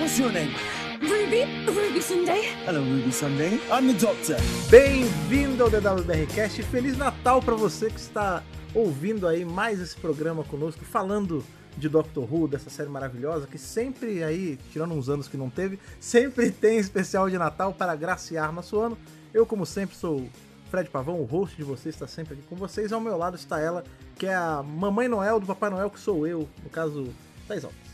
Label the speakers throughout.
Speaker 1: What's your name?
Speaker 2: Ruby, Ruby Sunday.
Speaker 1: Hello, Ruby Sunday. I'm the doctor.
Speaker 3: Bem-vindo ao DWBRcast. Feliz Natal para você que está ouvindo aí mais esse programa conosco, falando de Doctor Who, dessa série maravilhosa que sempre aí, tirando uns anos que não teve, sempre tem especial de Natal para graciar nosso ano. Eu, como sempre, sou o Fred Pavão, o host de vocês, está sempre aqui com vocês. Ao meu lado está ela, que é a Mamãe Noel do Papai Noel, que sou eu, no caso, Thais Alves.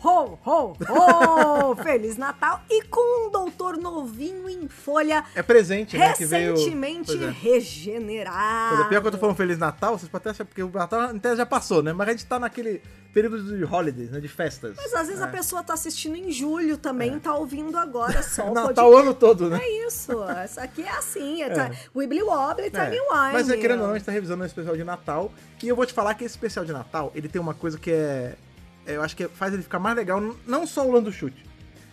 Speaker 2: Ho, ho, ho! Feliz Natal! E com um doutor novinho em folha,
Speaker 3: É presente, né? Que veio...
Speaker 2: recentemente
Speaker 3: Pois é.
Speaker 2: regenerado.
Speaker 3: Pois é, pior que eu tô falando Feliz Natal, vocês podem até achar, porque o Natal em tese já passou, né? Mas a gente tá naquele período de holidays, né? De festas.
Speaker 2: Mas às vezes
Speaker 3: É.
Speaker 2: a pessoa tá assistindo em julho também, tá ouvindo agora só o
Speaker 3: Natal o ano todo, né?
Speaker 2: podcast. É isso, isso aqui é assim, é, tá- Wibbly Wobbly,
Speaker 3: É.
Speaker 2: Timey Wimey.
Speaker 3: Mas é, querendo ou não, a gente tá revisando o especial de Natal. E eu vou te falar que esse especial de Natal, ele tem uma coisa que é. é, Eu acho que faz ele ficar mais legal, n- não só o Lando Chute.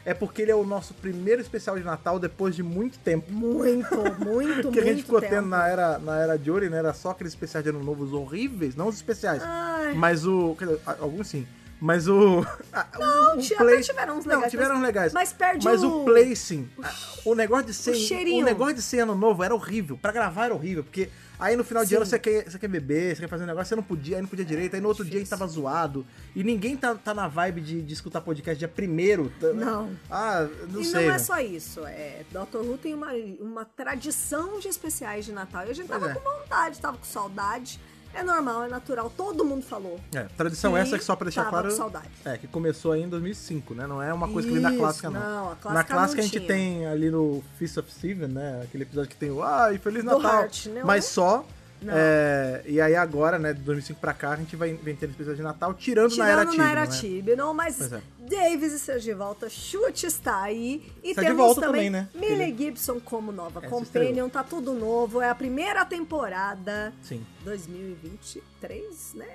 Speaker 3: É porque ele é o nosso primeiro especial de Natal depois de muito tempo.
Speaker 2: Muito, muito,
Speaker 3: que a gente
Speaker 2: muito
Speaker 3: ficou
Speaker 2: tempo.
Speaker 3: tendo na era, na era de ouro, né? Era só aqueles especiais de ano novo os horríveis, não os especiais.
Speaker 2: Ai,
Speaker 3: Mas o. Quer dizer, a- alguns sim. Mas o. a-
Speaker 2: não,
Speaker 3: o,
Speaker 2: tia, até tiveram uns
Speaker 3: Não,
Speaker 2: legais. mas-
Speaker 3: tiveram legais.
Speaker 2: Mas perde
Speaker 3: Mas
Speaker 2: o...
Speaker 3: o placing, a- o negócio de ser,
Speaker 2: o
Speaker 3: o,
Speaker 2: cheirinho.
Speaker 3: negócio de ser ano novo era horrível. Pra gravar era horrível, porque aí no final de
Speaker 2: Sim.
Speaker 3: ano você quer, você quer beber, você quer fazer um negócio, você não podia, aí não podia direito, aí no outro dia a gente tava zoado. E ninguém tá, tá na vibe de, de escutar podcast dia primeiro. tá-
Speaker 2: Não.
Speaker 3: Ah, não
Speaker 2: e
Speaker 3: sei.
Speaker 2: não é
Speaker 3: né?
Speaker 2: só isso, é, Dr. Who tem uma, uma tradição de especiais de Natal e a gente
Speaker 3: Pois
Speaker 2: tava
Speaker 3: é.
Speaker 2: com vontade, tava com saudade. É normal, é natural, todo mundo falou.
Speaker 3: É, tradição
Speaker 2: E
Speaker 3: essa que só pra deixar
Speaker 2: tava
Speaker 3: claro.
Speaker 2: com saudade.
Speaker 3: É, que começou aí em 2005, né? Não é uma coisa que vem da
Speaker 2: Isso,
Speaker 3: clássica, não.
Speaker 2: não, a clássica
Speaker 3: Na clássica
Speaker 2: não
Speaker 3: a gente
Speaker 2: tinha.
Speaker 3: tem ali no Feast of Steven, né? Aquele episódio que tem o Ai, Feliz
Speaker 2: Do
Speaker 3: Natal.
Speaker 2: Hart, né?
Speaker 3: Mas só.
Speaker 2: Não.
Speaker 3: é, e aí agora, né, de 2005 pra cá, a gente vai vem tendo episódio de Natal, tirando, na era
Speaker 2: Tirando
Speaker 3: Tivno,
Speaker 2: na era
Speaker 3: né?
Speaker 2: Tibnon, mas
Speaker 3: Pois é.
Speaker 2: Davis está de volta, Chute está aí. E
Speaker 3: Está de
Speaker 2: temos
Speaker 3: volta
Speaker 2: também,
Speaker 3: também, né?
Speaker 2: Millie Gibson como nova
Speaker 3: Essa
Speaker 2: companion, tá tudo novo, é a primeira temporada
Speaker 3: Sim.
Speaker 2: 2023, né?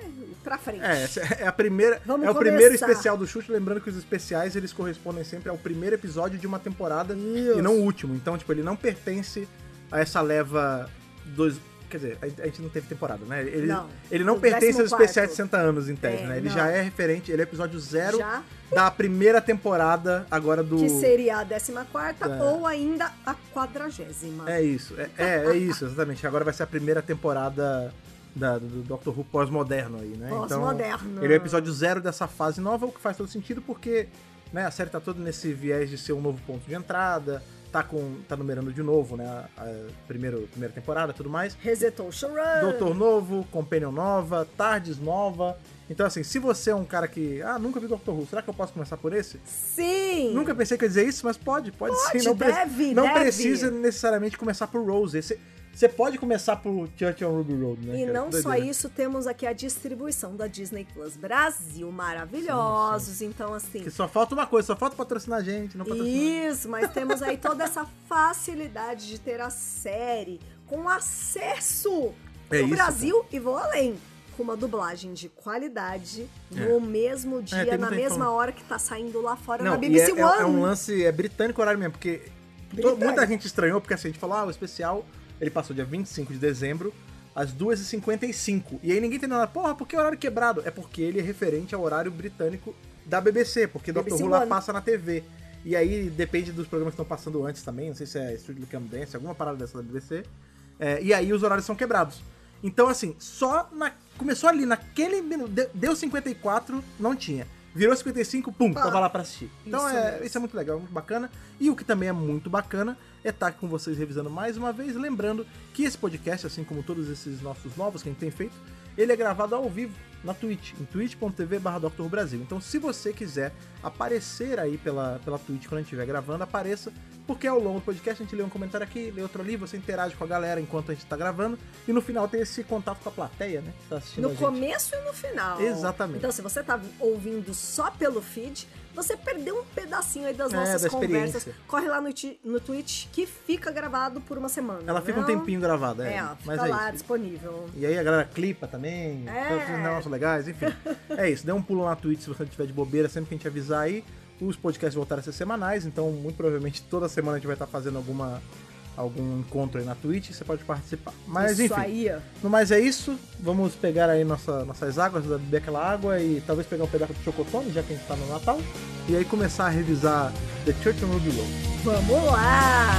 Speaker 2: Pra frente.
Speaker 3: É, essa é a primeira,
Speaker 2: Vamos
Speaker 3: é o primeiro
Speaker 2: começar.
Speaker 3: especial do chute, lembrando que os especiais eles correspondem sempre ao primeiro episódio de uma temporada e não o último. Então, tipo, ele não pertence a essa leva dos, quer dizer, a a gente não teve temporada, né? Ele
Speaker 2: Não.
Speaker 3: ele não
Speaker 2: O
Speaker 3: pertence aos
Speaker 2: 14º.
Speaker 3: especiais de 60 anos em tese,
Speaker 2: É,
Speaker 3: né? Ele
Speaker 2: não.
Speaker 3: já é referente, ele é episódio zero
Speaker 2: Já
Speaker 3: da primeira temporada agora do
Speaker 2: que seria a 14
Speaker 3: É.
Speaker 2: ou ainda a quadragésima.
Speaker 3: É isso, é, é, é isso, exatamente. Agora vai ser a primeira temporada da- do Doctor Who pós-moderno aí, né?
Speaker 2: Pós-moderno.
Speaker 3: Então, ele é o episódio zero dessa fase nova, o que faz todo sentido, porque né, a série tá toda nesse viés de ser um novo ponto de entrada, tá, com, tá numerando de novo, né? A, a primeiro, primeira temporada e tudo mais.
Speaker 2: Resetou o showrun.
Speaker 3: Doutor Novo, Companion Nova, Tardes Nova. Então, assim, se você é um cara que. Ah, nunca vi Doctor Who, será que eu posso começar por esse?
Speaker 2: Sim!
Speaker 3: Nunca pensei que eu ia dizer isso, mas pode, pode,
Speaker 2: Pode,
Speaker 3: sim. Não, pre-
Speaker 2: deve,
Speaker 3: não
Speaker 2: deve.
Speaker 3: precisa necessariamente começar por Rose. Você, você pode começar por Church on Ruby Road, né?
Speaker 2: E
Speaker 3: cara?
Speaker 2: não
Speaker 3: Que
Speaker 2: só
Speaker 3: doideira.
Speaker 2: isso, temos aqui a distribuição da Disney Plus Brasil, maravilhosos. Então, assim,
Speaker 3: Que só falta uma coisa, só falta patrocinar a gente, não patrocinar.
Speaker 2: Isso, mas temos aí toda essa facilidade de ter a série com acesso
Speaker 3: É
Speaker 2: no
Speaker 3: isso,
Speaker 2: Brasil e vou além. Com uma dublagem de qualidade no mesmo dia,
Speaker 3: É. tem
Speaker 2: na
Speaker 3: muita
Speaker 2: mesma
Speaker 3: informação.
Speaker 2: hora que tá saindo lá fora na
Speaker 3: Não, e é,
Speaker 2: BBC
Speaker 3: é-
Speaker 2: One.
Speaker 3: é um lance é britânico horário mesmo, porque to-
Speaker 2: Britânico.
Speaker 3: Então, muita gente estranhou, porque assim, a gente falou, ah, o especial, ele passou dia 25 de dezembro, às 2h55. E aí ninguém entendeu nada, porra, por que horário quebrado? É porque ele é referente ao horário britânico da BBC, porque Dr.
Speaker 2: BBC
Speaker 3: Who lá
Speaker 2: One.
Speaker 3: passa na TV. E aí depende dos programas que estão passando antes também, não sei se é Strictly Come Dance, alguma parada dessa da BBC. É, e aí os horários são quebrados. Então, assim, só na. Começou ali, naquele minuto. de- Deu 54, não tinha. Virou 55, pum,
Speaker 2: Pá.
Speaker 3: tava lá pra assistir. Então
Speaker 2: Isso
Speaker 3: é,
Speaker 2: mesmo.
Speaker 3: isso é muito legal, muito bacana. E o que também é muito bacana é estar com vocês revisando mais uma vez, lembrando que esse podcast, assim como todos esses nossos novos que a gente tem feito, ele é gravado ao vivo na Twitch, em twitch.tv Brasil. Então se você quiser aparecer aí pela, pela Twitch quando a gente estiver gravando, apareça, porque ao longo do podcast a gente lê um comentário aqui, lê outro ali, você interage com a galera enquanto a gente tá gravando, e no final tem esse contato com a plateia, né? Que tá assistindo a
Speaker 2: No
Speaker 3: gente.
Speaker 2: começo e no final.
Speaker 3: Exatamente.
Speaker 2: Então, se você tá ouvindo só pelo feed, você perdeu um pedacinho aí das
Speaker 3: É,
Speaker 2: nossas
Speaker 3: da
Speaker 2: conversas.
Speaker 3: experiência.
Speaker 2: Corre lá no, ti- no Twitch que fica gravado por uma semana.
Speaker 3: Ela fica um
Speaker 2: não?
Speaker 3: tempinho gravada, é.
Speaker 2: É, ó, fica
Speaker 3: mas é
Speaker 2: lá
Speaker 3: isso.
Speaker 2: disponível.
Speaker 3: E aí a galera clipa também,
Speaker 2: É.
Speaker 3: faz uns negócios legais, enfim. é isso, dê um pulo na Twitch se você tiver de bobeira, sempre que a gente avisar aí. Os podcasts voltaram a ser semanais, então muito provavelmente toda semana a gente vai estar fazendo alguma, algum encontro aí na Twitch, você pode participar. Mas
Speaker 2: Isso
Speaker 3: enfim,
Speaker 2: aí, ó.
Speaker 3: no mais é isso. Vamos pegar aí nossa, nossas águas, beber aquela água e talvez pegar um pedaço de chocotone, já que a gente tá no Natal. E aí começar a revisar The Church on Ruby Road.
Speaker 2: Vamos lá!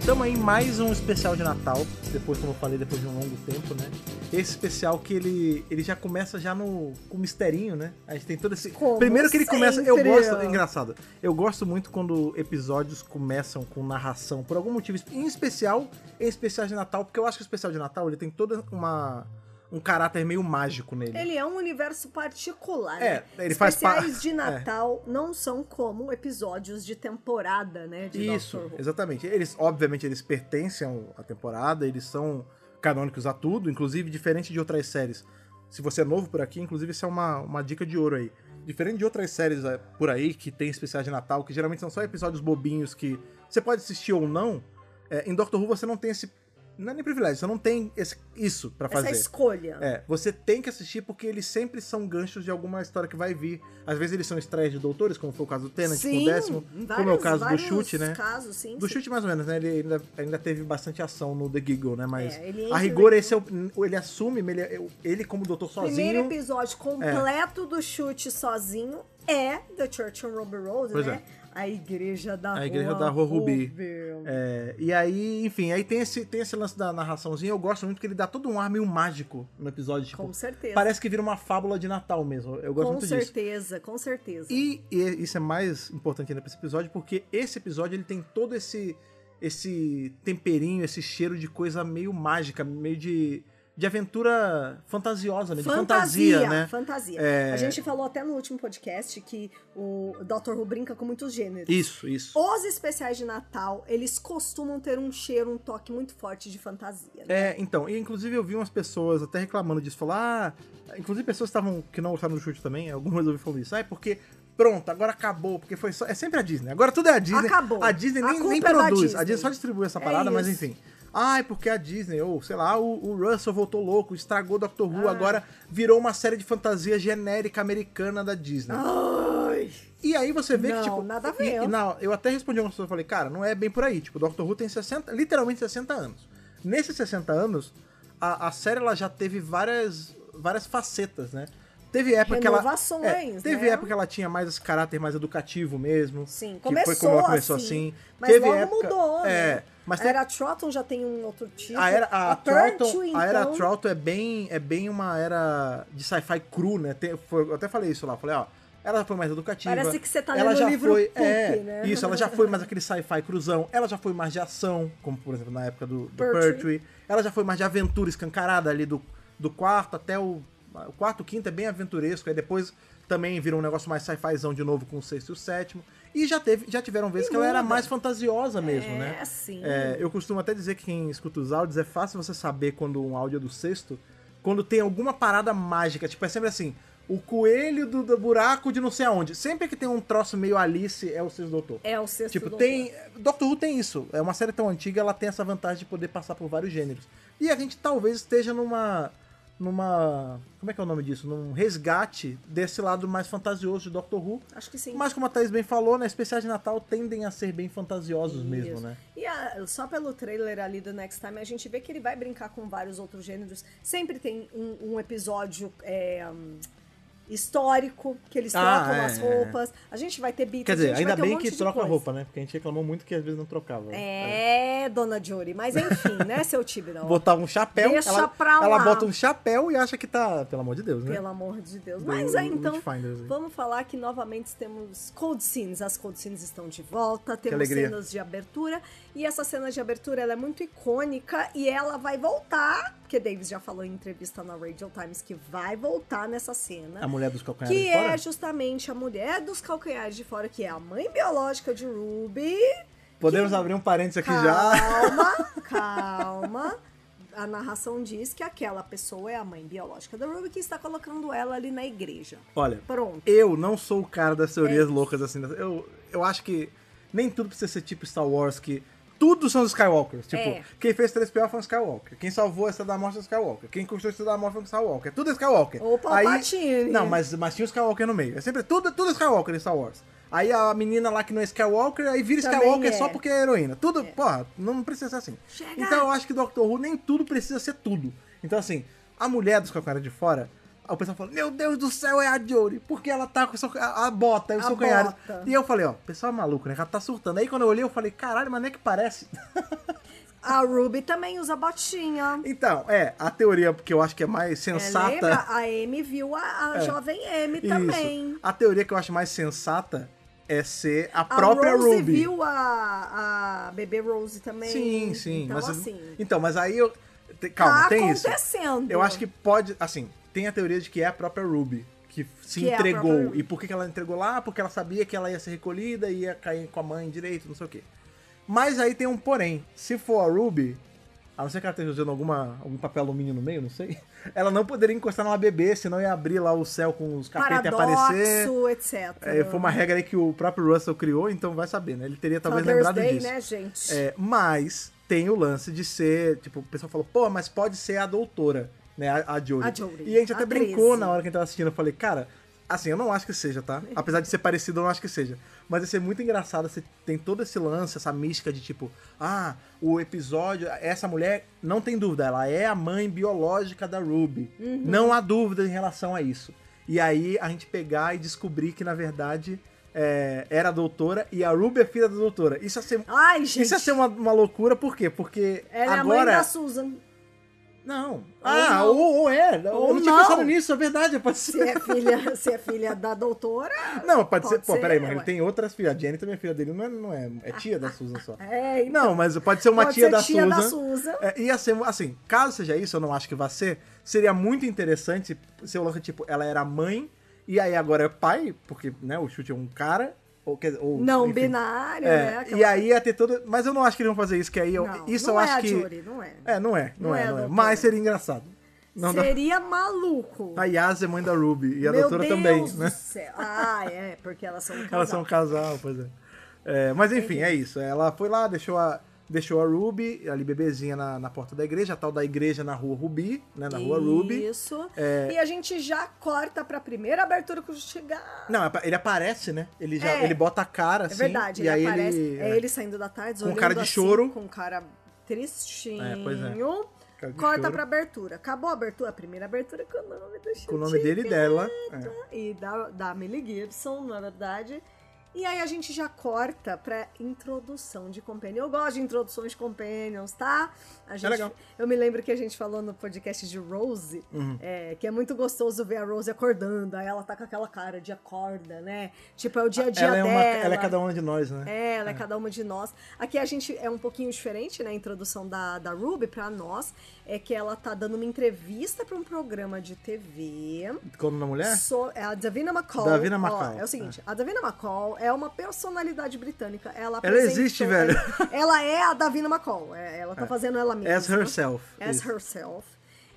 Speaker 3: Estamos aí em mais um especial de Natal, depois, como eu falei, depois de um longo tempo, né? Esse especial que ele, ele já começa já no com misterinho, né? A gente tem todo esse.
Speaker 2: Como
Speaker 3: Primeiro que ele começa. Eu
Speaker 2: sempre.
Speaker 3: gosto. É engraçado. Eu gosto muito quando episódios começam com narração, por algum motivo, em especial, em especial de Natal, porque eu acho que o especial de Natal ele tem toda uma. um caráter meio mágico nele.
Speaker 2: Ele é um universo particular.
Speaker 3: É,
Speaker 2: né?
Speaker 3: ele faz par-
Speaker 2: Especiais de
Speaker 3: é.
Speaker 2: Natal não são como episódios de temporada, né? De
Speaker 3: Isso,
Speaker 2: Doctor Who.
Speaker 3: exatamente. Eles, obviamente, eles pertencem ao- à temporada, eles são canônicos a tudo, inclusive diferente de outras séries. Se você é novo por aqui, inclusive, isso é uma, uma dica de ouro aí. Diferente de outras séries eh, por aí que tem especiais de Natal, que geralmente são só episódios bobinhos que você pode assistir ou não, eh, em Doctor Who você não tem esse. Não é nem privilégio, você não tem esse- isso pra fazer.
Speaker 2: Essa escolha.
Speaker 3: É, você tem que assistir porque eles sempre são ganchos de alguma história que vai vir. Às vezes eles são estreias de doutores, como foi o caso do Tenant com o décimo, como é o
Speaker 2: vários-
Speaker 3: caso do
Speaker 2: vários
Speaker 3: chute, né?
Speaker 2: Casos, sim,
Speaker 3: Do
Speaker 2: sim.
Speaker 3: chute mais ou menos, né? Ele ainda, ainda teve bastante ação no The Giggle, né? Mas
Speaker 2: É, ele entra
Speaker 3: a rigor
Speaker 2: no-
Speaker 3: esse é o, ele assume, ele, é, ele como doutor
Speaker 2: Primeiro
Speaker 3: sozinho. É.
Speaker 2: episódio completo do chute sozinho é The Church on Ruby Road,
Speaker 3: Pois é.
Speaker 2: né? A igreja da
Speaker 3: A igreja da Rua Ruby.
Speaker 2: Ruby.
Speaker 3: É, e aí, enfim, aí tem esse, tem esse lance da narraçãozinha, eu gosto muito que ele dá todo um ar meio mágico no episódio, tipo,
Speaker 2: Com certeza.
Speaker 3: parece que vira uma fábula de Natal mesmo. Eu gosto
Speaker 2: com
Speaker 3: muito disso.
Speaker 2: certeza, com certeza.
Speaker 3: E, e isso é mais importante ainda pra esse episódio, porque esse episódio ele tem todo esse esse temperinho, esse cheiro de coisa meio mágica, meio de, de aventura fantasiosa, né? De fantasia, né?
Speaker 2: Fantasia.
Speaker 3: É.
Speaker 2: A gente falou até no último podcast que o Dr. Who brinca com muitos gêneros.
Speaker 3: Isso, isso.
Speaker 2: Os especiais de Natal, eles costumam ter um cheiro, um toque muito forte de fantasia. né?
Speaker 3: É, então, e inclusive eu vi umas pessoas até reclamando disso, falar, ah, inclusive pessoas que estavam que não gostaram do chute também, algumas eu vi falando isso, ah, é porque pronto, agora acabou, porque foi só, é sempre a Disney, agora tudo é a Disney.
Speaker 2: Acabou.
Speaker 3: A Disney
Speaker 2: A
Speaker 3: nem,
Speaker 2: culpa
Speaker 3: nem
Speaker 2: é da
Speaker 3: produz, a
Speaker 2: Disney.
Speaker 3: Disney só distribui essa
Speaker 2: É
Speaker 3: parada, mas
Speaker 2: isso.
Speaker 3: enfim. Ah, é porque a Disney, ou sei lá, o, o Russell voltou louco, estragou Doctor Who,
Speaker 2: Ah.
Speaker 3: agora virou uma série de fantasia genérica americana da Disney.
Speaker 2: Ai.
Speaker 3: E aí você vê que,
Speaker 2: Não,
Speaker 3: tipo.
Speaker 2: nada a
Speaker 3: e-
Speaker 2: ver.
Speaker 3: e na- eu até respondi a uma pessoa e falei, cara, não é bem por aí. Tipo, Doctor Who tem 60, literalmente 60 anos. Nesses 60 anos, a, a série ela já teve várias, várias facetas, né? Teve época que ela. é,
Speaker 2: Renovações,
Speaker 3: teve
Speaker 2: né?
Speaker 3: época que ela tinha mais esse caráter mais educativo mesmo.
Speaker 2: Sim,
Speaker 3: que foi
Speaker 2: começou
Speaker 3: como ela começou assim.
Speaker 2: assim, Mas
Speaker 3: teve
Speaker 2: logo
Speaker 3: época,
Speaker 2: mudou, né?
Speaker 3: É. Mas
Speaker 2: a
Speaker 3: teve-
Speaker 2: era Troughton já tem um outro tipo.
Speaker 3: a era, a,
Speaker 2: Turn
Speaker 3: Troughton-
Speaker 2: to,
Speaker 3: a era
Speaker 2: então,
Speaker 3: Troughton é bem, é bem uma era de sci-fi cru, né? Tem- foi- eu até falei isso lá, falei, ó, ela foi mais educativa.
Speaker 2: Parece que você tá
Speaker 3: ela
Speaker 2: lendo
Speaker 3: já
Speaker 2: um livro
Speaker 3: foi,
Speaker 2: pulp,
Speaker 3: é,
Speaker 2: né?
Speaker 3: Isso, ela já foi mais aquele sci-fi cruzão, ela já foi mais de ação, como por exemplo na época do, do
Speaker 2: Pertwee.
Speaker 3: Pertwee. Ela já foi mais de aventura escancarada ali do, do quarto até o, o quarto, quinto é bem aventuresco, aí depois também virou um negócio mais sci-fizão de novo com o sexto e o sétimo. E já, teve, já tiveram vezes que ela era
Speaker 2: muda.
Speaker 3: mais fantasiosa mesmo,
Speaker 2: é,
Speaker 3: né?
Speaker 2: Sim.
Speaker 3: É, eu costumo até dizer que quem escuta os áudios é fácil você saber quando um áudio é do sexto, quando tem alguma parada mágica. Tipo, é sempre assim: o coelho do, do buraco de não sei aonde. Sempre que tem um troço meio Alice, é o sexto doutor.
Speaker 2: É o sexto
Speaker 3: tipo,
Speaker 2: doutor.
Speaker 3: tem. Doctor Who tem isso. É uma série tão antiga, ela tem essa vantagem de poder passar por vários gêneros. E a gente talvez esteja numa. Numa. Como é que é o nome disso? Num resgate desse lado mais fantasioso de Doctor Who.
Speaker 2: Acho que sim.
Speaker 3: Mas como a Thaís bem falou, né? Especiais de Natal tendem a ser bem fantasiosos mesmo,
Speaker 2: Isso.
Speaker 3: né?
Speaker 2: E a- só pelo trailer ali do Next Time, a gente vê que ele vai brincar com vários outros gêneros. Sempre tem um, um episódio é, hum, histórico, que eles
Speaker 3: Ah,
Speaker 2: trocam
Speaker 3: é,
Speaker 2: as
Speaker 3: é.
Speaker 2: roupas. A gente vai ter Beatles,
Speaker 3: Quer dizer,
Speaker 2: a gente vai
Speaker 3: ainda
Speaker 2: ter um
Speaker 3: bem
Speaker 2: monte
Speaker 3: que
Speaker 2: de
Speaker 3: troca a
Speaker 2: coisa.
Speaker 3: roupa, né? Porque a gente reclamou muito que às vezes não trocava.
Speaker 2: É, dona Jory. Mas enfim, né, seu Tibidão?
Speaker 3: Botar um chapéu.
Speaker 2: Deixa
Speaker 3: ela,
Speaker 2: pra lá.
Speaker 3: ela bota um chapéu e acha que tá. Pelo amor de Deus, né?
Speaker 2: Pelo amor de Deus.
Speaker 3: Do-
Speaker 2: Mas aí,
Speaker 3: do
Speaker 2: então,
Speaker 3: Witchfinders aí.
Speaker 2: vamos falar que novamente temos cold scenes. As cold scenes estão de volta, temos
Speaker 3: alegria.
Speaker 2: cenas de abertura. E essa cena de abertura ela é muito icônica e ela vai voltar, porque Davis já falou em entrevista na Radio Times que vai voltar nessa
Speaker 3: A
Speaker 2: cena.
Speaker 3: mulher dos calcanhares
Speaker 2: Que
Speaker 3: de fora.
Speaker 2: é justamente a mulher dos calcanhares de fora, que é a mãe biológica de Ruby.
Speaker 3: Podemos abrir um parênteses aqui já.
Speaker 2: Calma, calma. A narração diz que aquela pessoa é a mãe biológica da Ruby que está colocando ela ali na igreja.
Speaker 3: Olha,
Speaker 2: Pronto.
Speaker 3: eu não sou
Speaker 2: É.
Speaker 3: o cara das teorias loucas assim. Eu, eu acho que nem tudo precisa ser tipo Star Wars, que tudo são os Skywalkers. Tipo,
Speaker 2: É.
Speaker 3: quem fez 3PO foi um Skywalker. Quem salvou a Estrela da Morte foi um Skywalker. Quem construiu a Estrela da Morte foi um Skywalker. Tudo é Skywalker.
Speaker 2: Ou Palpatine.
Speaker 3: Aí, não, mas, mas tinha o Skywalker no meio. É sempre tudo, tudo é Skywalker em Star Wars. Aí a menina lá que não é Skywalker, aí vira
Speaker 2: Também
Speaker 3: Skywalker
Speaker 2: é.
Speaker 3: só porque é heroína. Tudo, porra, não precisa ser assim.
Speaker 2: Chega!
Speaker 3: Então eu acho que Doctor Who nem tudo precisa ser tudo. Então assim, a mulher dos com a cara de fora, o pessoal fala, meu Deus do céu, é a Jory, porque ela tá com o seu- a, a bota, e o
Speaker 2: A
Speaker 3: seu canhado.
Speaker 2: bota.
Speaker 3: E eu falei, ó, o pessoal é maluco, né? Ela tá surtando. Aí quando eu olhei, eu falei, caralho, mas não é que parece.
Speaker 2: A Ruby também usa botinha.
Speaker 3: então, é, a teoria que eu acho que é mais
Speaker 2: É,
Speaker 3: sensata.
Speaker 2: lembra? A Amy viu a, a jovem Amy também.
Speaker 3: Isso. A teoria que eu acho mais sensata é ser a própria
Speaker 2: a Rose
Speaker 3: Ruby.
Speaker 2: viu a, a bebê Rose também.
Speaker 3: Sim, sim.
Speaker 2: Então,
Speaker 3: mas,
Speaker 2: assim.
Speaker 3: então, mas aí eu. te- Calma,
Speaker 2: Tá
Speaker 3: tem
Speaker 2: acontecendo.
Speaker 3: isso. Eu acho que pode. Assim, tem a teoria de que é a própria Ruby que se
Speaker 2: Que é a
Speaker 3: entregou.
Speaker 2: própria Ruby.
Speaker 3: e por que que ela entregou lá? Porque ela sabia que ela ia ser recolhida e ia cair com a mãe direito, não sei o quê. Mas aí tem um porém. Se for a Ruby. A não ser que ela esteja usando alguma, algum papel alumínio no meio, não sei. Ela não poderia encostar numa bebê, senão ia abrir lá o céu com os capetas e aparecer.
Speaker 2: Paradoxo, etc.
Speaker 3: É, foi uma regra aí que o próprio Russell criou, então vai saber, né? Ele teria talvez
Speaker 2: Father's
Speaker 3: lembrado
Speaker 2: Day,
Speaker 3: disso.
Speaker 2: né, gente?
Speaker 3: É, mas tem o lance de ser, tipo, o pessoal falou, pô, mas pode ser a doutora, né? A, a Jory.
Speaker 2: A Jory,
Speaker 3: E a gente até
Speaker 2: a
Speaker 3: brincou
Speaker 2: 13.
Speaker 3: na hora que a gente tava assistindo. Eu falei, cara, assim, eu não acho que seja, tá? Apesar de ser parecido, eu não acho que seja. Mas ia ser muito engraçado, você tem todo esse lance, essa mística de tipo, ah, o episódio, essa mulher, não tem dúvida, ela é a mãe biológica da Ruby. Não há dúvida em relação a isso. E aí a gente pegar e descobrir que, na verdade, é, era a doutora e a Ruby é filha da doutora. Isso ia ser
Speaker 2: Ai, gente.
Speaker 3: isso ia ser uma, uma loucura, por quê? Porque
Speaker 2: Ela é a mãe
Speaker 3: agora.
Speaker 2: da Susan.
Speaker 3: Não. Ah,
Speaker 2: não.
Speaker 3: ou, ou é. eu
Speaker 2: Ou
Speaker 3: não tinha
Speaker 2: não.
Speaker 3: pensado nisso, é verdade. Pode ser.
Speaker 2: Se é filha, se é filha da doutora.
Speaker 3: Não, pode, ser.
Speaker 2: Pode
Speaker 3: Pô,
Speaker 2: ser,
Speaker 3: peraí, mas ele
Speaker 2: ué.
Speaker 3: tem outras filhas. A Jenny também é filha dele, não é? Não é, é tia da Susan só.
Speaker 2: É, então,
Speaker 3: Não, mas pode ser uma
Speaker 2: Pode
Speaker 3: tia,
Speaker 2: ser
Speaker 3: da,
Speaker 2: tia da
Speaker 3: Susan.
Speaker 2: Susan.
Speaker 3: É, ia ser, assim, caso seja isso, eu não acho que vai ser. Seria muito interessante se eu lance, tipo, ela era mãe e aí agora é pai, porque, né, o chute é um cara. Ou, quer dizer, ou,
Speaker 2: não
Speaker 3: enfim.
Speaker 2: binário,
Speaker 3: É,
Speaker 2: né? Aquela-
Speaker 3: E aí ia ter toda. Mas eu não acho que eles vão fazer isso, que aí eu.
Speaker 2: Não,
Speaker 3: isso
Speaker 2: não
Speaker 3: eu
Speaker 2: é
Speaker 3: acho
Speaker 2: a
Speaker 3: que.
Speaker 2: Jory, não é.
Speaker 3: É, não é, não,
Speaker 2: Não
Speaker 3: é,
Speaker 2: é,
Speaker 3: não é.
Speaker 2: doutora.
Speaker 3: Mas seria engraçado. Não dá-
Speaker 2: Seria maluco.
Speaker 3: A Yas é mãe da Ruby e a
Speaker 2: Meu
Speaker 3: doutora
Speaker 2: Deus
Speaker 3: também,
Speaker 2: do
Speaker 3: né?
Speaker 2: céu. Ah, é, porque elas são um casal.
Speaker 3: Elas são um casal, pois é. É, mas enfim, é isso. Ela foi lá, deixou a, deixou a Ruby, ali bebezinha na, na porta da igreja, a tal da igreja na rua Ruby, né? Na rua Ruby. É.
Speaker 2: Isso. E a gente já corta pra primeira abertura que chegar.
Speaker 3: Não, ele aparece, né? Ele já
Speaker 2: É.
Speaker 3: ele bota a cara
Speaker 2: É
Speaker 3: assim.
Speaker 2: verdade,
Speaker 3: e
Speaker 2: ele
Speaker 3: aí
Speaker 2: aparece.
Speaker 3: ele.
Speaker 2: É ele saindo da tarde,
Speaker 3: Com
Speaker 2: olhando
Speaker 3: cara de
Speaker 2: assim,
Speaker 3: choro.
Speaker 2: Com cara tristinho.
Speaker 3: É, pois é. Cara de
Speaker 2: Corta
Speaker 3: choro.
Speaker 2: pra abertura. Acabou a abertura, a primeira abertura com o nome do
Speaker 3: Com o nome dele e dela. É.
Speaker 2: E da, da Millie Gibson, na verdade. E aí a gente já corta pra introdução de Companion. Eu gosto de introduções de Companions, tá? A gente,
Speaker 3: É legal.
Speaker 2: Eu me lembro que a gente falou no podcast de Rose,
Speaker 3: Uhum.
Speaker 2: é, que é muito gostoso ver a Rose acordando. Aí ela tá com aquela cara de acorda, né? Tipo, é o dia a dia
Speaker 3: Ela é,
Speaker 2: dela.
Speaker 3: uma, ela é cada uma de nós, né?
Speaker 2: É, ela é. cada uma de nós. Aqui a gente é um pouquinho diferente, né? A introdução da, da Ruby pra nós é que ela tá dando uma entrevista pra um programa de TV.
Speaker 3: Como uma mulher?
Speaker 2: So- é a Davina McCall.
Speaker 3: Davina
Speaker 2: Ó,
Speaker 3: McCall.
Speaker 2: é o seguinte, a Davina McCall é uma personalidade britânica. Ela,
Speaker 3: Ela existe, velho.
Speaker 2: Ela é a Davina McCall. É, ela tá fazendo ela mesma.
Speaker 3: As herself.
Speaker 2: As
Speaker 3: Isso.
Speaker 2: herself.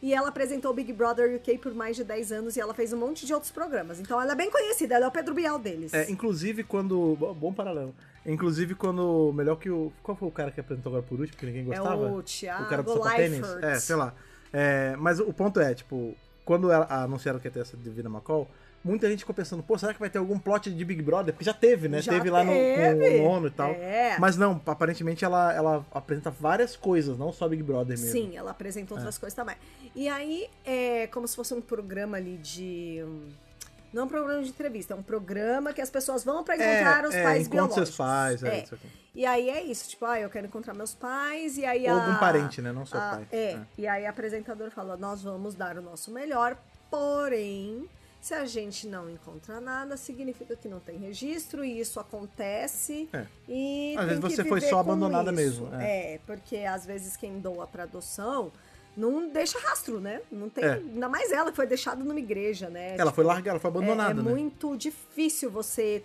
Speaker 2: E ela apresentou o Big Brother UK por mais de 10 anos e ela fez um monte de outros programas. Então ela é bem conhecida, ela é o Pedro Bial deles.
Speaker 3: É, inclusive quando. bo- Bom paralelo. Inclusive quando. Melhor que o. Qual foi o cara que apresentou agora por último, que ninguém
Speaker 2: É
Speaker 3: gostava?
Speaker 2: o Thiago
Speaker 3: O cara do
Speaker 2: Leifert.
Speaker 3: sapatênis? É, sei lá. É, mas o ponto é, tipo, quando ela- anunciaram que ia ter essa Divina McCall, muita gente ficou pensando, pô, será que vai ter algum plot de Big Brother? Porque já teve, né?
Speaker 2: Já
Speaker 3: teve lá no,
Speaker 2: teve.
Speaker 3: com o nono e tal.
Speaker 2: É.
Speaker 3: Mas não, aparentemente ela, ela apresenta várias coisas, não só Big Brother mesmo. É.
Speaker 2: Sim, ela apresentou outras coisas também. E aí, é como se fosse um programa ali de. hum, Não é um programa de entrevista, é um programa que as pessoas vão pra encontrar os
Speaker 3: é,
Speaker 2: pais
Speaker 3: encontra
Speaker 2: biológicos.
Speaker 3: seus pais, é, isso aqui.
Speaker 2: E aí é isso, tipo, ah, eu quero encontrar meus pais, e aí
Speaker 3: Ou
Speaker 2: a-
Speaker 3: algum parente, né? Não só
Speaker 2: a-
Speaker 3: pai.
Speaker 2: É,
Speaker 3: É.
Speaker 2: e aí a apresentadora fala, nós vamos dar o nosso melhor, porém, se a gente não encontra nada, significa que não tem registro, e isso acontece,
Speaker 3: É.
Speaker 2: e tem
Speaker 3: Às vezes
Speaker 2: que
Speaker 3: você foi
Speaker 2: viver
Speaker 3: só
Speaker 2: com
Speaker 3: abandonada
Speaker 2: isso.
Speaker 3: mesmo, é.
Speaker 2: É, é, porque às vezes quem doa pra adoção não deixa rastro, né? Não tem,
Speaker 3: É.
Speaker 2: ainda mais ela que foi deixada numa igreja, né?
Speaker 3: Ela
Speaker 2: Tipo,
Speaker 3: foi largada, ela foi abandonada,
Speaker 2: é, é
Speaker 3: né?
Speaker 2: muito difícil você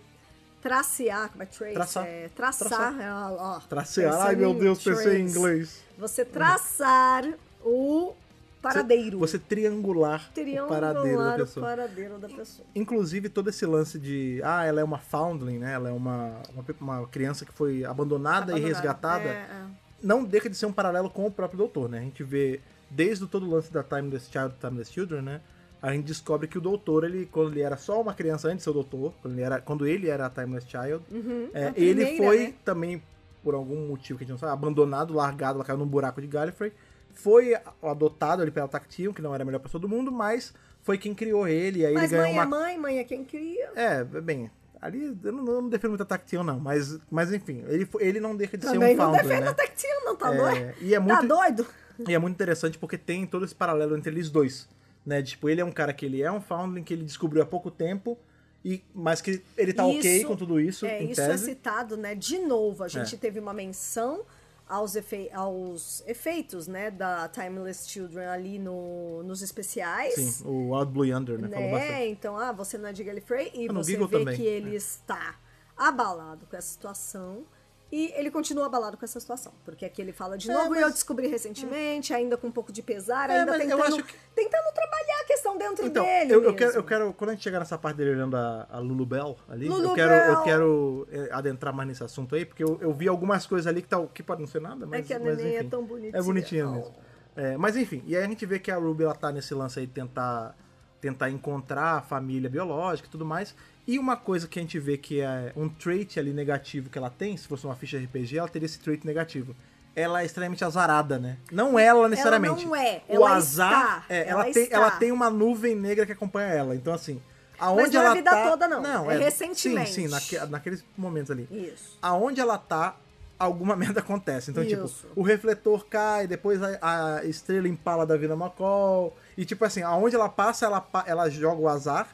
Speaker 2: tracear, como é trace?
Speaker 3: Traçar.
Speaker 2: É, traçar.
Speaker 3: Traçar.
Speaker 2: é, ó, ó,
Speaker 3: Tracear.
Speaker 2: pensando
Speaker 3: Ai, meu
Speaker 2: em
Speaker 3: Deus, pensei em
Speaker 2: trace.
Speaker 3: inglês.
Speaker 2: Você traçar o Paradeiro.
Speaker 3: Você, você triangular o paradeiro da
Speaker 2: Triangular o
Speaker 3: pessoa.
Speaker 2: paradeiro da pessoa.
Speaker 3: Inclusive, todo esse lance de. Ah, ela é uma foundling, né? Ela é uma, uma, pe- uma criança que foi abandonada, e
Speaker 2: Abandonado.
Speaker 3: resgatada.
Speaker 2: É, é.
Speaker 3: Não deixa de ser um paralelo com o próprio doutor, né? A gente vê desde o todo o lance da Timeless Child, Timeless Children, né? A gente descobre que o doutor, ele, quando ele era só uma criança antes de ser o doutor, quando ele era, quando ele era a Timeless Child,
Speaker 2: Uhum,
Speaker 3: é,
Speaker 2: a
Speaker 3: ele
Speaker 2: primeira,
Speaker 3: foi
Speaker 2: né?
Speaker 3: também, por algum motivo que a gente não sabe, abandonado, largado, lá caiu num buraco de Gallifrey. Foi adotado ali pela Tactium, que não era melhor pra todo mundo, mas foi quem criou ele, e aí
Speaker 2: Mas
Speaker 3: ele
Speaker 2: mãe
Speaker 3: ganhou uma
Speaker 2: é mãe, mãe é quem cria.
Speaker 3: é, bem, ali eu não, eu não defendo muito a Tactium, não, mas, mas enfim, ele, fo- ele não deixa de
Speaker 2: Também
Speaker 3: ser um
Speaker 2: não
Speaker 3: Foundling,
Speaker 2: defende
Speaker 3: né?
Speaker 2: a Tactil, não, tá
Speaker 3: É,
Speaker 2: doido?
Speaker 3: e é
Speaker 2: Tá
Speaker 3: muito-
Speaker 2: doido?
Speaker 3: E é muito interessante porque tem todo esse paralelo entre eles dois, né? Tipo, ele é um cara que ele é um Foundling que ele descobriu há pouco tempo, e, mas que ele tá ok
Speaker 2: Isso-
Speaker 3: com tudo isso,
Speaker 2: É,
Speaker 3: em
Speaker 2: isso é
Speaker 3: tese. É.
Speaker 2: citado, né? De novo, a gente teve uma menção aos, efe- aos efeitos, né, da Timeless Children ali no, nos especiais.
Speaker 3: Sim, o Out Blue Yonder, né? Falou bastante.
Speaker 2: né? Então, ah, você não é de Gallifrey e
Speaker 3: Ah, no
Speaker 2: você vê
Speaker 3: Beagle também,
Speaker 2: que ele está abalado com essa situação. E ele continua abalado com essa situação, porque aqui ele fala de
Speaker 3: É,
Speaker 2: novo e eu
Speaker 3: mas-
Speaker 2: descobri recentemente, ainda com um pouco de pesar,
Speaker 3: É,
Speaker 2: ainda
Speaker 3: mas eu
Speaker 2: tentando,
Speaker 3: acho que-
Speaker 2: tentando trabalhar a questão dentro
Speaker 3: Então,
Speaker 2: dele.
Speaker 3: eu, eu
Speaker 2: mesmo.
Speaker 3: quero, eu quero, quando a gente chegar nessa parte dele olhando a, a Lulu Bell ali, eu
Speaker 2: Lulu
Speaker 3: quero, eu
Speaker 2: Bell!
Speaker 3: quero eh, adentrar mais nesse assunto aí, porque eu, eu vi algumas coisas ali que, tal que pode não ser nada, mas.
Speaker 2: É que a
Speaker 3: mas,
Speaker 2: neném é
Speaker 3: enfim,
Speaker 2: tão bonitinha.
Speaker 3: É bonitinha
Speaker 2: Oh.
Speaker 3: mesmo. É, mas enfim, e aí a gente vê que a Ruby ela tá nesse lance aí de tentar, tentar encontrar a família biológica e tudo mais. E uma coisa que a gente vê que é um trait ali negativo que ela tem, se fosse uma ficha RPG, ela teria esse trait negativo. Ela é extremamente azarada, né? Não ela necessariamente.
Speaker 2: não é,
Speaker 3: o
Speaker 2: ela
Speaker 3: azar,
Speaker 2: está,
Speaker 3: é, ela,
Speaker 2: ela
Speaker 3: tem,
Speaker 2: está.
Speaker 3: ela tem uma nuvem negra que acompanha ela. Então assim, aonde
Speaker 2: não é a
Speaker 3: ela
Speaker 2: vida
Speaker 3: tá,
Speaker 2: toda, não. É recentemente.
Speaker 3: Sim, sim, naque, naqueles momentos ali
Speaker 2: Isso.
Speaker 3: aonde ela tá, alguma merda acontece. Então,
Speaker 2: Isso.
Speaker 3: tipo, o refletor cai, depois a, a estrela impala da Vila Macol. E, tipo assim, aonde ela passa, ela, pa- ela joga o azar,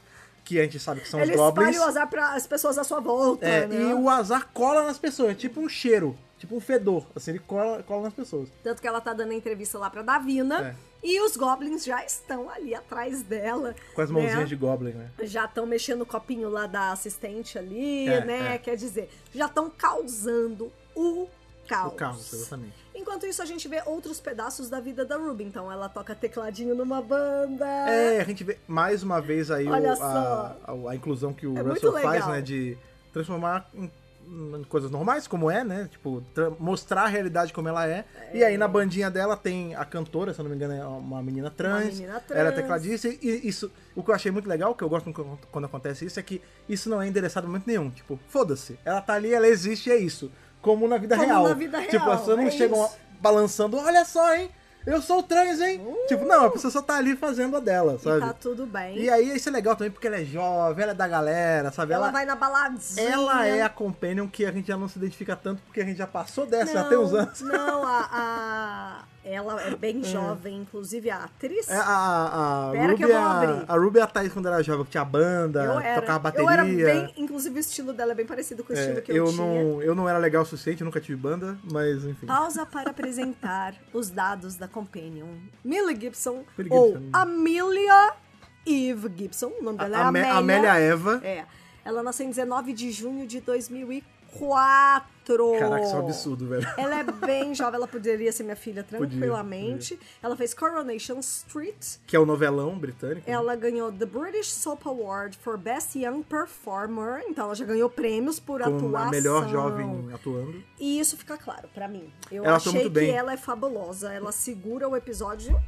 Speaker 3: que a gente sabe que são
Speaker 2: Ele
Speaker 3: os goblins.
Speaker 2: espalha o azar para as pessoas à sua volta,
Speaker 3: É,
Speaker 2: né?
Speaker 3: E o azar cola nas pessoas, é tipo um cheiro, tipo um fedor. Assim, ele cola, cola nas pessoas.
Speaker 2: Tanto que ela tá dando entrevista lá pra Davina.
Speaker 3: É.
Speaker 2: E os goblins já estão ali atrás dela.
Speaker 3: Com as mãozinhas de goblin, né?
Speaker 2: Já estão mexendo o copinho lá da assistente ali,
Speaker 3: É,
Speaker 2: né?
Speaker 3: é.
Speaker 2: Quer dizer, já estão causando o caos.
Speaker 3: O caos, exatamente.
Speaker 2: Enquanto isso, a gente vê outros pedaços da vida da Ruby. Então, ela toca tecladinho numa banda.
Speaker 3: É, a gente vê mais uma vez aí o-
Speaker 2: Olha
Speaker 3: a,
Speaker 2: só.
Speaker 3: a- a inclusão que o
Speaker 2: É
Speaker 3: Russell
Speaker 2: muito
Speaker 3: faz,
Speaker 2: legal.
Speaker 3: né? De transformar em, em coisas normais, como é, né? Tipo, tra- mostrar a realidade como ela é. E aí na bandinha dela tem a cantora, se eu não me engano, é uma menina trans.
Speaker 2: menina
Speaker 3: Ela é
Speaker 2: trans.
Speaker 3: tecladista. E isso, o que eu achei muito legal, que eu gosto quando- quando acontece isso, é que isso não é endereçado em momento nenhum. Tipo, foda-se. Ela tá ali, ela existe e é isso. Como na vida
Speaker 2: Como
Speaker 3: real.
Speaker 2: na vida
Speaker 3: Tipo,
Speaker 2: real,
Speaker 3: as pessoas não
Speaker 2: é
Speaker 3: chegam
Speaker 2: isso.
Speaker 3: balançando, olha só, hein? Eu sou trans, hein? Tipo, não, a pessoa só tá ali fazendo a dela,
Speaker 2: e
Speaker 3: sabe?
Speaker 2: tá tudo bem.
Speaker 3: E aí isso é legal também, porque ela é jovem, ela é da galera, sabe?
Speaker 2: ela,
Speaker 3: Ela,
Speaker 2: vai na baladinha.
Speaker 3: ela é a companion que a gente já não se identifica tanto, porque a gente já passou dessa,
Speaker 2: não,
Speaker 3: já tem uns anos.
Speaker 2: Não, a, a- Ela é bem jovem, inclusive a atriz.
Speaker 3: É, a, a, a,
Speaker 2: Pera que
Speaker 3: Ruby,
Speaker 2: eu vou
Speaker 3: a,
Speaker 2: abrir.
Speaker 3: a Ruby é a Thaís quando era jovem, que tinha banda,
Speaker 2: Eu era.
Speaker 3: tocava bateria.
Speaker 2: Eu era bem, inclusive o estilo dela é bem parecido com o
Speaker 3: É,
Speaker 2: estilo que eu,
Speaker 3: eu,
Speaker 2: tinha.
Speaker 3: não, eu não era legal o suficiente, eu nunca tive banda, mas enfim.
Speaker 2: Pausa para apresentar os dados da Companion. Millie Gibson,
Speaker 3: Millie
Speaker 2: ou
Speaker 3: Gibson.
Speaker 2: Amelia Eve Gibson, o nome dela é
Speaker 3: a, Amé-
Speaker 2: Amélia.
Speaker 3: Amélia Eva.
Speaker 2: É. Ela nasceu em 19 de junho de 2004.
Speaker 3: Caraca, isso é um absurdo, velho.
Speaker 2: Ela é bem jovem, ela poderia ser minha filha
Speaker 3: Podia,
Speaker 2: tranquilamente. Ela fez Coronation Street,
Speaker 3: Que é o novelão britânico.
Speaker 2: Ela ganhou The British Soap Award for Best Young Performer, então ela já ganhou prêmios por
Speaker 3: como
Speaker 2: atuação.
Speaker 3: a melhor jovem atuando.
Speaker 2: E isso fica claro pra mim. Eu
Speaker 3: Ela atua
Speaker 2: achei
Speaker 3: muito bem. É?
Speaker 2: que ela é fabulosa, ela segura o episódio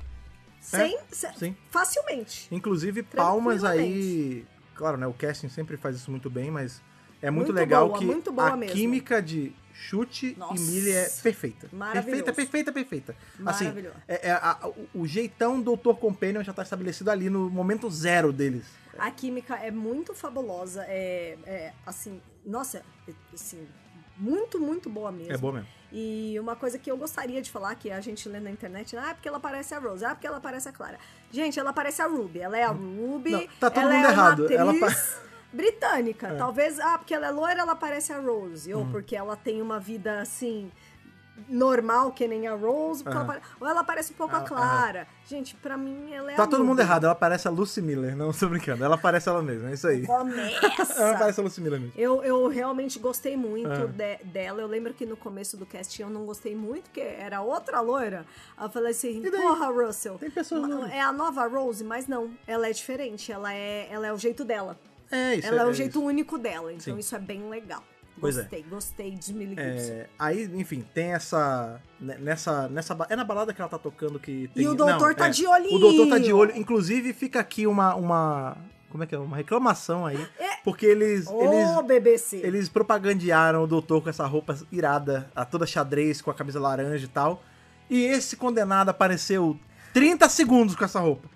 Speaker 2: sem, se-
Speaker 3: sim.
Speaker 2: facilmente.
Speaker 3: Inclusive, palmas aí. Claro, né? O casting sempre faz isso muito bem, mas é muito,
Speaker 2: Muito
Speaker 3: legal
Speaker 2: boa,
Speaker 3: que
Speaker 2: muito boa
Speaker 3: a
Speaker 2: mesmo.
Speaker 3: química de chute
Speaker 2: Nossa.
Speaker 3: e Millie é perfeita.
Speaker 2: Maravilhoso.
Speaker 3: Perfeita, perfeita, perfeita. Assim,
Speaker 2: Maravilhoso.
Speaker 3: é- é a- o, o jeitão Dr. Companion já tá estabelecido ali no momento zero deles.
Speaker 2: A química é muito fabulosa, é, é, assim, nossa, é, assim, muito, muito boa mesmo.
Speaker 3: É bom mesmo.
Speaker 2: E uma coisa que eu gostaria de falar, que a gente lê na internet, ah, porque ela parece a Rose, ah, porque ela parece a Clara. Gente, ela parece a Ruby, ela é a Ruby,
Speaker 3: Não, tá todo
Speaker 2: ela
Speaker 3: mundo
Speaker 2: é
Speaker 3: errado,
Speaker 2: uma
Speaker 3: ela
Speaker 2: atriz
Speaker 3: pa-
Speaker 2: britânica. é
Speaker 3: Hum.
Speaker 2: Talvez, ah, porque ela é loira, ela parece a Rose, ou porque ela tem uma vida, assim, normal, que nem a Rose, porque
Speaker 3: Aham.
Speaker 2: ela apare- ou ela parece um pouco
Speaker 3: Ah,
Speaker 2: a Clara. Gente, pra mim ela é
Speaker 3: Tá
Speaker 2: a
Speaker 3: todo
Speaker 2: Ruby.
Speaker 3: mundo errado, ela parece a Lucy Miller, não tô brincando. Ela parece ela mesma, é isso aí. Ela
Speaker 2: Começa!
Speaker 3: parece a Lucy Miller mesmo.
Speaker 2: Eu, eu realmente gostei muito
Speaker 3: Ah.
Speaker 2: de- dela. Eu lembro que no começo do casting eu não gostei muito, porque era outra loira. Eu falei assim,
Speaker 3: E daí?
Speaker 2: porra, Russell.
Speaker 3: Tem pessoas
Speaker 2: ma-
Speaker 3: loiras.
Speaker 2: É a nova Rose, mas não. Ela é diferente. Ela é, ela é o jeito dela.
Speaker 3: É isso
Speaker 2: ela é, o
Speaker 3: isso.
Speaker 2: jeito único dela. Então
Speaker 3: Sim.
Speaker 2: isso é bem legal.
Speaker 3: Pois é.
Speaker 2: gostei, gostei de Millie Gibson.
Speaker 3: É, aí, enfim, tem essa. ne- Nessa, nessa. ba- É na balada que ela tá tocando que tem.
Speaker 2: E o doutor
Speaker 3: não,
Speaker 2: tá
Speaker 3: é,
Speaker 2: de olhinho.
Speaker 3: O doutor tá de olho. Inclusive, fica aqui uma. uma como é que é? Uma reclamação aí. Porque eles.
Speaker 2: É. Ô,
Speaker 3: eles
Speaker 2: BBC!
Speaker 3: eles propagandearam o doutor com essa roupa irada, a toda xadrez, com a camisa laranja e tal. E esse condenado apareceu 30 segundos com essa roupa.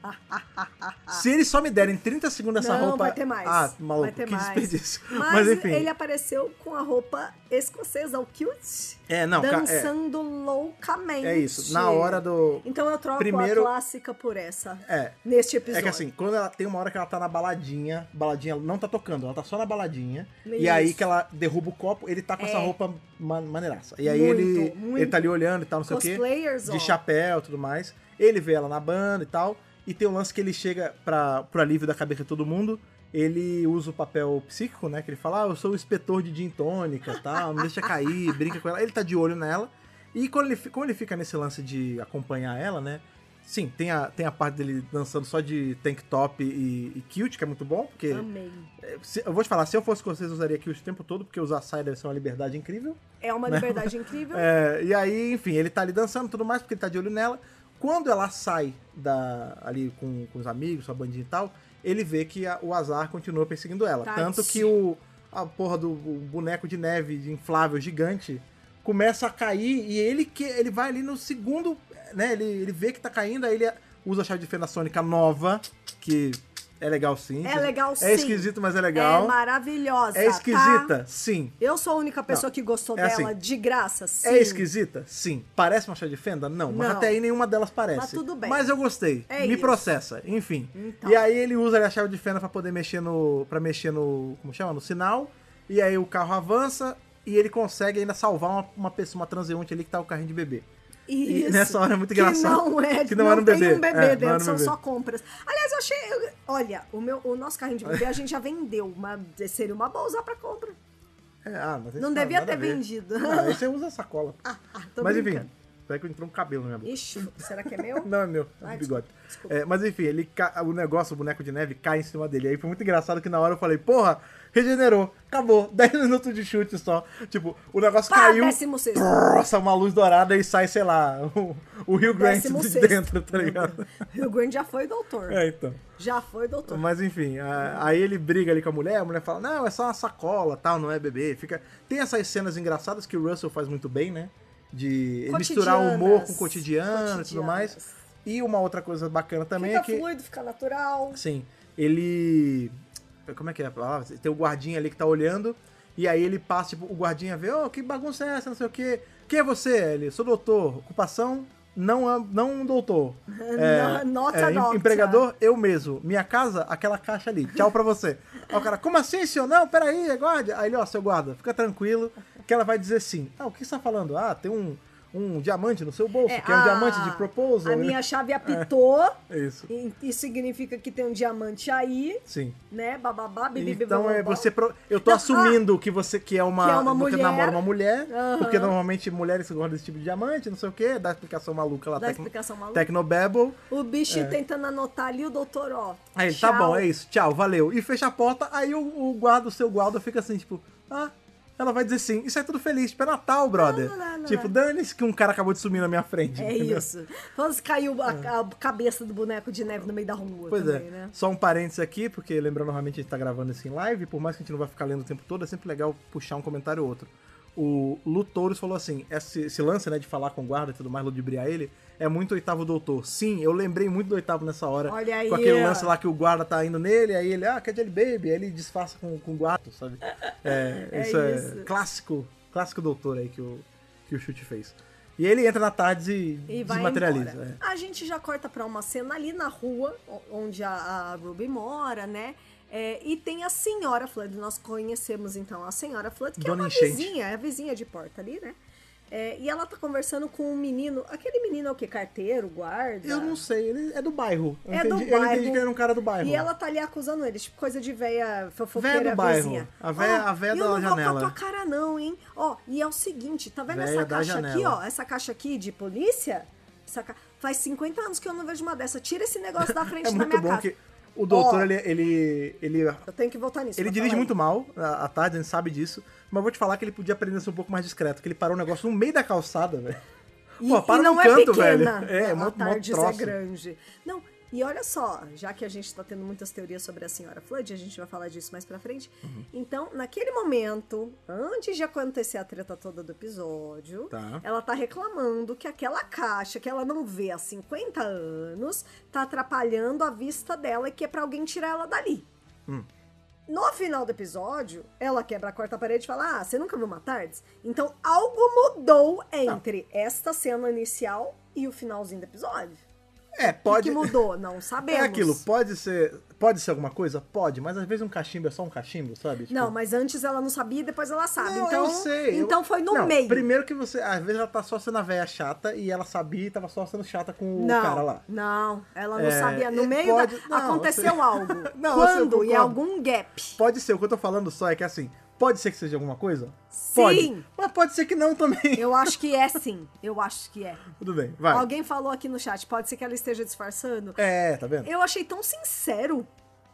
Speaker 3: Se eles só me derem 30 segundos dessa
Speaker 2: não,
Speaker 3: roupa.
Speaker 2: vai ter mais.
Speaker 3: Ah, maluco,
Speaker 2: vai ter
Speaker 3: que
Speaker 2: mais.
Speaker 3: desperdício.
Speaker 2: Mas,
Speaker 3: Mas enfim.
Speaker 2: ele é apareceu com a roupa escocesa, o cute,
Speaker 3: É, não, ca- é,
Speaker 2: dançando loucamente.
Speaker 3: é isso. Na hora do.
Speaker 2: Então eu troco
Speaker 3: Primeiro-
Speaker 2: a clássica por essa,
Speaker 3: É,
Speaker 2: neste episódio.
Speaker 3: É que assim, quando ela tem uma hora que ela tá na baladinha, baladinha ela não tá tocando, ela tá só na baladinha. E
Speaker 2: Isso.
Speaker 3: aí que ela derruba o copo, ele tá com essa roupa ma- maneiraça. E aí
Speaker 2: É. Muito,
Speaker 3: ele,
Speaker 2: muito.
Speaker 3: ele tá ali olhando e tal, não sei o quê.
Speaker 2: Cosplayers, ó.
Speaker 3: De chapéu e tudo mais. Ele vê ela na banda e tal. E tem um lance que ele chega pra, pro alívio da cabeça de todo mundo. Ele usa o papel psíquico, né? Que ele fala, ah, eu sou o inspetor de gin tônica e tal, me deixa cair, brinca com ela. Ele tá de olho nela. E quando ele, fi- como ele fica nesse lance de acompanhar ela, né? Sim, tem a, tem a parte dele dançando só de tank top e, e cute, que é muito bom, porque.
Speaker 2: Amei.
Speaker 3: eh, se- eu vou te falar, se eu fosse com vocês, eu usaria cute o tempo todo, porque usar saia deve ser uma liberdade incrível.
Speaker 2: É uma liberdade incrível.
Speaker 3: Né? É, e aí, enfim, ele tá ali dançando e tudo mais, porque ele tá de olho nela. Quando ela sai da, ali com, com os amigos, sua bandinha e tal, ele vê que a- o azar continua perseguindo ela.
Speaker 2: Tadinho.
Speaker 3: Tanto que o a porra do o boneco de neve de inflável gigante começa a cair e ele que ele vai ali no segundo, né? Ele, ele vê que tá caindo, aí ele usa a chave de fenda sônica nova, que é legal sim.
Speaker 2: É legal sim.
Speaker 3: É esquisito, mas é legal.
Speaker 2: É maravilhosa.
Speaker 3: É esquisita,
Speaker 2: tá?
Speaker 3: sim.
Speaker 2: Eu sou a única pessoa
Speaker 3: Não,
Speaker 2: que gostou
Speaker 3: é
Speaker 2: dela,
Speaker 3: assim.
Speaker 2: de graça, sim.
Speaker 3: É esquisita? Sim. Parece uma chave de fenda? Não. Mas
Speaker 2: Não.
Speaker 3: até aí nenhuma delas parece.
Speaker 2: Mas tudo bem.
Speaker 3: Mas eu gostei.
Speaker 2: É
Speaker 3: Me
Speaker 2: isso.
Speaker 3: processa. Enfim.
Speaker 2: Então.
Speaker 3: E aí ele usa ali a chave de fenda pra poder mexer no... Pra mexer no... Como chama? No sinal. E aí o carro avança e ele consegue ainda salvar uma, uma pessoa, uma transeunte ali que tá o carrinho de bebê. E
Speaker 2: Isso.
Speaker 3: nessa hora é muito
Speaker 2: que
Speaker 3: engraçado.
Speaker 2: Não é,
Speaker 3: Que
Speaker 2: que
Speaker 3: não
Speaker 2: não,
Speaker 3: era um
Speaker 2: tem
Speaker 3: bebê.
Speaker 2: um bebê
Speaker 3: É, não era
Speaker 2: dentro,
Speaker 3: um
Speaker 2: são
Speaker 3: bebê.
Speaker 2: só compras. Aliás, eu achei. eu- Olha, o, meu, o nosso carrinho de bebê a gente já vendeu, mas seria uma boa usar pra compra.
Speaker 3: É, ah, mas isso
Speaker 2: Não devia
Speaker 3: nada
Speaker 2: ter
Speaker 3: a ver.
Speaker 2: vendido.
Speaker 3: Não, aí você usa a sacola.
Speaker 2: Ah, ah, tô
Speaker 3: mas
Speaker 2: brincando.
Speaker 3: enfim. Será que entrou um cabelo na minha boca?
Speaker 2: Ixi, será que é meu?
Speaker 3: Não, é meu. É
Speaker 2: Ah,
Speaker 3: do bigode.
Speaker 2: desculpa, desculpa.
Speaker 3: É, mas enfim, ele ca- o negócio, o boneco de neve, cai em cima dele. Aí foi muito engraçado que na hora eu falei, porra, regenerou, acabou. 10 minutos de chute só. Tipo, o negócio
Speaker 2: Pá,
Speaker 3: caiu.
Speaker 2: 16º.
Speaker 3: Nossa, uma luz dourada e sai, sei lá, o, o Rio Grande de
Speaker 2: 16º.
Speaker 3: dentro, tá ligado?
Speaker 2: Rio Grande já foi doutor.
Speaker 3: É, então.
Speaker 2: Já foi doutor.
Speaker 3: Mas enfim, a- aí ele briga ali com a mulher, a mulher fala, não, é só uma sacola, tal, não é bebê. Fica... Tem essas cenas engraçadas que o Russell faz muito bem, né? De ele misturar o humor com o cotidiano e tudo
Speaker 2: Cotidianas.
Speaker 3: mais. E uma outra coisa bacana também
Speaker 2: Fica
Speaker 3: é que.
Speaker 2: fluido, fica natural.
Speaker 3: Sim. Ele. Como é que é a palavra? Tem o guardinha ali que tá olhando. E aí ele passa, tipo, o guardinha vê, ô, que bagunça é essa, não sei o quê. Quem é você? Ele, sou doutor. Ocupação, não, am- não um doutor. É,
Speaker 2: Não- not a
Speaker 3: em-
Speaker 2: doctor.
Speaker 3: Empregador, eu mesmo. Minha casa, aquela caixa ali. Tchau pra você. Aí o cara, como assim, senhor? Não, peraí, é guarda. Aí ele, ó, seu guarda, fica tranquilo, que ela vai dizer sim. Ah, o que você tá falando? Ah, tem um, um diamante no seu bolso, que é um
Speaker 2: a-
Speaker 3: diamante de proposal.
Speaker 2: ah,
Speaker 3: né?"
Speaker 2: A minha chave apitou.
Speaker 3: É isso,
Speaker 2: e- Isso significa que tem um diamante aí,
Speaker 3: sim.
Speaker 2: né? Bababá, bibibi,
Speaker 3: Então é
Speaker 2: bababá.
Speaker 3: você. pro- Eu tô
Speaker 2: Não,
Speaker 3: assumindo que você que é uma.
Speaker 2: Que é uma
Speaker 3: você
Speaker 2: mulher.
Speaker 3: namora uma mulher.
Speaker 2: Aham.
Speaker 3: Porque normalmente mulheres gostam desse tipo de diamante, não sei o quê. Dá explicação maluca lá.
Speaker 2: Dá
Speaker 3: tecno-
Speaker 2: explicação maluca.
Speaker 3: Tecnobabble.
Speaker 2: O bicho tentando anotar ali, o doutor, ó.
Speaker 3: Aí ele, tá
Speaker 2: tchau.
Speaker 3: bom, é isso. Tchau, valeu. E fecha a porta. Aí o, o guarda, o seu guarda fica assim, tipo, ah. Ela vai dizer sim. Isso é tudo feliz. Tipo, é Natal, brother.
Speaker 2: não, não, não,
Speaker 3: tipo,
Speaker 2: não.
Speaker 3: dane-se que um cara acabou de sumir na minha frente.
Speaker 2: É
Speaker 3: entendeu? É.
Speaker 2: isso. Quando caiu a, a cabeça do boneco de neve no meio da rua
Speaker 3: Pois
Speaker 2: também,
Speaker 3: é.
Speaker 2: né?
Speaker 3: Só um parênteses aqui, porque lembrando, normalmente a gente tá gravando isso em live, por mais que a gente não vai ficar lendo o tempo todo, é sempre legal puxar um comentário ou outro. O Lu Touros falou assim: esse, esse lance, né, de falar com o guarda e tudo mais, ludibriar ele, é muito oitavo doutor. Sim, eu lembrei muito do oitavo nessa hora.
Speaker 2: Olha aí,
Speaker 3: Com aquele
Speaker 2: ó.
Speaker 3: lance lá que o guarda tá indo nele, aí ele, ah, quer ele baby, aí ele disfarça com, com o guarda, sabe? É,
Speaker 2: É
Speaker 3: isso é
Speaker 2: isso.
Speaker 3: clássico, clássico doutor aí que o, que o chute fez. E ele entra na tarde e,
Speaker 2: E vai
Speaker 3: desmaterializa.
Speaker 2: embora.
Speaker 3: é.
Speaker 2: A gente já corta pra uma cena ali na rua, o- onde a, a Ruby mora, né? É, e tem a senhora Flood. Nós conhecemos então a senhora Flood, que
Speaker 3: Dona
Speaker 2: é uma
Speaker 3: Enchente.
Speaker 2: vizinha, é a vizinha de porta ali, né? É, e ela tá conversando com um menino. Aquele menino é o quê? Carteiro, guarda?
Speaker 3: Eu não sei, ele é do bairro. Eu
Speaker 2: É do
Speaker 3: entendi, Eu
Speaker 2: bairro.
Speaker 3: entendi que ele era um cara do bairro.
Speaker 2: E ela tá ali acusando ele, tipo, coisa de véia fofoqueira,
Speaker 3: Véia do bairro.
Speaker 2: vizinha.
Speaker 3: A véia-
Speaker 2: Ó,
Speaker 3: a véia
Speaker 2: eu
Speaker 3: da
Speaker 2: não
Speaker 3: janela.
Speaker 2: vou com a tua cara não, hein? Ó, e é o seguinte, tá vendo
Speaker 3: Véia
Speaker 2: essa
Speaker 3: da
Speaker 2: caixa aqui,
Speaker 3: janela.
Speaker 2: ó? Essa caixa aqui de polícia? Essa ca... Faz 50 anos que eu não vejo uma dessa. Tira esse negócio da frente
Speaker 3: é
Speaker 2: da
Speaker 3: muito
Speaker 2: minha
Speaker 3: bom
Speaker 2: casa.
Speaker 3: que o doutor,
Speaker 2: Ó.
Speaker 3: ele, ele, ele
Speaker 2: Eu tenho que voltar nisso.
Speaker 3: Ele
Speaker 2: mas
Speaker 3: dirige
Speaker 2: fala aí.
Speaker 3: muito mal à à tarde, a gente sabe disso. Mas eu vou te falar que ele podia aprender a ser um pouco mais discreto, que ele parou o negócio no meio da calçada, velho.
Speaker 2: E,
Speaker 3: Pô, para
Speaker 2: e não
Speaker 3: num canto,
Speaker 2: é pequena.
Speaker 3: velho. É,
Speaker 2: a
Speaker 3: mó, mó
Speaker 2: Tardes é
Speaker 3: troço.
Speaker 2: grande. Não, e olha só, já que a gente está tendo muitas teorias sobre a senhora Flood, a gente vai falar disso mais pra frente. Então, naquele momento, antes de acontecer a treta toda do episódio,
Speaker 3: Tá.
Speaker 2: ela tá reclamando que aquela caixa que ela não vê há 50 anos tá atrapalhando a vista dela e que é pra alguém tirar ela dali. No final do episódio, ela quebra a quarta parede e fala: Ah, você nunca viu uma Tardes? Então algo mudou entre esta cena inicial e o finalzinho do episódio.
Speaker 3: É,
Speaker 2: O
Speaker 3: pode.
Speaker 2: que mudou? Não
Speaker 3: É
Speaker 2: sabemos.
Speaker 3: aquilo, pode ser. Pode ser alguma coisa? Pode, mas às vezes um cachimbo é só um cachimbo, sabe? Tipo,
Speaker 2: Não, mas antes ela não sabia e depois ela sabe.
Speaker 3: Não,
Speaker 2: então,
Speaker 3: eu sei. eu-
Speaker 2: então foi no
Speaker 3: Não,
Speaker 2: meio.
Speaker 3: Primeiro que você. Às vezes ela tá só sendo a véia chata e ela sabia e tava só sendo chata com
Speaker 2: Não,
Speaker 3: o cara lá.
Speaker 2: não, ela não
Speaker 3: É,
Speaker 2: sabia. No
Speaker 3: é,
Speaker 2: meio
Speaker 3: pode-
Speaker 2: da-
Speaker 3: não, eu
Speaker 2: aconteceu
Speaker 3: sei.
Speaker 2: algo.
Speaker 3: Não, eu sei, eu
Speaker 2: Quando? Em
Speaker 3: concordo.
Speaker 2: algum gap.
Speaker 3: Pode ser, o que eu tô falando só é que assim, pode ser que seja alguma coisa?
Speaker 2: Sim.
Speaker 3: Pode. Mas pode ser que não também.
Speaker 2: Eu acho que é sim. Eu acho que é.
Speaker 3: Tudo bem, vai.
Speaker 2: Alguém falou aqui no chat, pode ser que ela esteja disfarçando.
Speaker 3: É, tá vendo?
Speaker 2: Eu achei tão sincero.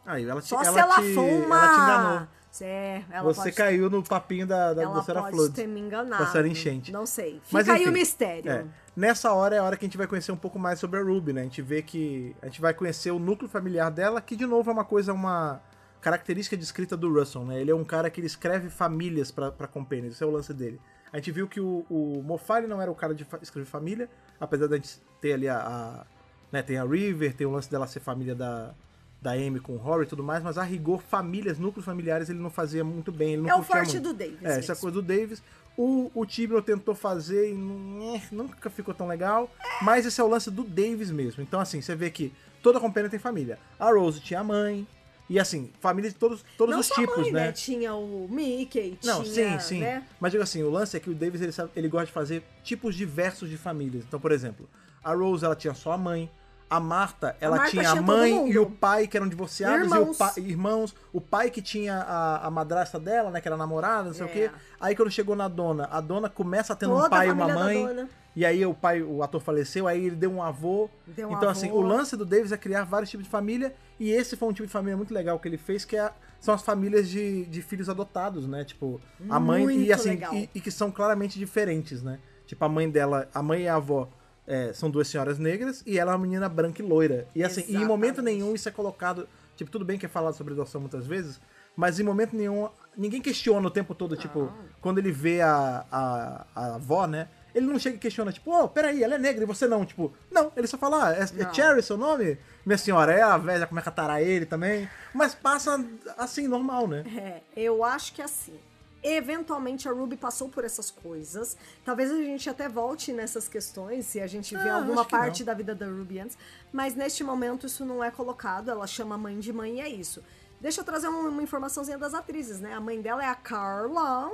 Speaker 3: Aí ela te,
Speaker 2: Só
Speaker 3: ela
Speaker 2: se ela
Speaker 3: te,
Speaker 2: for uma.
Speaker 3: ela te enganou.
Speaker 2: É, ela
Speaker 3: Você
Speaker 2: pode,
Speaker 3: caiu no papinho da, da
Speaker 2: ela
Speaker 3: você era
Speaker 2: pode
Speaker 3: Flood.
Speaker 2: ter me enganado.
Speaker 3: Da senhora enchente.
Speaker 2: Não sei. Fica
Speaker 3: Mas,
Speaker 2: aí
Speaker 3: enfim,
Speaker 2: o mistério.
Speaker 3: é. Nessa hora é a hora que a gente vai conhecer um pouco mais sobre a Ruby, né? A gente vê que. A gente vai conhecer o núcleo familiar dela, que de novo é uma coisa, uma característica de escrita do Russell, né? Ele é um cara que ele escreve famílias pra, pra companhias, esse é o lance dele. A gente viu que o, o Moffat ele não era o cara de fa- escrever família, apesar da gente ter ali a. a- né? Tem a River, tem o lance dela ser família da. Da Amy com o Rory e tudo mais, mas a rigor, famílias, núcleos familiares, ele não fazia muito bem. Ele não
Speaker 2: É o
Speaker 3: curtia
Speaker 2: forte
Speaker 3: muito.
Speaker 2: do Davis
Speaker 3: É, essa
Speaker 2: mesmo.
Speaker 3: coisa do Davis. O, o Tibnall tentou fazer e não- eh, nunca ficou tão legal. Mas esse é o lance do Davis mesmo. Então, assim, você vê que toda companhia tem família. A Rose tinha a mãe. E, assim, família de todos, todos
Speaker 2: não
Speaker 3: os
Speaker 2: só
Speaker 3: tipos,
Speaker 2: a mãe,
Speaker 3: né?
Speaker 2: né? Tinha o Mickey,
Speaker 3: Não,
Speaker 2: tinha,
Speaker 3: sim, sim.
Speaker 2: né?
Speaker 3: Mas digo assim, o lance é que o Davis ele, sabe- ele gosta de fazer tipos diversos de famílias. Então, por exemplo, a Rose ela tinha só a mãe, a Marta ela
Speaker 2: Martha
Speaker 3: tinha a
Speaker 2: tinha todo
Speaker 3: mãe
Speaker 2: mundo.
Speaker 3: e o pai que eram divorciados e o
Speaker 2: Irmãos.
Speaker 3: pai, irmãos, o pai que tinha a, a madrasta dela, né, que era namorada, não sei o
Speaker 2: É.
Speaker 3: quê. Aí quando chegou na dona, a dona começa tendo
Speaker 2: Toda
Speaker 3: um pai e
Speaker 2: a
Speaker 3: uma
Speaker 2: família da
Speaker 3: mãe.
Speaker 2: dona.
Speaker 3: E aí o pai, o ator faleceu, aí ele deu um avô.
Speaker 2: Deu um
Speaker 3: então assim,
Speaker 2: avô.
Speaker 3: o lance do Davis é criar vários tipos de família e esse foi um tipo de família muito legal que ele fez que é a- são as famílias de, de filhos adotados, né? Tipo, a mãe e
Speaker 2: Muito
Speaker 3: assim
Speaker 2: legal.
Speaker 3: e, e que são claramente diferentes, né? Tipo a mãe dela, a mãe e a avó é, são duas senhoras negras e ela é uma menina branca e loira. E assim, e em momento
Speaker 2: Exatamente.
Speaker 3: nenhum isso é colocado, tipo, tudo bem que é falado sobre adoção muitas vezes, mas em momento nenhum ninguém questiona o tempo todo, tipo, quando ele vê a, a, a avó, né? Ele não chega e questiona, tipo, ô, peraí, ela é negra e você não, tipo, não, ele só fala, ah, é, é
Speaker 2: Não.
Speaker 3: Cherry seu nome? Minha senhora, é a velha, como é que atarar ele também? Mas passa assim, normal, né?
Speaker 2: É, eu acho que assim. Eventualmente a Ruby passou por essas coisas. Talvez a gente até volte nessas questões se a gente vê
Speaker 3: Ah,
Speaker 2: alguma
Speaker 3: acho que
Speaker 2: parte
Speaker 3: não.
Speaker 2: da vida da Ruby antes. Mas neste momento isso não é colocado. Ela chama a mãe de mãe e é isso. Deixa eu trazer uma, uma informaçãozinha das atrizes, né? A mãe dela é a Carla,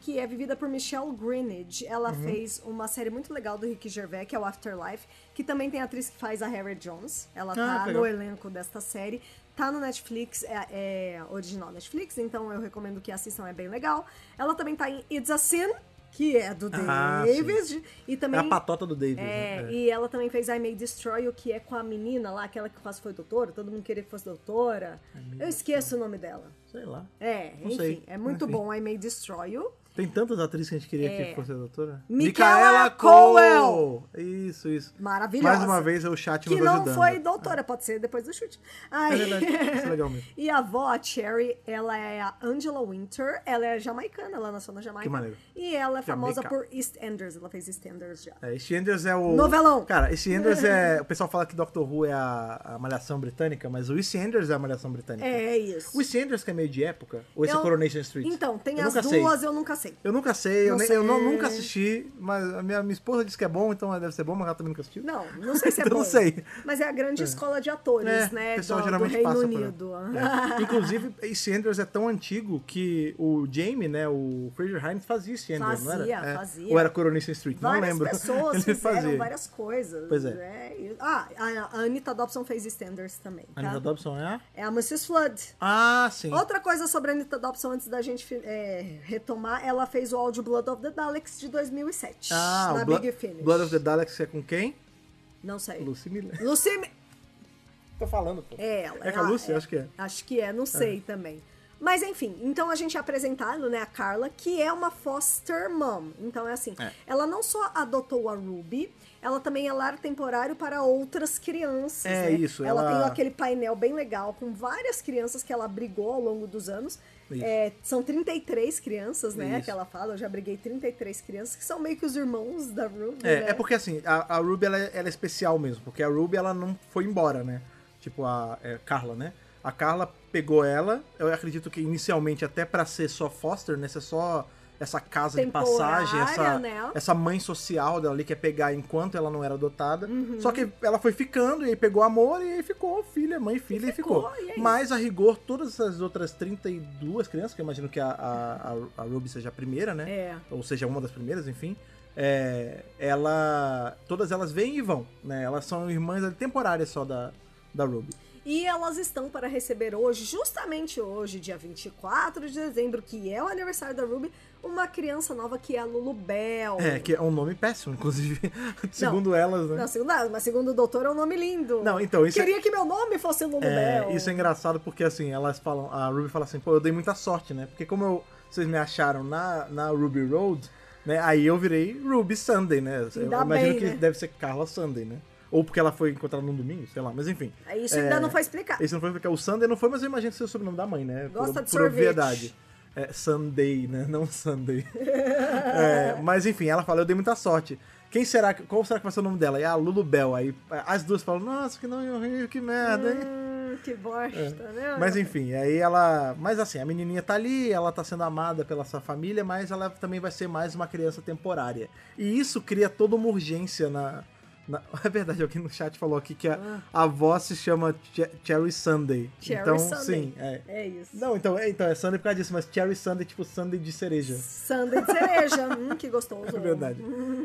Speaker 2: que é vivida por Michelle Greenidge. Ela
Speaker 3: Uhum.
Speaker 2: fez uma série muito legal do Rick Gervais, que é o Afterlife, que também tem a atriz que faz a Harriet Jones. Ela
Speaker 3: Ah,
Speaker 2: tá
Speaker 3: que
Speaker 2: no
Speaker 3: legal.
Speaker 2: elenco desta série. Tá no Netflix, é, é original Netflix, então eu recomendo que assistam, é bem legal. Ela também tá em It's a Sin, que é do
Speaker 3: Ah,
Speaker 2: Davis. E também.
Speaker 3: É a patota do Davis,
Speaker 2: é,
Speaker 3: né? É.
Speaker 2: E ela também fez I May Destroy You, que é com a menina lá, aquela que quase foi doutora, todo mundo queria que fosse doutora. Eu esqueço o nome dela.
Speaker 3: Sei lá.
Speaker 2: É,
Speaker 3: Não
Speaker 2: enfim,
Speaker 3: sei.
Speaker 2: é muito
Speaker 3: Enfim.
Speaker 2: bom É. I May Destroy You.
Speaker 3: Tem tantas atrizes que a gente queria que fosse a doutora.
Speaker 2: Micaela
Speaker 3: Micaela Isso, isso.
Speaker 2: Maravilhosa.
Speaker 3: Mais uma vez é o chat
Speaker 2: Que
Speaker 3: nos
Speaker 2: não
Speaker 3: ajudando. Ah.
Speaker 2: foi doutora, pode ser depois do chute. Aí-
Speaker 3: É verdade, isso é legal mesmo.
Speaker 2: E a avó, a Cherry, ela é a Angela Winter, ela é jamaicana, ela nasceu na Jamaica.
Speaker 3: Que maneiro.
Speaker 2: E ela é famosa
Speaker 3: Jamaica.
Speaker 2: por EastEnders, ela fez EastEnders já.
Speaker 3: É, esse Enders é o.
Speaker 2: Novelão.
Speaker 3: Cara, esse Enders é. O pessoal fala que Doctor Who é a, a malhação britânica, mas o esse Enders é a malhação britânica.
Speaker 2: É isso.
Speaker 3: O esse Enders que é meio de época? Ou esse
Speaker 2: Eu-
Speaker 3: é Coronation Street?
Speaker 2: Então, tem
Speaker 3: Eu
Speaker 2: as
Speaker 3: nunca sei.
Speaker 2: duas, eu nunca sei.
Speaker 3: Eu nunca sei, eu,
Speaker 2: Não
Speaker 3: nem- eu não-
Speaker 2: sei.
Speaker 3: nunca assisti, mas a minha, minha esposa disse que é bom, então deve ser bom, mas ela também nunca assistiu.
Speaker 2: Não, não sei se é
Speaker 3: Então
Speaker 2: bom.
Speaker 3: não sei.
Speaker 2: Mas é a grande escola de atores,
Speaker 3: É,
Speaker 2: né?
Speaker 3: O pessoal
Speaker 2: do,
Speaker 3: geralmente
Speaker 2: do Reino
Speaker 3: passa
Speaker 2: Unido.
Speaker 3: por ela. É. Inclusive, esse Anders é tão antigo que o Jamie, né, o Fraser Hines fazia esse Anders, não era?
Speaker 2: Fazia,
Speaker 3: É.
Speaker 2: fazia.
Speaker 3: Ou era Coronista Street,
Speaker 2: Várias
Speaker 3: não lembro.
Speaker 2: pessoas
Speaker 3: Ele
Speaker 2: fizeram
Speaker 3: fazia.
Speaker 2: várias coisas.
Speaker 3: Pois é.
Speaker 2: né? E- Ah, a, a Anitta Dobson fez Standards também, tá?
Speaker 3: Anita Dobson é a...
Speaker 2: É a Mrs. Flood.
Speaker 3: Ah, sim.
Speaker 2: Outra coisa sobre a Anitta Dobson, antes da gente é, retomar, ela fez o áudio Blood of the Daleks de 2007,
Speaker 3: Ah,
Speaker 2: na
Speaker 3: o Blo-
Speaker 2: Big Finish.
Speaker 3: Blood of the Daleks é com quem?
Speaker 2: Não sei.
Speaker 3: Lucy Miller.
Speaker 2: Lucy... Mi-
Speaker 3: Tô falando, pô.
Speaker 2: É ela.
Speaker 3: É com a Lucy? Acho que é.
Speaker 2: Acho que é, não sei também. Mas enfim, então a gente é apresentado, né, a Carla, que é uma foster mom. Então é assim,
Speaker 3: É.
Speaker 2: ela não só adotou a Ruby, ela também é lar temporário para outras crianças.
Speaker 3: É
Speaker 2: né?
Speaker 3: isso,
Speaker 2: Ela,
Speaker 3: ela-
Speaker 2: tem aquele painel bem legal com várias crianças que ela abrigou ao longo dos anos.
Speaker 3: Isso.
Speaker 2: É, são 33 crianças, né,
Speaker 3: Isso.
Speaker 2: que ela fala. Eu já abriguei 33 crianças, que são meio que os irmãos da Ruby,
Speaker 3: É,
Speaker 2: né?
Speaker 3: é porque assim, a, a Ruby ela, é- ela é especial mesmo, porque a Ruby ela não foi embora, né? Tipo a é, Carla, né? A Carla pegou ela, eu acredito que inicialmente até pra ser só foster, né? Ser só essa casa
Speaker 2: Temporária,
Speaker 3: de passagem, essa,
Speaker 2: né?
Speaker 3: essa mãe social dela ali que é pegar enquanto ela não era adotada.
Speaker 2: Uhum.
Speaker 3: Só que ela foi ficando e aí pegou amor e aí ficou filha, mãe, filha e ficou.
Speaker 2: ficou, e é isso.
Speaker 3: Mas a rigor, todas essas outras 32 crianças, que eu imagino que a, a, a- a Ruby seja a primeira, né?
Speaker 2: É.
Speaker 3: ou seja, uma das primeiras, enfim, é, ela, todas elas vêm e vão, né? Elas são irmãs ali temporárias só da, da Ruby.
Speaker 2: E elas estão para receber hoje, justamente hoje, dia 24 de dezembro, que é o aniversário da Ruby, uma criança nova que é a Lulu Bell.
Speaker 3: É, que é um nome péssimo, inclusive, segundo elas, né?
Speaker 2: Não, segundo, ah, mas segundo o doutor é um nome lindo.
Speaker 3: Não, então, isso é-
Speaker 2: Queria que meu nome fosse Lulu
Speaker 3: É,
Speaker 2: Bell.
Speaker 3: isso é engraçado porque, assim, elas falam, a Ruby fala assim, pô, eu dei muita sorte, né? Porque como eu, vocês me acharam na, na Ruby Road, né? Aí eu virei Ruby Sunday, né? Eu
Speaker 2: Ainda
Speaker 3: imagino
Speaker 2: bem,
Speaker 3: que
Speaker 2: né?
Speaker 3: deve ser Carla Sunday, né? Ou porque ela foi encontrada num domingo, sei lá, mas enfim.
Speaker 2: Isso
Speaker 3: É,
Speaker 2: ainda não foi explicado.
Speaker 3: Esse não foi porque é o Sunday não foi, mas eu imagino que seja o sobrenome da mãe, né?
Speaker 2: Gosta
Speaker 3: por,
Speaker 2: de
Speaker 3: por
Speaker 2: sorvete.
Speaker 3: obviedade. É, Sunday, né? Não Sunday. É, mas enfim, ela fala, eu dei muita sorte. Quem será que. Qual será que vai ser o nome dela? É a Lulu Bell. Aí as duas falam, nossa, que nome horrível, que merda, hein?
Speaker 2: Hum, que bosta, né?
Speaker 3: é. Mas enfim, aí ela. Mas assim, a menininha tá ali, ela tá sendo amada pela sua família, mas ela também vai ser mais uma criança temporária. E isso cria toda uma urgência na. na- É verdade, alguém no chat falou aqui que a, a avó se chama Che- Cherry Sunday.
Speaker 2: Ah. Cherry
Speaker 3: então,
Speaker 2: Sunday.
Speaker 3: sim. É.
Speaker 2: É isso.
Speaker 3: Não, então é, então é Sunday por causa disso, mas Cherry Sunday, tipo Sunday de cereja.
Speaker 2: Sunday de cereja. hum, que gostoso.
Speaker 3: É verdade.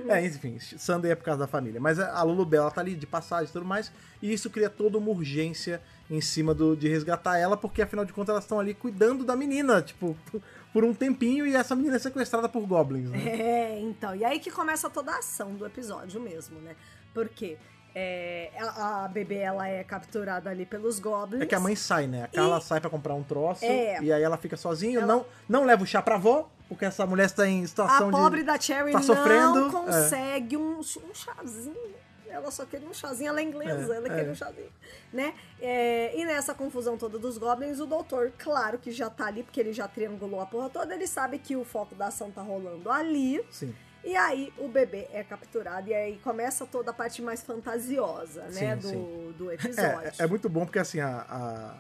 Speaker 3: É, enfim, Sunday é por causa da família. Mas a a Lulu Bell, ela tá ali de passagem e tudo mais, e isso cria toda uma urgência em cima do, de resgatar ela, porque afinal de contas elas estão ali cuidando da menina, tipo, por- por um tempinho, e essa menina é sequestrada por goblins, né?
Speaker 2: É, então. E aí que começa toda a ação do episódio mesmo, né? Porque é, a, a bebê ela é capturada ali pelos goblins.
Speaker 3: É que a mãe sai, né? A Carla sai pra comprar um troço,
Speaker 2: É.
Speaker 3: e aí ela fica sozinha,
Speaker 2: Ela-
Speaker 3: não, não leva o chá pra avó, porque essa mulher está em
Speaker 2: A
Speaker 3: situação tá de...
Speaker 2: pobre da Cherry
Speaker 3: tá
Speaker 2: não
Speaker 3: sofrendo, é.
Speaker 2: consegue um, ch- um chazinho. Ela só queria um chazinho, ela é inglesa,
Speaker 3: É,
Speaker 2: ela queria
Speaker 3: é.
Speaker 2: um chazinho, né? É, e nessa confusão toda dos goblins, o doutor, claro que já tá ali, porque ele já triangulou a porra toda, ele sabe que o foco da ação tá rolando ali.
Speaker 3: Sim.
Speaker 2: E aí o bebê é capturado e aí começa toda a parte mais fantasiosa, né,
Speaker 3: Sim,
Speaker 2: do,
Speaker 3: sim.
Speaker 2: do episódio.
Speaker 3: É, é muito bom porque assim, a,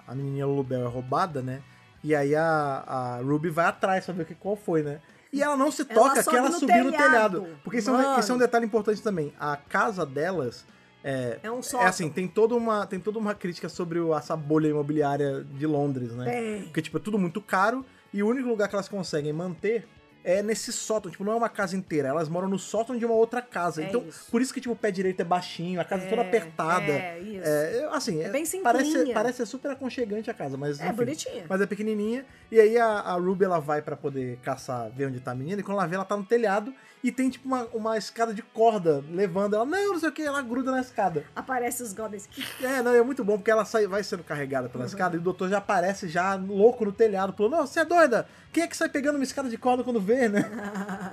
Speaker 3: a, a menininha Lulubel é roubada, né? E aí a, a Ruby vai atrás pra ver o que- qual foi, né? E ela não se
Speaker 2: Ela
Speaker 3: toca que
Speaker 2: sobe
Speaker 3: ela
Speaker 2: no
Speaker 3: subiu no
Speaker 2: telhado.
Speaker 3: telhado. Porque isso é, um,
Speaker 2: Mano.
Speaker 3: isso é um detalhe importante também. A casa delas é.
Speaker 2: É um
Speaker 3: É
Speaker 2: sótão.
Speaker 3: assim, tem toda uma, tem toda uma crítica sobre o- essa bolha imobiliária de Londres, né?
Speaker 2: Tem.
Speaker 3: Porque, tipo, é tudo muito caro e o único lugar que elas conseguem manter é nesse sótão. Tipo, não é uma casa inteira. Elas moram no sótão de uma outra casa.
Speaker 2: É
Speaker 3: então,
Speaker 2: isso.
Speaker 3: por isso que, tipo, o pé direito é baixinho, a casa é toda
Speaker 2: É,
Speaker 3: apertada.
Speaker 2: é, isso.
Speaker 3: É, eu- assim, é
Speaker 2: bem
Speaker 3: parece,
Speaker 2: simplinha.
Speaker 3: parece ser super aconchegante a casa, mas.
Speaker 2: É,
Speaker 3: enfim.
Speaker 2: bonitinha.
Speaker 3: Mas é pequenininha. E aí a, a Ruby ela vai pra poder caçar, ver onde tá a menina. E quando ela vê, ela tá no telhado e tem tipo uma, uma escada de corda levando ela. Não, não sei o que, ela gruda na escada.
Speaker 2: Aparece os goblins.
Speaker 3: É, não, é muito bom porque ela sai, vai sendo carregada
Speaker 2: Uhum.
Speaker 3: pela escada e o doutor já aparece já louco no telhado, falando: Não, você é doida? Quem é que sai pegando uma escada de corda quando vê, né?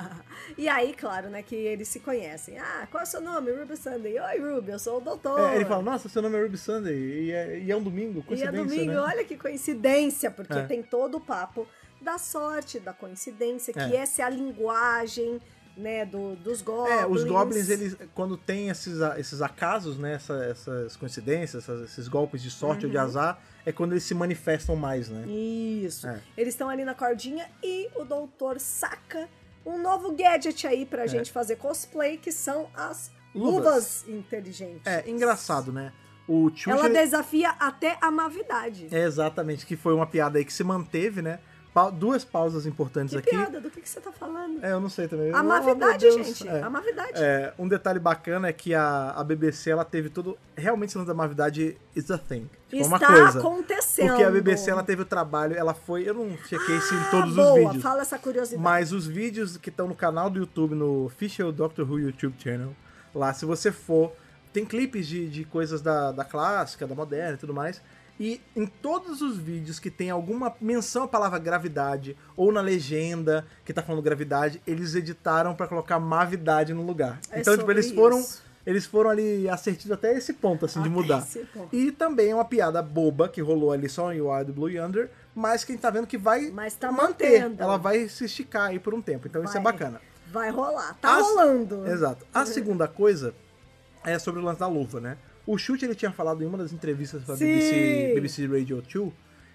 Speaker 2: e aí, claro, né, que eles se conhecem. Ah, qual é o seu nome? Ruby Sunday. Oi, Ruby, eu sou o doutor.
Speaker 3: É, ele fala: Nossa, seu nome é Ruby Sunday e é, e é um domingo,
Speaker 2: E é
Speaker 3: coincidência.
Speaker 2: domingo,
Speaker 3: né?
Speaker 2: olha que coincidência, porque
Speaker 3: É.
Speaker 2: tem todo o papo da sorte, da coincidência, que
Speaker 3: É.
Speaker 2: essa é a linguagem né, do, dos goblins.
Speaker 3: É, os goblins, eles, quando tem esses, a- esses acasos, né, essa- essas coincidências, essas- esses golpes de sorte
Speaker 2: Uhum.
Speaker 3: ou de azar, é quando eles se manifestam mais, né?
Speaker 2: Isso.
Speaker 3: É.
Speaker 2: Eles estão ali na cordinha e o doutor saca um novo gadget aí pra gente fazer cosplay, que são as
Speaker 3: É. Luvas.
Speaker 2: luvas, inteligentes.
Speaker 3: É, engraçado, né? O Chucha,
Speaker 2: Ela desafia até a mavidade.
Speaker 3: é, exatamente, que foi uma piada aí que se manteve, né? Pa- duas pausas importantes
Speaker 2: que
Speaker 3: aqui.
Speaker 2: piada, do que, que você tá falando?
Speaker 3: É, eu não sei também.
Speaker 2: A
Speaker 3: Eu- meu
Speaker 2: mavidade,
Speaker 3: Deus,
Speaker 2: gente.
Speaker 3: é.
Speaker 2: A mavidade.
Speaker 3: É, um detalhe bacana é que a, a BBC ela teve todo. Realmente, esse lance da Mavidade is a thing. Tipo, é uma
Speaker 2: Está
Speaker 3: coisa.
Speaker 2: acontecendo.
Speaker 3: Porque a BBC ela teve o trabalho, ela foi. Eu não chequei isso em todos
Speaker 2: Ah, boa,
Speaker 3: os vídeos.
Speaker 2: fala essa curiosidade.
Speaker 3: Mas os vídeos que estão no canal do YouTube, no Official Doctor Who YouTube Channel, lá, se você for, tem clipes de, de coisas da, da clássica, da moderna e tudo mais. E em todos os vídeos que tem alguma menção à palavra gravidade, ou na legenda que tá falando gravidade, eles editaram pra colocar mavidade no lugar.
Speaker 2: É
Speaker 3: então, tipo,
Speaker 2: sobre
Speaker 3: eles foram.
Speaker 2: isso.
Speaker 3: Eles foram ali assertivos até esse ponto, assim, de
Speaker 2: Até
Speaker 3: mudar.
Speaker 2: esse ponto.
Speaker 3: E também é uma piada boba que rolou ali só em Wild Blue Yonder, mas quem tá vendo que vai
Speaker 2: Mas tá
Speaker 3: manter.
Speaker 2: mantendo.
Speaker 3: Ela vai se esticar aí por um tempo. Então isso é
Speaker 2: Vai.
Speaker 3: bacana.
Speaker 2: Vai rolar. Tá
Speaker 3: A-
Speaker 2: rolando. Uhum.
Speaker 3: Exato. A segunda coisa é sobre o lance da luva, né? O Chute ele tinha falado em uma das entrevistas pra
Speaker 2: Sim.
Speaker 3: BBC, BBC Radio 2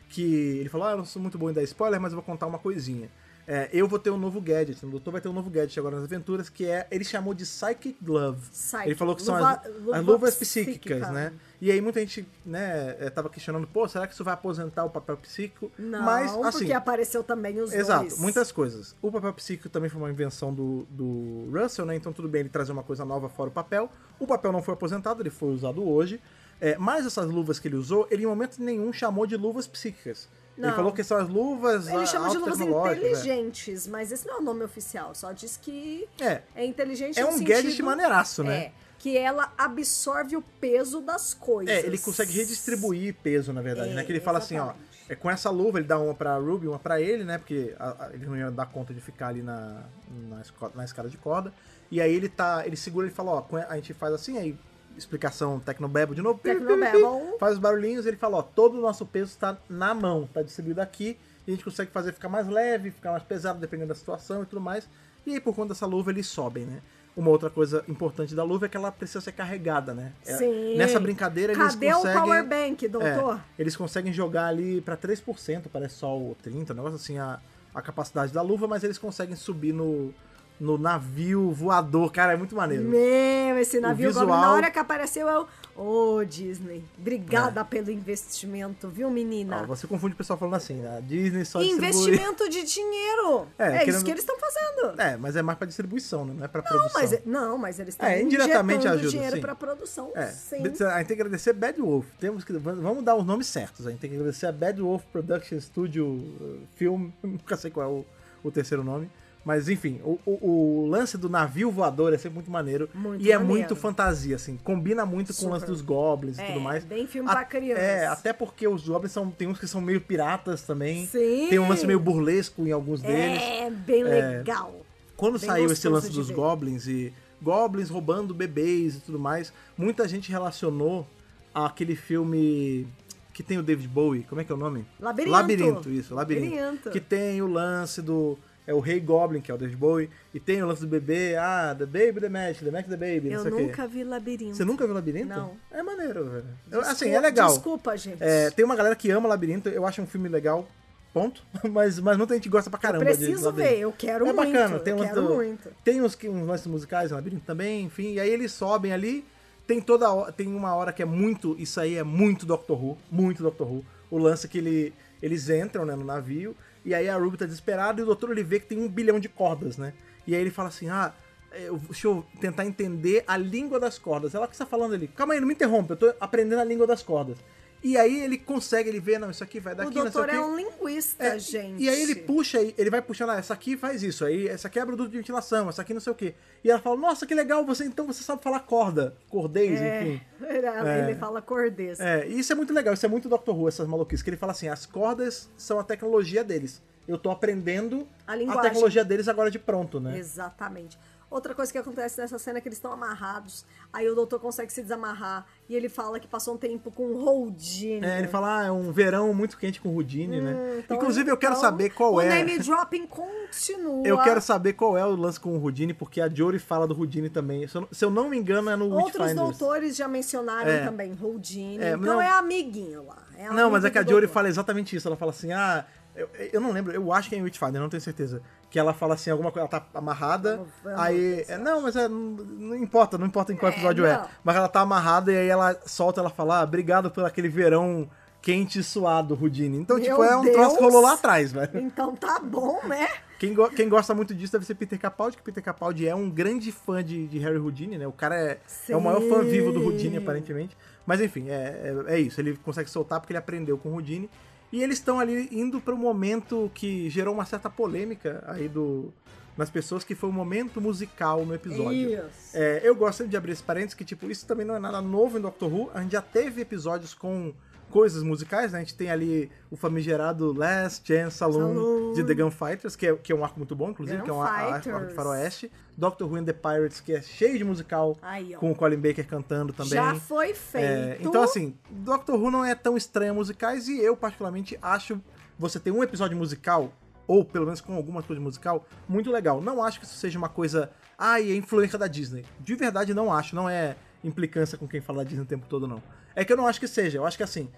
Speaker 3: que ele falou: Ah, eu não sou muito bom em dar spoiler, mas eu vou contar uma coisinha. É, eu vou ter um novo gadget, o doutor vai ter um novo gadget agora nas aventuras, que é. Ele chamou de Psychic Glove.
Speaker 2: Psychic,
Speaker 3: Ele falou que são
Speaker 2: luva-
Speaker 3: as,
Speaker 2: luva
Speaker 3: as luvas
Speaker 2: psíquica.
Speaker 3: psíquicas, né? E aí muita gente, né, eh, tava questionando, pô, será que isso vai aposentar o papel psíquico?
Speaker 2: Não,
Speaker 3: mas, assim,
Speaker 2: porque apareceu também os
Speaker 3: Exato,
Speaker 2: dois.
Speaker 3: muitas coisas. O papel psíquico também foi uma invenção do, do Russell, né? Então tudo bem ele trazer uma coisa nova fora o papel. O papel não foi aposentado, ele foi usado hoje. É, mas essas luvas que ele usou, ele em momento nenhum chamou de luvas psíquicas. Ele
Speaker 2: Não.
Speaker 3: falou que são as luvas
Speaker 2: Ele
Speaker 3: ah,
Speaker 2: chama de luvas
Speaker 3: autotecnológicas,
Speaker 2: inteligentes, mas esse não é o nome oficial. Só diz que
Speaker 3: É.
Speaker 2: é inteligente
Speaker 3: É
Speaker 2: no
Speaker 3: um gadget
Speaker 2: sentido-
Speaker 3: maneiraço, né?
Speaker 2: É, que ela absorve o peso das coisas.
Speaker 3: É, ele consegue redistribuir peso, na verdade,
Speaker 2: É,
Speaker 3: né? Que ele fala assim,
Speaker 2: exatamente.
Speaker 3: ó, é com essa luva ele dá uma pra Ruby, uma pra ele, né? Porque a- a- ele não ia dar conta de ficar ali na, na, esco- na escada de corda. E aí ele tá, ele segura e fala, ó, com a a gente faz assim, aí explicação Tecnobebo de novo. pi, pi, pi, pi,
Speaker 2: Tecnobabble.
Speaker 3: Faz os barulhinhos, ele fala, ó, todo o nosso peso está na mão, tá distribuído aqui, e a gente consegue fazer ficar mais leve, ficar mais pesado, dependendo da situação e tudo mais. E aí, por conta dessa luva, eles sobem, né? Uma outra coisa importante da luva é que ela precisa ser carregada, né? É-
Speaker 2: Sim.
Speaker 3: Nessa brincadeira, eles
Speaker 2: Cadê
Speaker 3: conseguem...
Speaker 2: o power bank, doutor?
Speaker 3: É, eles conseguem jogar ali pra 3%, parece só o 30, um negócio assim, a, a capacidade da luva, mas eles conseguem subir no, no navio voador. Cara, é muito maneiro.
Speaker 2: Meu, esse navio
Speaker 3: visual-
Speaker 2: Goblin, na hora que apareceu eu... Ô, Disney, obrigada pelo investimento, viu, menina?
Speaker 3: É. Ah, você confunde o pessoal falando assim, né? A Disney só distribui...
Speaker 2: Investimento de dinheiro.
Speaker 3: É,
Speaker 2: É,
Speaker 3: querendo-
Speaker 2: isso que eles estão fazendo.
Speaker 3: É, mas é mais pra distribuição, né? Não é pra
Speaker 2: Não,
Speaker 3: produção.
Speaker 2: mas, não, mas eles estão
Speaker 3: É, indiretamente
Speaker 2: injetando
Speaker 3: ajuda,
Speaker 2: dinheiro
Speaker 3: sim.
Speaker 2: para produção,
Speaker 3: É,
Speaker 2: sim.
Speaker 3: a gente tem que agradecer a Bad Wolf. Temos que, vamos dar os nomes certos. A gente tem que agradecer a Bad Wolf Production Studio uh, Film. Nunca sei qual é o, o terceiro nome. Mas enfim, o, o- o lance do navio voador é sempre muito maneiro.
Speaker 2: Muito
Speaker 3: e é
Speaker 2: maneiro.
Speaker 3: muito fantasia, assim. Combina muito com o lance
Speaker 2: Super.
Speaker 3: dos goblins e
Speaker 2: É,
Speaker 3: tudo mais.
Speaker 2: bem filme
Speaker 3: A-
Speaker 2: pra criança.
Speaker 3: É, até porque os goblins são, tem uns que são meio piratas também.
Speaker 2: Sim.
Speaker 3: Tem um lance meio burlesco em alguns deles.
Speaker 2: É, bem legal.
Speaker 3: Quando
Speaker 2: Bem
Speaker 3: saiu esse
Speaker 2: gostoso
Speaker 3: lance
Speaker 2: de
Speaker 3: dos
Speaker 2: ver.
Speaker 3: goblins e goblins roubando bebês e tudo mais, muita gente relacionou àquele filme que tem o David Bowie, como é que é o nome?
Speaker 2: Labirinto.
Speaker 3: Labirinto, isso, labirinto.
Speaker 2: Labirinto.
Speaker 3: Que tem o lance do é o Rei Goblin, que é o David Bowie, e tem o lance do bebê, ah, the baby, the match, the match, the baby, não
Speaker 2: Eu
Speaker 3: sei o quê.
Speaker 2: nunca vi labirinto.
Speaker 3: Você nunca viu Labirinto?
Speaker 2: Não.
Speaker 3: É maneiro, velho. Eu- assim,
Speaker 2: Desculpa-
Speaker 3: é legal.
Speaker 2: Desculpa, gente.
Speaker 3: É, tem uma galera que ama Labirinto, eu acho um filme legal, ponto. Mas, mas muita gente gosta pra caramba. de
Speaker 2: Preciso
Speaker 3: Labirinto.
Speaker 2: ver, eu quero
Speaker 3: é
Speaker 2: muito.
Speaker 3: bacana, tem
Speaker 2: eu
Speaker 3: umas
Speaker 2: quero
Speaker 3: do-
Speaker 2: muito.
Speaker 3: Tem uns, que- uns lances musicais, um labirinto também, enfim. E aí eles sobem ali. Tem toda hora, tem uma hora que é muito. Isso aí é muito Doctor Who, muito Doctor Who. O lance que ele, eles entram né, no navio, e aí a Ruby tá desesperada e o doutor ele vê que tem um bilhão de cordas, né? E aí ele fala assim: ah, eu, deixa eu tentar entender a língua das cordas. Ela o que você tá falando ali, calma aí, não me interrompa, eu tô aprendendo a língua das cordas. E aí ele consegue, ele vê, não, isso aqui vai daqui,
Speaker 2: o
Speaker 3: não sei
Speaker 2: doutor
Speaker 3: o quê.
Speaker 2: é um linguista,
Speaker 3: É, e-
Speaker 2: gente.
Speaker 3: E aí ele puxa, e ele vai puxando, ah, essa aqui faz isso, aí essa aqui é produto de ventilação, essa aqui não sei o quê. E ela fala, nossa, que legal, você então você sabe falar corda, cordeis,
Speaker 2: É.
Speaker 3: enfim.
Speaker 2: Ele, ele fala cordês.
Speaker 3: É, e isso é muito legal, isso é muito Dr. Who, essas maluquices, que ele fala assim, as cordas são a tecnologia deles. Eu tô aprendendo
Speaker 2: A
Speaker 3: a,
Speaker 2: linguagem.
Speaker 3: tecnologia deles agora de pronto, né?
Speaker 2: Exatamente. Outra coisa que acontece nessa cena é que eles estão amarrados. Aí o doutor consegue se desamarrar e ele fala que passou um tempo com o Houdini.
Speaker 3: É, ele fala, ah, é um verão muito quente com o Houdini, né?
Speaker 2: Então,
Speaker 3: Inclusive, eu quero
Speaker 2: então,
Speaker 3: saber qual é.
Speaker 2: O name dropping continua.
Speaker 3: Eu quero saber qual é o lance com o Houdini, porque a Jory fala do Houdini também. Se eu, não- se eu não me engano, é no
Speaker 2: Outros
Speaker 3: Witchfinders.
Speaker 2: doutores já mencionaram
Speaker 3: É.
Speaker 2: também Houdini.
Speaker 3: É,
Speaker 2: então
Speaker 3: não.
Speaker 2: é amiguinho lá. é
Speaker 3: Não, mas
Speaker 2: amigo
Speaker 3: é que a
Speaker 2: do
Speaker 3: Jory
Speaker 2: doutor.
Speaker 3: fala exatamente isso. Ela fala assim, ah... Eu, eu não lembro, eu acho que é em Witchfinder, não tenho certeza. Que ela fala assim, alguma coisa, ela tá amarrada,
Speaker 2: Vamos- vamos
Speaker 3: aí...
Speaker 2: pensar.
Speaker 3: é, não, mas é, não, não importa, não importa em qual
Speaker 2: É,
Speaker 3: episódio é.
Speaker 2: não.
Speaker 3: Mas ela tá amarrada e aí ela solta, ela fala, ah, obrigado por aquele verão quente e suado, Houdini. Então,
Speaker 2: Meu
Speaker 3: tipo, é um troço
Speaker 2: Deus.
Speaker 3: que rolou lá atrás, velho.
Speaker 2: Então tá bom, né?
Speaker 3: Quem, go- quem gosta muito disso deve ser Peter Capaldi, que Peter Capaldi é um grande fã de, de Harry Houdini, né? O cara é, é o maior fã
Speaker 2: Sim.
Speaker 3: vivo do Houdini, aparentemente. Mas enfim, é, é, é isso. Ele consegue soltar porque ele aprendeu com o Houdini. E eles estão ali indo para o momento que gerou uma certa polêmica aí do, nas pessoas, que foi o momento musical no episódio.
Speaker 2: Isso.
Speaker 3: É, eu gosto sempre de abrir esse parênteses que, tipo, isso também não é nada novo em Doctor Who. A gente já teve episódios com coisas musicais, né? A gente tem ali o famigerado Last Chance Saloon,
Speaker 2: Saloon.
Speaker 3: de The Gunfighters, que é, que é um arco muito bom, inclusive, que é um ar-
Speaker 2: Gunfighters.
Speaker 3: arco de faroeste. Doctor Who and the Pirates, que é cheio de musical,
Speaker 2: Aí, ó.
Speaker 3: com o Colin Baker cantando também.
Speaker 2: Já foi feito.
Speaker 3: É, então, assim, Doctor Who não é tão estranho a musicais e eu, particularmente, acho você ter um episódio musical, ou pelo menos com alguma coisa musical, muito legal. Não acho que isso seja uma coisa. Ai, é influência da Disney. De verdade, não acho. Não é implicância com quem fala da Disney o tempo todo, não. É que eu não acho que seja. Eu acho que, assim,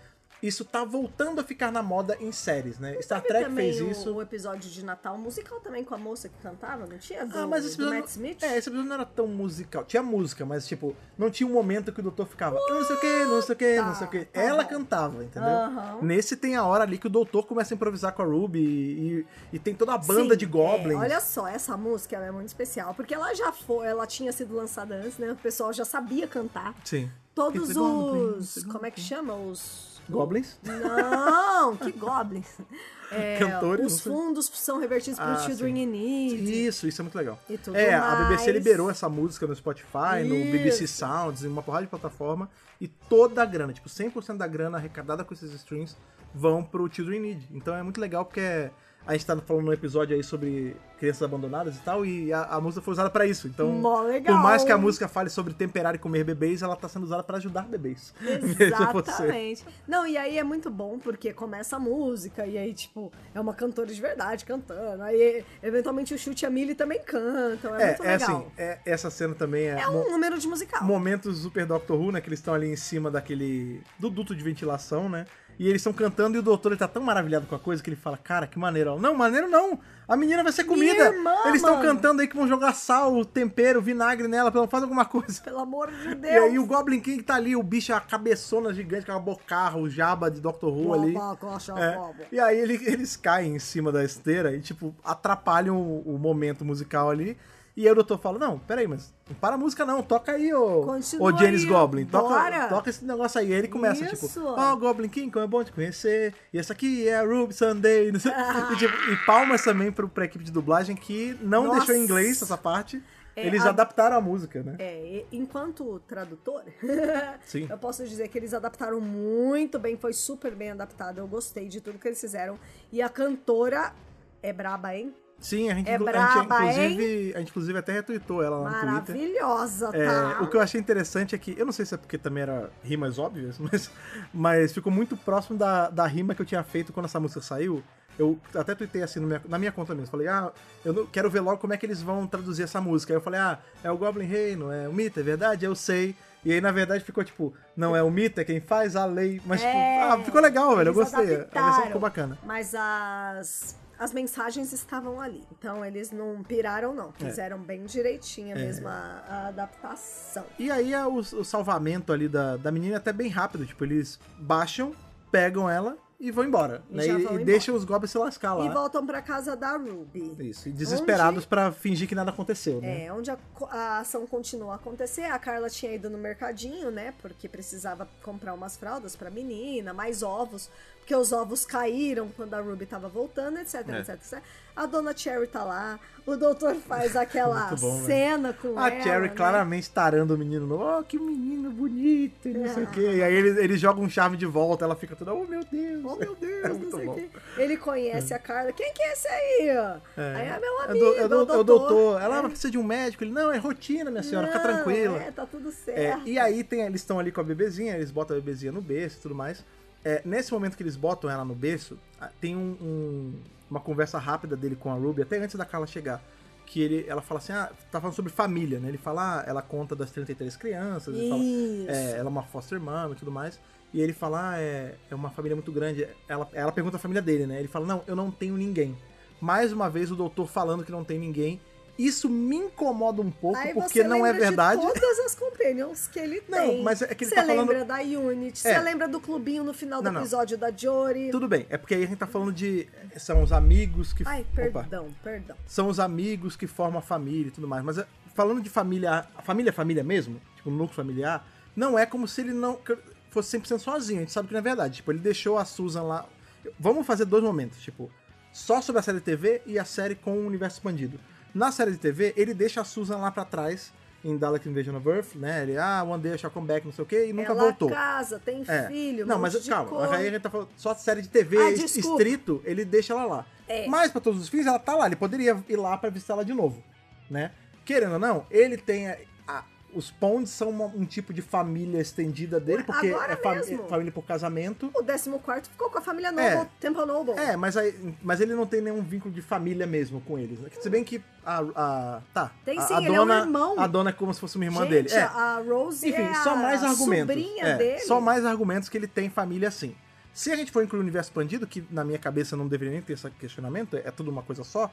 Speaker 3: isso tá voltando a ficar na moda em séries, né? Star
Speaker 2: Teve
Speaker 3: Trek
Speaker 2: também
Speaker 3: fez
Speaker 2: o,
Speaker 3: isso.
Speaker 2: O episódio de Natal musical também com a moça que cantava, não tinha? Do,
Speaker 3: Ah, mas esse
Speaker 2: do
Speaker 3: episódio,
Speaker 2: Matt Smith?
Speaker 3: É, esse episódio não era tão musical. Tinha música, mas, tipo, não tinha um momento que o doutor ficava, "Eu não sei o que, não sei o que, não sei o que.
Speaker 2: tá
Speaker 3: Ela
Speaker 2: bom.
Speaker 3: cantava, entendeu?
Speaker 2: Aham.
Speaker 3: Nesse tem a hora ali que o doutor começa a improvisar com a Ruby e, e tem toda a banda
Speaker 2: Sim,
Speaker 3: de goblins.
Speaker 2: é, olha só, essa música ela é muito especial, porque ela já foi, ela tinha sido lançada antes, né? O pessoal já sabia cantar.
Speaker 3: Sim.
Speaker 2: Todos
Speaker 3: It's a é goblin, it's
Speaker 2: os.
Speaker 3: a
Speaker 2: Como é que chama? Os.
Speaker 3: Goblins?
Speaker 2: Não, que goblins. É,
Speaker 3: Cantores, não
Speaker 2: Os
Speaker 3: sei.
Speaker 2: fundos são revertidos para
Speaker 3: Ah,
Speaker 2: o Children in Need.
Speaker 3: Isso, isso é muito legal.
Speaker 2: E tudo
Speaker 3: é, a
Speaker 2: mais.
Speaker 3: BBC liberou essa música no Spotify, no
Speaker 2: Isso.
Speaker 3: BBC Sounds, em uma porrada de plataforma. E toda a grana, tipo, 100% da grana arrecadada com esses streams vão pro Children in Need. Então é muito legal porque a gente tá falando no episódio aí sobre crianças abandonadas e tal, e a, a música foi usada pra isso. Então,
Speaker 2: Mó legal.
Speaker 3: por mais que a música fale sobre temperar e comer bebês, ela tá sendo usada pra ajudar bebês. Veja você.
Speaker 2: Exatamente. Não, e aí é muito bom porque começa a música e aí, tipo, é uma cantora de verdade cantando. Aí, eventualmente, o Chute e a Millie também cantam. É, muito
Speaker 3: É, é
Speaker 2: legal.
Speaker 3: assim, é- essa cena também é.
Speaker 2: é
Speaker 3: mo-
Speaker 2: um número de musical.
Speaker 3: momentos Super Doctor Who, né? Que eles estão ali em cima daquele. do duto de ventilação, né? E eles estão cantando e o doutor ele tá tão maravilhado com a coisa que ele fala: Cara, que maneiro. Ela, Não, maneiro não. A menina vai ser comida.
Speaker 2: irmã,
Speaker 3: eles estão
Speaker 2: mano.
Speaker 3: cantando aí que vão jogar sal, tempero, vinagre nela, pelo faz alguma coisa.
Speaker 2: Pelo amor de
Speaker 3: E
Speaker 2: Deus.
Speaker 3: aí o Goblin King tá ali, o bicho, a cabeçona gigante, com a bocarra, o jaba de Doctor Who ali.
Speaker 2: Então,
Speaker 3: É, E aí ele- eles caem em cima da esteira e, tipo, atrapalham o, o momento musical ali. E aí o doutor fala, não, peraí, mas não para a música não, toca aí, ô,
Speaker 2: Continua
Speaker 3: ô Janis
Speaker 2: aí,
Speaker 3: Goblin, toca,
Speaker 2: bora."
Speaker 3: toca esse negócio aí. Aí ele começa,
Speaker 2: Isso.
Speaker 3: tipo, ó, Goblin King, como é bom te conhecer, e essa aqui é a Ruby Sunday, não sei-
Speaker 2: Ah.
Speaker 3: e, tipo, e palmas também pro, pra equipe de dublagem que não
Speaker 2: Nossa.
Speaker 3: deixou em inglês essa parte,
Speaker 2: É,
Speaker 3: eles
Speaker 2: a-
Speaker 3: adaptaram a música, né?
Speaker 2: É, e- enquanto tradutor, É.
Speaker 3: Sim.
Speaker 2: eu posso dizer que eles adaptaram muito bem, foi super bem adaptado. Eu gostei de tudo que eles fizeram. E a cantora é braba, hein?
Speaker 3: Sim, a gente,
Speaker 2: É
Speaker 3: inclu- a
Speaker 2: braba,
Speaker 3: gente, inclusive, a gente inclusive até retweetou ela lá Tá no Twitter.
Speaker 2: Maravilhosa,
Speaker 3: É,
Speaker 2: tá?
Speaker 3: o que eu achei interessante é que, eu não sei se é porque também era rimas óbvias, mas, mas ficou muito próximo da, da rima que eu tinha feito quando essa música saiu. Eu até tuitei assim na minha, na minha conta mesmo. Falei, ah, eu não- quero ver logo como é que eles vão traduzir essa música. Aí eu falei, ah, é o Goblin Reino, é o Mita, é verdade? Eu sei. E aí, na verdade, ficou tipo, não é o Mita, é quem faz a lei. Mas,
Speaker 2: É,
Speaker 3: tipo, ah, ficou legal, velho. Eu
Speaker 2: eles
Speaker 3: gostei. A versão
Speaker 2: adaptaram.
Speaker 3: ficou bacana.
Speaker 2: Mas as, as mensagens estavam ali. Então eles não piraram, não.
Speaker 3: É.
Speaker 2: Fizeram bem direitinho mesmo a, a adaptação.
Speaker 3: E aí a- o, o salvamento ali da, da menina é até bem rápido. Tipo, eles baixam, pegam ela e vão embora.
Speaker 2: E
Speaker 3: né?
Speaker 2: já
Speaker 3: E,
Speaker 2: vão
Speaker 3: e
Speaker 2: embora.
Speaker 3: deixam os goblins se lascar Tá lá. né?
Speaker 2: E voltam pra casa da Ruby.
Speaker 3: Isso, e desesperados pra fingir que nada aconteceu, né?
Speaker 2: É, onde a, co- a ação continua a acontecer, a Carla tinha ido no mercadinho, né? Porque precisava comprar umas fraldas pra
Speaker 3: É.
Speaker 2: menina, mais ovos, porque os ovos caíram quando a Ruby tava voltando, etc, etc, etc. a dona Cherry tá lá, o doutor faz aquela
Speaker 3: Muito bom, velho.
Speaker 2: cena com
Speaker 3: A
Speaker 2: ela.
Speaker 3: Cherry
Speaker 2: né?
Speaker 3: claramente tarando o menino novo. Oh, que menino bonito, e não
Speaker 2: Ah.
Speaker 3: sei o quê. E aí ele, ele joga um charme de volta, ela fica toda, oh meu Deus.
Speaker 2: Oh, meu Deus,
Speaker 3: É
Speaker 2: não
Speaker 3: muito
Speaker 2: sei o
Speaker 3: bom.
Speaker 2: quê. Ele conhece a Carla. Quem que é esse aí? Aí é meu
Speaker 3: do-
Speaker 2: amigo,
Speaker 3: é
Speaker 2: é,
Speaker 3: do-
Speaker 2: o
Speaker 3: é o
Speaker 2: doutor.
Speaker 3: doutor. Ela "Ah, precisa de um médico. Ele, não, é rotina, minha senhora, fica
Speaker 2: Não,
Speaker 3: tranquila.
Speaker 2: É, tá tudo
Speaker 3: É,
Speaker 2: certo.
Speaker 3: e aí tem, eles estão ali com a bebezinha, eles botam a bebezinha no berço e tudo mais. É, nesse momento que eles botam ela no berço, ah, tem um- um- uma conversa rápida dele com a Ruby, até antes da Carla chegar. Que ele, ela fala assim, ah, tá falando sobre família, né? Ele fala, ah, ela conta das 33 crianças, ele fala,
Speaker 2: Isso.
Speaker 3: é, ela é uma foster mom e tudo mais. E ele fala, ah, é, é uma família muito grande. Ela, ela pergunta a família dele, né? Ele fala, não, eu não tenho ninguém. Mais uma vez o doutor falando que não tem ninguém. Isso me incomoda um pouco,
Speaker 2: Aí
Speaker 3: porque
Speaker 2: você
Speaker 3: não é
Speaker 2: lembra
Speaker 3: verdade.
Speaker 2: De todas as companions que ele
Speaker 3: Não,
Speaker 2: tem.
Speaker 3: mas é que ele
Speaker 2: Você
Speaker 3: tá falando-
Speaker 2: lembra da Unity, você
Speaker 3: É.
Speaker 2: lembra do clubinho no final do
Speaker 3: Não, não.
Speaker 2: episódio da Jory.
Speaker 3: Tudo bem, é porque aí a gente tá falando de. São os amigos que.
Speaker 2: Ai,
Speaker 3: Opa.
Speaker 2: perdão, perdão.
Speaker 3: São os amigos que formam a família e tudo mais. Mas é, falando de família. a Família, é família mesmo, tipo, núcleo familiar, não é como se ele não que- fosse 100% sozinho. A gente sabe que não é verdade. Tipo, ele deixou a Susan lá. Vamos fazer dois momentos, tipo, só sobre a série de TV e a série com o universo expandido. Na série de TV, ele deixa a Susan lá pra trás. Em Dalek Invasion of Earth, né? Ele, ah, one day I shall come back, não sei o quê, e nunca
Speaker 2: Ela é
Speaker 3: voltou.
Speaker 2: casa, tem
Speaker 3: É.
Speaker 2: filho, um
Speaker 3: Não,
Speaker 2: monte
Speaker 3: mas
Speaker 2: de
Speaker 3: calma,
Speaker 2: coisa.
Speaker 3: aí a gente tá falando só de série de TV
Speaker 2: Ah,
Speaker 3: es-
Speaker 2: desculpa.
Speaker 3: estrito, ele deixa ela lá.
Speaker 2: É.
Speaker 3: Mas pra todos os fins, ela tá lá, ele poderia ir lá pra visitar ela de novo, né? Querendo ou não, ele tem a- a- os Ponds são uma- um tipo de família estendida dele,
Speaker 2: Ué,
Speaker 3: porque
Speaker 2: agora
Speaker 3: é fami-
Speaker 2: mesmo?
Speaker 3: é família por casamento.
Speaker 2: O 14 ficou com a família
Speaker 3: É.
Speaker 2: Noble, Temple Noble.
Speaker 3: É, mas, aí, mas ele não tem nenhum vínculo de família mesmo com eles. né? Se bem que a. a- tá.
Speaker 2: Tem
Speaker 3: a,
Speaker 2: sim,
Speaker 3: a
Speaker 2: ele é um
Speaker 3: dona,
Speaker 2: irmão.
Speaker 3: A dona é como se fosse uma irmã
Speaker 2: Gente,
Speaker 3: dele. É.
Speaker 2: a Rose
Speaker 3: Enfim,
Speaker 2: é a
Speaker 3: só mais argumentos.
Speaker 2: sobrinha
Speaker 3: É,
Speaker 2: dele.
Speaker 3: Só mais argumentos que ele tem família assim. Se a gente for incluir o universo expandido, que na minha cabeça não deveria nem ter esse questionamento, é tudo uma coisa só.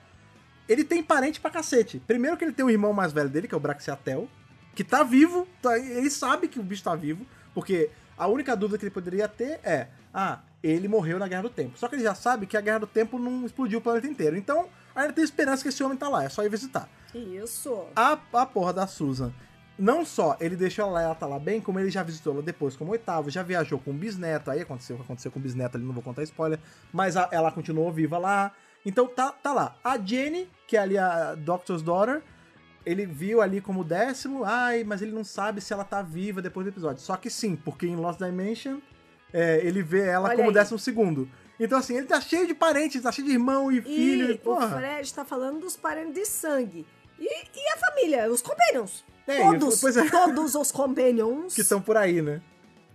Speaker 3: Ele tem parente pra cacete. Primeiro que ele tem o irmão mais velho dele, que é o Braxiatel, que tá vivo, tá- ele sabe que o bicho tá vivo, porque a única dúvida que ele poderia ter é: ah, ele morreu na Guerra do Tempo. Só que ele já sabe que a Guerra do Tempo não explodiu o planeta inteiro. Então, ainda tem esperança que esse homem tá lá, é só ir visitar
Speaker 2: Isso.
Speaker 3: a, a porra da Susan. Não só ele deixou ela, ela tá lá bem, como ele já visitou ela depois como oitavo, já viajou com o bisneto, aí aconteceu o que aconteceu com o bisneto ali, não vou contar spoiler, mas a- ela continuou viva lá. Então tá, tá lá. A Jenny, que é ali a Doctor's Daughter, ele viu ali como décimo, ai, mas ele não sabe se ela tá viva depois do episódio. Só que sim, porque em Lost Dimension é, ele vê ela
Speaker 2: Olha
Speaker 3: como
Speaker 2: aí.
Speaker 3: décimo segundo. Então assim, ele tá cheio de parentes, tá cheio de irmão e filho, e,
Speaker 2: E o
Speaker 3: porra.
Speaker 2: Fred tá falando dos parentes de sangue. E, e a família, os companions.
Speaker 3: É,
Speaker 2: todos,
Speaker 3: e- pois é.
Speaker 2: todos os companions.
Speaker 3: Que estão por aí, né?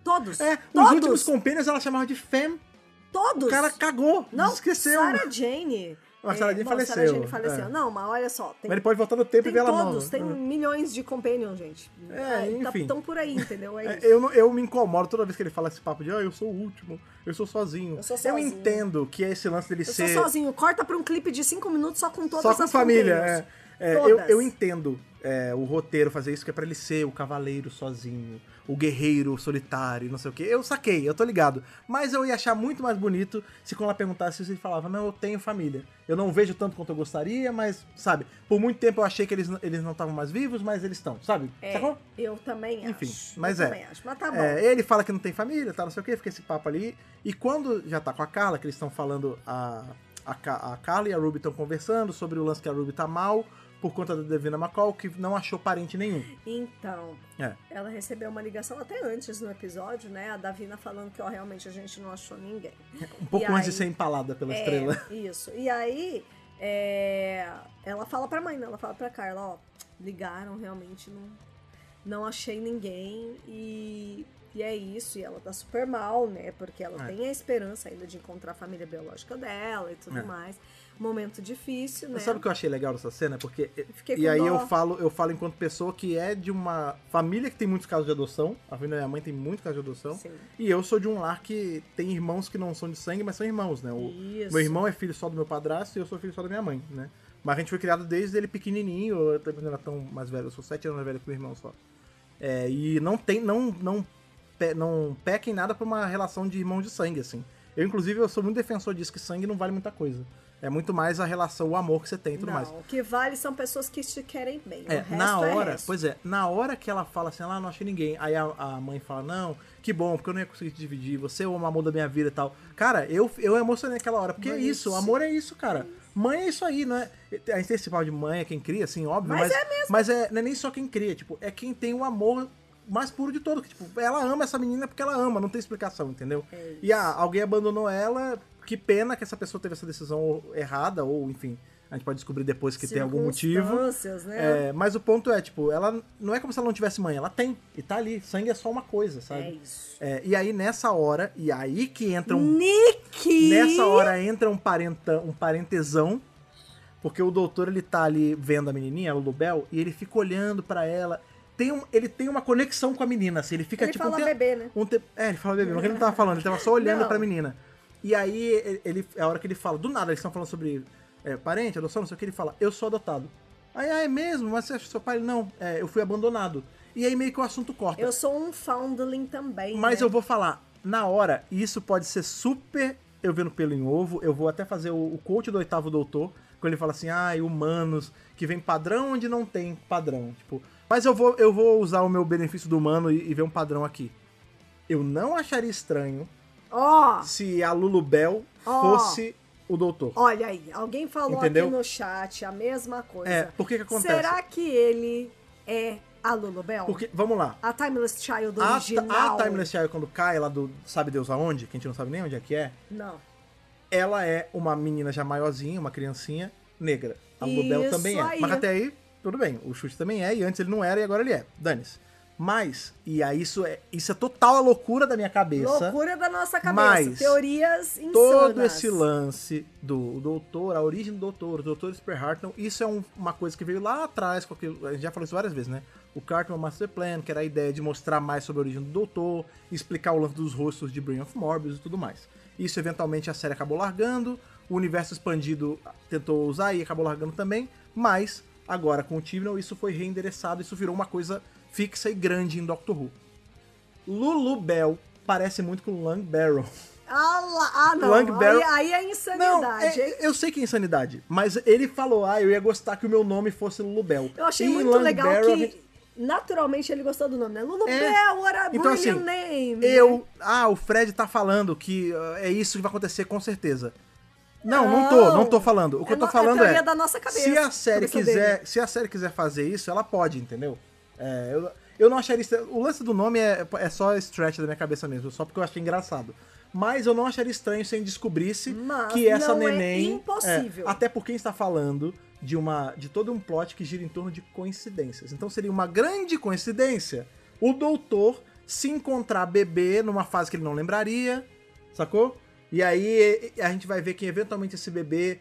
Speaker 2: Todos.
Speaker 3: É, os
Speaker 2: todos,
Speaker 3: últimos compênios ela chamava de Fem.
Speaker 2: todos.
Speaker 3: O cara cagou.
Speaker 2: não,
Speaker 3: esqueceu.
Speaker 2: Sarah Jane. É,
Speaker 3: Mas Sarah Jane
Speaker 2: bom, Sarah
Speaker 3: faleceu,
Speaker 2: Jane faleceu.
Speaker 3: é.
Speaker 2: Não, mas olha só. Tem,
Speaker 3: Mas ele pode voltar no tempo e
Speaker 2: tem
Speaker 3: ver ela
Speaker 2: todos,
Speaker 3: nova.
Speaker 2: tem um milhões de companions, gente.
Speaker 3: É, enfim.
Speaker 2: Estão por aí, entendeu? É
Speaker 3: É,
Speaker 2: isso.
Speaker 3: Eu, não- eu me incomodo toda vez que ele fala esse papo de, ah, eu sou o último, eu sou sozinho.
Speaker 2: Eu sou sozinho.
Speaker 3: entendo que é esse lance dele
Speaker 2: Eu
Speaker 3: ser
Speaker 2: sou sozinho. Corta pra um clipe de cinco minutos só com todas
Speaker 3: só com
Speaker 2: as
Speaker 3: família.
Speaker 2: companions.
Speaker 3: é. É, eu,
Speaker 2: Todas.
Speaker 3: eu entendo é, o roteiro fazer isso, que é pra ele ser o cavaleiro sozinho, o guerreiro solitário, não sei o quê. Eu saquei, eu tô ligado. Mas eu ia achar muito mais bonito se quando ela perguntasse isso, ele falava, não, eu tenho família. Eu não vejo tanto quanto eu gostaria, mas, sabe, por muito tempo eu achei que eles, eles não estavam mais vivos, mas eles estão, sabe?
Speaker 2: É,
Speaker 3: Sacou?
Speaker 2: eu também acho.
Speaker 3: Tá Enfim, mas
Speaker 2: eu
Speaker 3: é.
Speaker 2: Também acho. Mas tá bom.
Speaker 3: É, ele fala que não tem família, tá, não sei o que, fica esse papo ali. E quando já tá com a Carla, que eles estão falando, a, a, Ca- a Carla e a Ruby estão conversando sobre o lance que a Ruby tá mal por conta da Devina McCall, que não achou parente nenhum.
Speaker 2: Então,
Speaker 3: É.
Speaker 2: ela recebeu uma ligação até antes no episódio, né? A Davina falando que ó, realmente a gente não achou ninguém.
Speaker 3: Um pouco
Speaker 2: E
Speaker 3: antes
Speaker 2: aí-
Speaker 3: de ser empalada pela
Speaker 2: É,
Speaker 3: estrela.
Speaker 2: Isso. E aí, é, ela fala pra mãe, né? Ela fala pra Carla, ó, ligaram realmente, não, não achei ninguém e, e é isso. E ela tá super mal, né? Porque ela
Speaker 3: É.
Speaker 2: tem a esperança ainda de encontrar a família biológica dela e tudo
Speaker 3: É.
Speaker 2: mais. Momento difícil, né?
Speaker 3: Mas sabe o que eu achei legal dessa cena? Porque.
Speaker 2: Fiquei
Speaker 3: e
Speaker 2: com
Speaker 3: aí
Speaker 2: dó.
Speaker 3: eu falo, eu falo enquanto pessoa que é de uma família que tem muitos casos de adoção. A família da minha mãe tem muitos casos de adoção.
Speaker 2: Sim.
Speaker 3: é E eu sou de um lar que tem irmãos que não são de sangue, mas são irmãos, né? O,
Speaker 2: Isso.
Speaker 3: Meu irmão é filho só do meu padrasto e eu sou filho só da minha mãe, né? Mas a gente foi criado desde ele pequenininho, eu também não era tão mais velho, eu sou sete anos mais velho que meu irmão só. É, e não tem, não, não, pe- não pequem nada pra uma relação de irmão de sangue, assim. Eu, inclusive, eu sou muito defensor disso, que sangue não vale muita coisa. É muito mais a relação, o amor que você tem e tudo
Speaker 2: não,
Speaker 3: mais.
Speaker 2: o que vale são pessoas que te querem bem. o
Speaker 3: É,
Speaker 2: resto
Speaker 3: na hora,
Speaker 2: é resto.
Speaker 3: pois é, na hora que ela fala assim, ela não achei ninguém. Aí a, a mãe fala, não, que bom, porque eu não ia conseguir te dividir, você é o amor da minha vida e tal. Cara, eu, eu emocionei naquela hora, porque é isso,
Speaker 2: Isso.
Speaker 3: amor é isso, cara. Mãe é isso aí, não é? A gente tem esse pau de mãe é quem cria, assim, óbvio.
Speaker 2: Mas
Speaker 3: Mas,
Speaker 2: é mesmo.
Speaker 3: Mas é, não é nem só quem cria, tipo, é quem tem o amor mais puro de todo. Que, tipo, ela ama essa menina porque ela ama, não tem explicação, entendeu?
Speaker 2: É
Speaker 3: e ah, alguém abandonou ela, que pena que essa pessoa teve essa decisão errada, ou enfim, a gente pode descobrir depois que tem algum motivo.
Speaker 2: Circunstâncias, Né?
Speaker 3: É, mas o ponto é, tipo, ela não é como se ela não tivesse mãe, ela tem, e tá ali. Sangue é só uma coisa,
Speaker 2: É,
Speaker 3: sabe?
Speaker 2: isso.
Speaker 3: É, e aí, nessa hora, e aí que entra um
Speaker 2: Nick!
Speaker 3: Nessa hora entra um, parenta, um parentesão, porque o doutor ele tá ali vendo a menininha, o Lubel, e ele fica olhando pra ela. Tem um, ele tem uma conexão com a menina, assim, ele fica
Speaker 2: Ele
Speaker 3: tipo.
Speaker 2: fala
Speaker 3: um tempo-
Speaker 2: bebê, né?
Speaker 3: um tempo- é, ele fala bebê, mas ele não tava falando, ele tava só olhando
Speaker 2: Não.
Speaker 3: pra menina. E aí, ele- ele, é a hora que ele fala, do nada, eles estão falando sobre é, parente, adoção, não sei o que, ele fala, eu sou adotado. Aí, ah, é mesmo? Mas você acha que seu pai? Não, é, eu fui abandonado. E aí meio que o assunto corta.
Speaker 2: Eu sou um foundling também.
Speaker 3: Mas
Speaker 2: né?
Speaker 3: eu vou falar, na hora, e isso pode ser super eu vendo pelo em ovo, eu vou até fazer o, o coach do oitavo doutor, quando ele fala assim, ai, humanos, que vem padrão onde não tem padrão, tipo... Mas eu vou, eu vou usar o meu benefício do humano e, e ver um padrão aqui. Eu não acharia estranho
Speaker 2: Ó,
Speaker 3: se a Lulu Bell
Speaker 2: Ó.
Speaker 3: fosse o doutor.
Speaker 2: olha aí, alguém falou
Speaker 3: Entendeu?
Speaker 2: aqui no chat a mesma coisa.
Speaker 3: É, por que que acontece?
Speaker 2: Será que ele é a Lulubel?
Speaker 3: Porque, vamos lá,
Speaker 2: A Timeless Child
Speaker 3: a, a
Speaker 2: original?
Speaker 3: Timeless Child, quando cai lá do sabe Deus aonde, que a gente não sabe nem onde é que é,
Speaker 2: Não.
Speaker 3: ela é uma menina já maiorzinha, uma criancinha negra. A Lubel
Speaker 2: Isso
Speaker 3: também é.
Speaker 2: aí.
Speaker 3: Mas até aí, tudo bem. O chute também é, e antes ele não era e agora ele é. Dane-se. Mas, e aí isso é, isso é total a loucura da minha cabeça.
Speaker 2: Loucura da nossa cabeça.
Speaker 3: Mas
Speaker 2: Teorias insanas.
Speaker 3: Todo esse lance do doutor, a origem do doutor, o doutor Super Hartnell, isso é um- uma coisa que veio lá atrás, com aquilo- a gente já falou isso várias vezes, né? O Cartman Master Plan, que era a ideia de mostrar mais sobre a origem do doutor, explicar o lance dos rostos de Brain of Morbius e tudo mais. Isso, eventualmente, a série acabou largando, o universo expandido tentou usar e acabou largando também, mas agora com o Tibnall isso foi reendereçado, isso virou uma coisa fixa e grande em Doctor Who. Lulu Bell parece muito com Lang Barrel.
Speaker 2: Ah, lá, ah não.
Speaker 3: Lang Barrel-
Speaker 2: Aí, aí é
Speaker 3: Não,
Speaker 2: insanidade.
Speaker 3: é-
Speaker 2: hein?
Speaker 3: eu sei que é insanidade, mas ele falou, ah, eu ia gostar que o meu nome fosse Lubel.
Speaker 2: Eu achei muito legal que, naturalmente, ele gostou do nome, né? Lulubel,
Speaker 3: É.
Speaker 2: what a
Speaker 3: Então, assim,
Speaker 2: brilliant name.
Speaker 3: Eu, ah, o Fred tá falando que ah, é isso que vai acontecer com certeza. Não, não, tô, não tô falando. O que
Speaker 2: É
Speaker 3: eu tô
Speaker 2: no- é
Speaker 3: falando
Speaker 2: teoria
Speaker 3: é,
Speaker 2: da nossa cabeça,
Speaker 3: se a série
Speaker 2: cabeça
Speaker 3: quiser, se a série quiser fazer isso, ela pode, entendeu? É, eu, eu não acharia estranho. O lance do nome é, é só stretch da minha cabeça mesmo, só porque eu achei engraçado. Mas eu não acharia estranho se a gente descobrisse
Speaker 2: Mas
Speaker 3: que essa
Speaker 2: não é
Speaker 3: neném.
Speaker 2: impossível.
Speaker 3: é, até porque a gente tá falando de, uma, de todo um plot que gira em torno de coincidências. Então seria uma grande coincidência o doutor se encontrar bebê numa fase que ele não lembraria, sacou? E aí e- a gente vai ver que eventualmente esse bebê,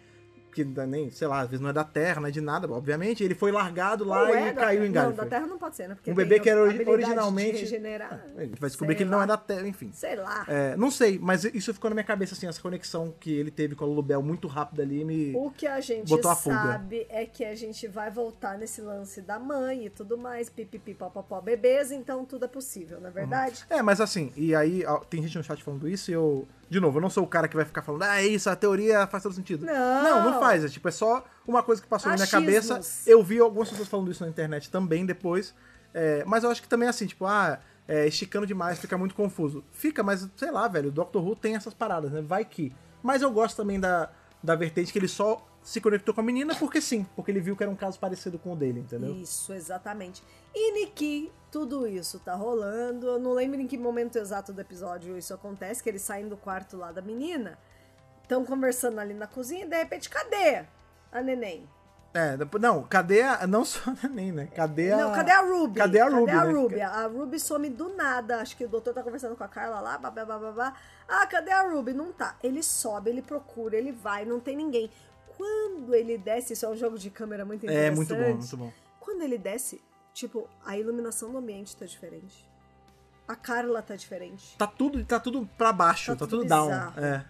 Speaker 3: que não dá nem, sei lá, às vezes não é da Terra, não é de nada, obviamente, ele foi largado lá
Speaker 2: Ou
Speaker 3: e
Speaker 2: é da
Speaker 3: caiu
Speaker 2: Terra.
Speaker 3: em
Speaker 2: Não, da
Speaker 3: Galifrey.
Speaker 2: Terra não pode ser, né? Porque
Speaker 3: Um
Speaker 2: tem
Speaker 3: bebê que era ori-
Speaker 2: habilidade de
Speaker 3: originalmente- Ah,
Speaker 2: regenerar.
Speaker 3: A gente vai descobrir
Speaker 2: Sei
Speaker 3: que ele
Speaker 2: lá.
Speaker 3: não é da Terra, enfim.
Speaker 2: Sei lá.
Speaker 3: É, não sei, mas isso ficou na minha cabeça, assim, essa conexão que ele teve com a Lulubel muito rápida ali me.
Speaker 2: O que a gente
Speaker 3: Botou a fuga.
Speaker 2: sabe é que a gente vai voltar nesse lance da mãe e tudo mais, pipipi, popopó, bebês, então tudo é possível, não é verdade?
Speaker 3: É, mas assim, e aí ó, tem gente no chat falando isso e eu. De novo, eu não sou o cara que vai ficar falando, ah, é isso, a teoria faz todo sentido.
Speaker 2: Não.
Speaker 3: não, não faz. É tipo, é só uma coisa que passou na minha
Speaker 2: Achismos.
Speaker 3: cabeça. Eu vi algumas pessoas falando isso na internet também depois. é, mas eu acho que também é assim, tipo, ah, é, esticando demais, fica muito confuso. Fica, mas sei lá, velho, o Doctor Who tem essas paradas, né? Vai que. Mas eu gosto também da, da vertente que ele só se conectou com a menina porque sim, porque ele viu que era um caso parecido com o dele, entendeu?
Speaker 2: Isso, exatamente. E Niki, tudo isso tá rolando. Eu não lembro em que momento exato do episódio isso acontece, que eles saem do quarto lá da menina, estão conversando ali na cozinha e de repente, cadê a neném?
Speaker 3: É, depois- não, cadê a. Não só a Neném, né? Cadê a.
Speaker 2: Não, cadê a Ruby?
Speaker 3: Cadê a Ruby?
Speaker 2: Cadê a
Speaker 3: né?
Speaker 2: Ruby? A Ruby some do nada. Acho que o doutor tá conversando com a Carla lá, babá, babá, babá. Ah, cadê a Ruby? Não tá. Ele sobe, ele procura, ele vai, não tem ninguém. Quando ele desce, isso é um jogo de câmera muito interessante.
Speaker 3: É, muito bom, muito bom.
Speaker 2: Quando ele desce, tipo, a iluminação do ambiente tá diferente. A Carla tá diferente.
Speaker 3: Tá tudo, tá tudo pra baixo,
Speaker 2: Tá
Speaker 3: tá,
Speaker 2: tudo
Speaker 3: tudo, down.
Speaker 2: bizarro.
Speaker 3: É.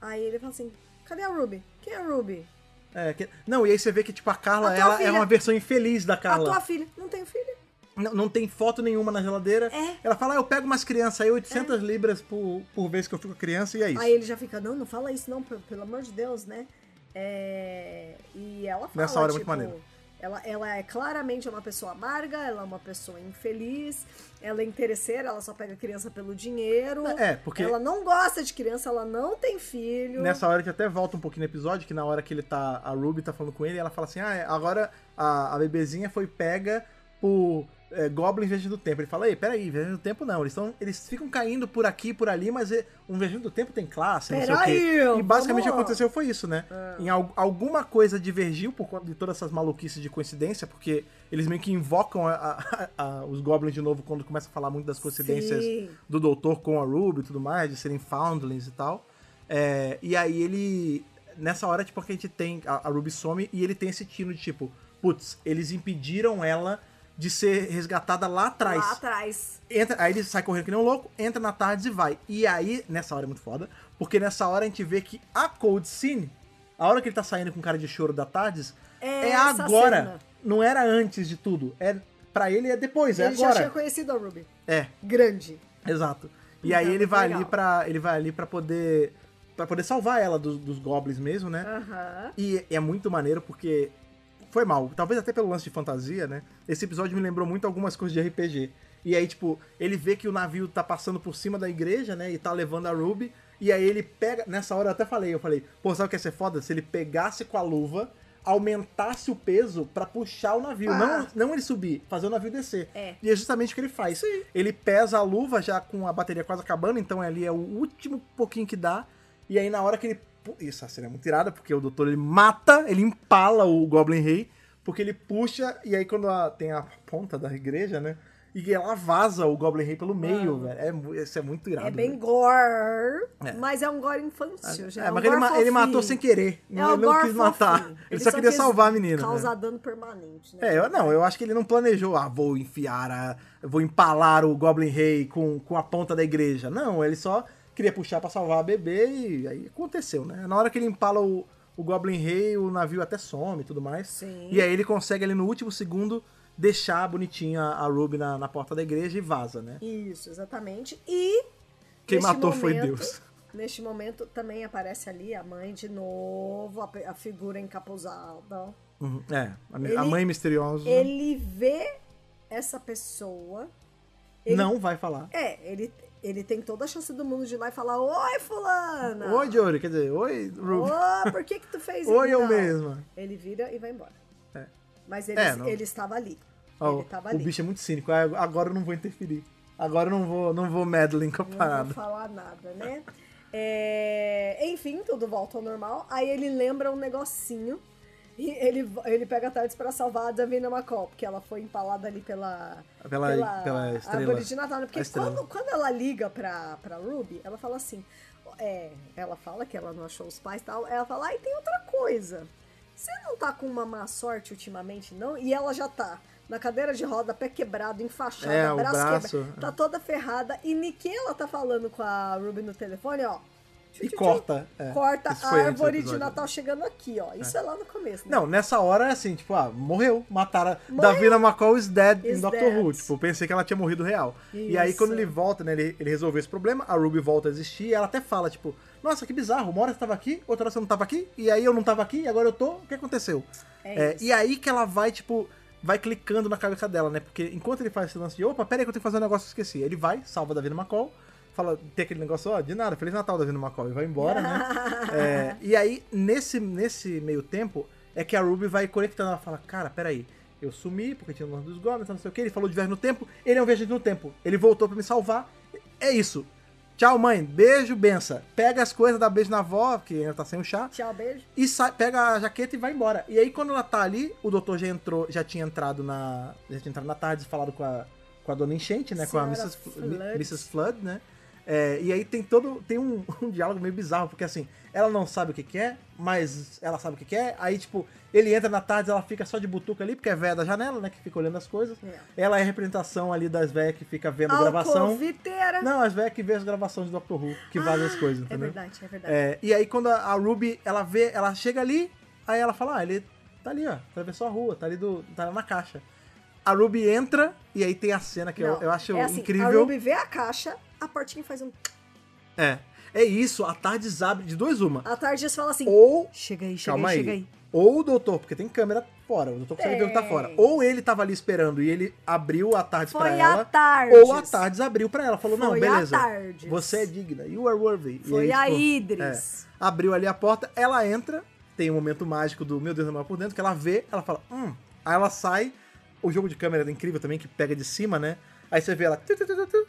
Speaker 2: Aí ele fala assim, cadê a Ruby? Quem é a Ruby?
Speaker 3: É, que- Não, e aí você vê que, tipo, a Carla,
Speaker 2: A tua
Speaker 3: ela
Speaker 2: filha-
Speaker 3: é uma versão infeliz da
Speaker 2: A
Speaker 3: Carla.
Speaker 2: tua filha. Não tem filha.
Speaker 3: Não, não tem foto nenhuma na geladeira.
Speaker 2: É.
Speaker 3: Ela fala, ah, eu pego umas crianças aí, 800 libras por, por vez que eu fico criança, e é isso.
Speaker 2: Aí ele já fica, não, não fala isso não, pe- pelo amor de Deus, né? É, E ela fala,
Speaker 3: Nessa hora é
Speaker 2: tipo,
Speaker 3: muito maneiro.
Speaker 2: Ela, ela é claramente uma pessoa amarga, ela é uma pessoa infeliz, ela é interesseira, ela só pega criança pelo dinheiro.
Speaker 3: É, porque-
Speaker 2: Ela não gosta de criança, ela não tem filho.
Speaker 3: Nessa hora que até volta um pouquinho no episódio, que na hora que ele tá. A Ruby tá falando com ele, ela fala assim: Ah, é, agora a, a bebezinha foi pega por é, Goblin Viagem do Tempo. Ele fala, ei, peraí, Viagem do Tempo não. Eles, tão, eles ficam caindo por aqui e por ali, mas é, um Viagem do Tempo tem classe, não sei o
Speaker 2: Peraí,
Speaker 3: quê. E basicamente o
Speaker 2: vamos lá.
Speaker 3: que
Speaker 2: É.
Speaker 3: aconteceu foi isso, né? Em al- alguma coisa divergiu por conta de todas essas maluquices de coincidência, porque eles meio que invocam a- a- a- os Goblins de novo quando começa a falar muito das coincidências
Speaker 2: Sim.
Speaker 3: do doutor com a Ruby e tudo mais, de serem foundlings e tal. É, e aí ele. Nessa hora, tipo, que a gente tem. A, a Ruby some e ele tem esse tino de tipo, putz, eles impediram ela de ser resgatada lá atrás.
Speaker 2: Lá atrás.
Speaker 3: Entra, aí ele sai correndo que nem um louco, entra na tarde e vai. E aí, nessa hora é muito foda, porque nessa hora a gente vê que a Cold Scene, a hora que ele tá saindo com cara de choro da Tardes,
Speaker 2: É
Speaker 3: é,
Speaker 2: essa
Speaker 3: agora.
Speaker 2: cena.
Speaker 3: Não era antes de tudo. É, pra ele é depois, é
Speaker 2: ele já
Speaker 3: agora.
Speaker 2: tinha conhecido a Ruby.
Speaker 3: É.
Speaker 2: Grande.
Speaker 3: Exato. E
Speaker 2: Então,
Speaker 3: aí ele vai
Speaker 2: legal.
Speaker 3: ali para ele vai ali para poder para poder salvar ela dos, dos goblins mesmo, né?
Speaker 2: Aham.
Speaker 3: E é muito maneiro porque foi mal, talvez até pelo lance de fantasia, né? Esse episódio me lembrou muito algumas coisas de RPG. E aí, tipo, ele vê que o navio tá passando por cima da igreja, né? E tá levando a Ruby. E aí ele pega. Nessa hora eu até falei, eu falei, pô, sabe o que ia ser foda? Se ele pegasse com a luva, aumentasse o peso pra puxar o navio.
Speaker 2: Ah.
Speaker 3: Não, não ele subir, fazer o navio descer.
Speaker 2: É.
Speaker 3: E é justamente o que ele faz. Ele pesa a luva já com a bateria quase acabando, então ali é o último pouquinho que dá. E aí na hora que ele. pu- Isso, a cena é muito irada, porque o doutor ele mata, ele empala o Goblin Rei, porque ele puxa, e aí quando a- tem a ponta da igreja, né? E ela vaza o Goblin Rei pelo meio, velho. É, mu- isso é muito irado.
Speaker 2: É bem
Speaker 3: velho.
Speaker 2: gore,
Speaker 3: É.
Speaker 2: mas é um gore infantil. Já
Speaker 3: É,
Speaker 2: um
Speaker 3: mas ele,
Speaker 2: gore
Speaker 3: ma- ele
Speaker 2: fofinho.
Speaker 3: matou sem querer.
Speaker 2: É
Speaker 3: não,
Speaker 2: um
Speaker 3: ele não
Speaker 2: gore
Speaker 3: quis matar.
Speaker 2: fofinho.
Speaker 3: Ele,
Speaker 2: Ele
Speaker 3: só
Speaker 2: só
Speaker 3: queria
Speaker 2: quis
Speaker 3: salvar a menina. né?
Speaker 2: Causar dano permanente, né?
Speaker 3: É, eu, não, eu acho que ele não planejou, ah, vou enfiar, a, vou empalar o Goblin Rei com, com a ponta da igreja. Não, ele só queria puxar pra salvar a bebê e aí aconteceu, né? Na hora que ele empala o, o Goblin Rei, o navio até some e tudo mais.
Speaker 2: Sim.
Speaker 3: E aí ele consegue ali no último segundo deixar bonitinha a Ruby na, na porta da igreja e vaza, né?
Speaker 2: Isso, exatamente. E.
Speaker 3: Quem
Speaker 2: neste
Speaker 3: matou foi
Speaker 2: momento-
Speaker 3: Deus.
Speaker 2: Neste momento também aparece ali a mãe de novo, a, pe- a figura encapuzada.
Speaker 3: Uhum, É, a, mi-
Speaker 2: Ele-
Speaker 3: a mãe misteriosa
Speaker 2: Ele vê essa pessoa. ele-
Speaker 3: não vai falar.
Speaker 2: É, ele, ele tem toda a chance do mundo de ir lá e falar: Oi, Fulana!
Speaker 3: Oi, Jory, quer dizer, oi, Ruby.
Speaker 2: Ô, por que que tu fez isso?
Speaker 3: Oi, eu
Speaker 2: Não.
Speaker 3: mesma.
Speaker 2: Ele vira e vai embora.
Speaker 3: É.
Speaker 2: Mas ele,
Speaker 3: É, não-
Speaker 2: ele estava ali.
Speaker 3: Ó,
Speaker 2: ele estava
Speaker 3: o
Speaker 2: ali.
Speaker 3: bicho é muito cínico. Ah, Agora eu não vou interferir. Agora eu não vou, não vou meddling com a
Speaker 2: não vou
Speaker 3: parada.
Speaker 2: falar nada, né? É, Enfim, tudo volta ao normal. Aí ele lembra um negocinho. E ele, vo- ele pega a Tardes pra salvar a Davina McCall, porque ela foi empalada ali pela,
Speaker 3: Pela- pela estrela.
Speaker 2: árvore de Natal. né?
Speaker 3: A
Speaker 2: Porque
Speaker 3: estrela.
Speaker 2: quando, quando ela liga pra, pra Ruby, ela fala assim: é, ela fala que ela não achou os pais e tal. Ela fala: ai, tem outra coisa. Você não tá com uma má sorte ultimamente, não? E ela já tá na cadeira de roda, pé quebrado, enfaixada,
Speaker 3: É, o
Speaker 2: braço,
Speaker 3: braço,
Speaker 2: quebrado.
Speaker 3: é.
Speaker 2: Tá toda ferrada. E Niquela tá falando com a Ruby no telefone, ó. Tchu,
Speaker 3: E
Speaker 2: tchu, tchu.
Speaker 3: corta, é.
Speaker 2: corta
Speaker 3: Isso
Speaker 2: a
Speaker 3: foi antes do
Speaker 2: árvore de
Speaker 3: episódio.
Speaker 2: Natal chegando aqui, ó. Isso é, lá no começo, né?
Speaker 3: Não, nessa hora é assim, tipo, ah, morreu, mataram.
Speaker 2: Morreu.
Speaker 3: Davina McCall is dead
Speaker 2: Is
Speaker 3: em Doctor
Speaker 2: dead.
Speaker 3: Who. Tipo, eu pensei que ela tinha morrido real. E aí,
Speaker 2: Isso.
Speaker 3: quando ele volta, né, ele, ele resolveu esse problema, a Ruby volta a existir, e ela até fala, tipo, nossa, que bizarro, uma hora você tava aqui, outra hora você não tava aqui, e aí eu não tava aqui, e agora eu tô, o que aconteceu?
Speaker 2: É isso.
Speaker 3: e aí que ela vai, tipo, vai clicando na cabeça dela, né? Porque enquanto ele faz esse lance de, opa, peraí que eu tenho que fazer um negócio que eu esqueci. Ele vai, salva Davina McCall, fala, tem aquele negócio, ó, de nada, Feliz Natal, Davina McCall, e vai embora, né? É, e aí, nesse, nesse meio tempo, é que a Ruby vai conectando. Ela fala, cara, peraí, eu sumi porque tinha o nome dos goblins, não sei o que. Ele falou de viagem no tempo, ele é um viajante no tempo. Ele voltou pra me salvar. É isso. Tchau, mãe. Beijo, benção. Pega as coisas, dá beijo na avó, que ainda tá sem o chá.
Speaker 2: Tchau, beijo.
Speaker 3: E sai, pega a jaqueta e vai embora. E aí, quando ela tá ali, o doutor já entrou, já tinha entrado na. Já tinha entrado na tarde falado com a, com a dona enchente, né? com a
Speaker 2: Senhora
Speaker 3: Mrs. Fl- Mi-
Speaker 2: Flood.
Speaker 3: Mrs. Flood, né? É, e aí tem todo. Tem um, um diálogo meio bizarro, porque assim, ela não sabe o que quer, mas ela sabe o que quer. Aí, tipo, ele entra na tarde, ela fica só de butuca ali, porque é véia da janela, né? Que fica olhando as coisas.
Speaker 2: É.
Speaker 3: Ela é a representação ali das véias que fica vendo a gravação.
Speaker 2: Alcoviteira.
Speaker 3: Não, as véias que vê as gravações do Doctor Who, que vaza as coisas,
Speaker 2: É
Speaker 3: entendeu?
Speaker 2: verdade, é verdade.
Speaker 3: É, e aí quando a, a Ruby, ela vê, ela chega ali, aí ela fala, ah, ele tá ali, ó, atravessou a rua, tá ali do, tá na caixa. A Ruby entra, e aí tem a cena que eu,
Speaker 2: Não,
Speaker 3: eu acho
Speaker 2: é assim,
Speaker 3: incrível.
Speaker 2: A Ruby vê a caixa, a portinha faz um.
Speaker 3: É, é isso, a tarde abre de duas uma.
Speaker 2: A Tardes fala assim:
Speaker 3: Ou,
Speaker 2: Chega aí, chega
Speaker 3: calma
Speaker 2: aí,
Speaker 3: aí,
Speaker 2: chega aí.
Speaker 3: Ou o doutor, porque tem câmera fora, o doutor consegue
Speaker 2: Tem.
Speaker 3: perguntar fora. Ou ele tava ali esperando e ele abriu a tarde
Speaker 2: Foi
Speaker 3: pra
Speaker 2: a
Speaker 3: ela.
Speaker 2: Tardes.
Speaker 3: Ou a tarde abriu pra ela, falou: "Não,
Speaker 2: Foi a
Speaker 3: beleza.
Speaker 2: Tardes.
Speaker 3: Você é digna. You are worthy". E
Speaker 2: Foi a
Speaker 3: tipo,
Speaker 2: Idris.
Speaker 3: é, abriu ali a porta, ela entra, tem um momento mágico do meu Deus do céu por dentro, que ela vê, ela fala, hum. Aí ela sai, o jogo de câmera é incrível também, que pega de cima, né? Aí você vê ela. tu, tu, tu, tu, tu, tu, tu,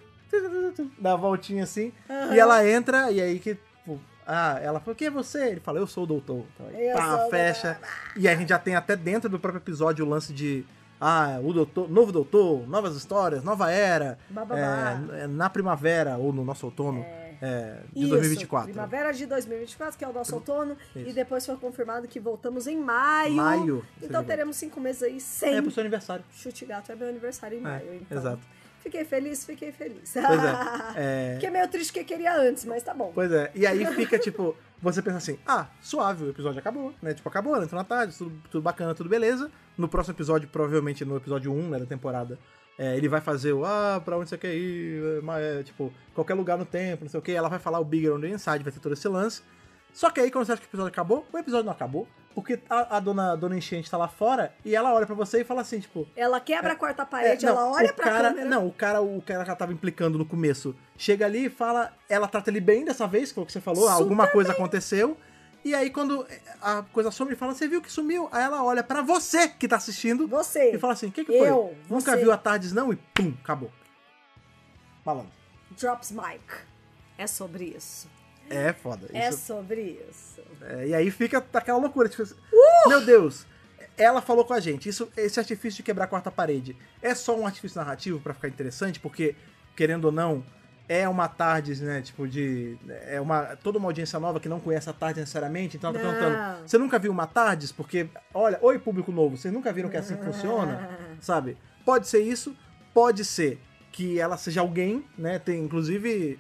Speaker 3: tu, tu, Dá a voltinha assim. E ela entra, e aí que. tipo, ah, ela fala, quem é você? Ele fala, eu sou o doutor. Então, aí,
Speaker 2: Eu
Speaker 3: pá,
Speaker 2: sou o doutor.
Speaker 3: fecha. E aí a gente já tem até dentro do próprio episódio o lance de. Ah, o doutor, novo doutor, novas histórias, nova era.
Speaker 2: Bababá.
Speaker 3: é, na primavera, ou no nosso outono, é, de
Speaker 2: Isso,
Speaker 3: 2024.
Speaker 2: Primavera de 2024, que é o nosso outono. E depois foi confirmado que voltamos em maio.
Speaker 3: Maio, seja
Speaker 2: Então
Speaker 3: bom.
Speaker 2: teremos cinco meses aí sem.
Speaker 3: É pro seu aniversário.
Speaker 2: Chute gato é meu aniversário em maio. Então.
Speaker 3: exato.
Speaker 2: Fiquei feliz, fiquei feliz.
Speaker 3: Pois é, é.
Speaker 2: Fiquei meio triste que queria antes, mas tá bom.
Speaker 3: Pois é, e aí fica tipo, você pensa assim, ah, suave, o episódio acabou, né? Tipo, acabou, ela entrou na tarde, tudo, tudo bacana, tudo beleza. No próximo episódio, provavelmente no episódio 1 né, da temporada, é, ele vai fazer o, ah, pra onde você quer ir, é, mas, é, tipo, qualquer lugar no tempo, não sei o que, ela vai falar o Bigger on the Inside, vai ter todo esse lance. Só que aí, quando você acha que o episódio acabou, o episódio não acabou, porque a, a dona, a dona Enchente tá lá fora e ela olha pra você e fala assim, tipo,
Speaker 2: Ela quebra a quarta parede,
Speaker 3: é,
Speaker 2: ela
Speaker 3: o
Speaker 2: olha pra
Speaker 3: cara,
Speaker 2: câmera.
Speaker 3: Não, o cara, o cara que ela tava implicando no começo, chega ali e fala, ela trata ele bem dessa vez, que é o que você falou,
Speaker 2: Super
Speaker 3: alguma coisa aconteceu. E aí quando eh, a coisa some, ele fala, você viu que sumiu? Aí ela olha pra você que tá assistindo
Speaker 2: Você.
Speaker 3: e fala assim, o que que foi?
Speaker 2: Eu,
Speaker 3: Nunca
Speaker 2: você.
Speaker 3: viu a Tardes não? E pum, acabou. Malandro.
Speaker 2: Drops Mike. É sobre isso.
Speaker 3: É foda.
Speaker 2: É
Speaker 3: Isso,
Speaker 2: sobre isso.
Speaker 3: é, e aí fica aquela loucura, tipo, assim,
Speaker 2: Uh!
Speaker 3: meu Deus, ela falou com a gente, isso, esse artifício de quebrar a quarta parede é só um artifício narrativo pra ficar interessante, porque, querendo ou não, é uma tarde, né, tipo, de... É uma, toda uma audiência nova que não conhece a tarde necessariamente, então ela tá
Speaker 2: Não.
Speaker 3: perguntando, você nunca viu uma tardes? Porque, olha, oi público novo, vocês nunca viram que é assim que funciona? Sabe? Pode ser isso, pode ser que ela seja alguém, né, tem, inclusive...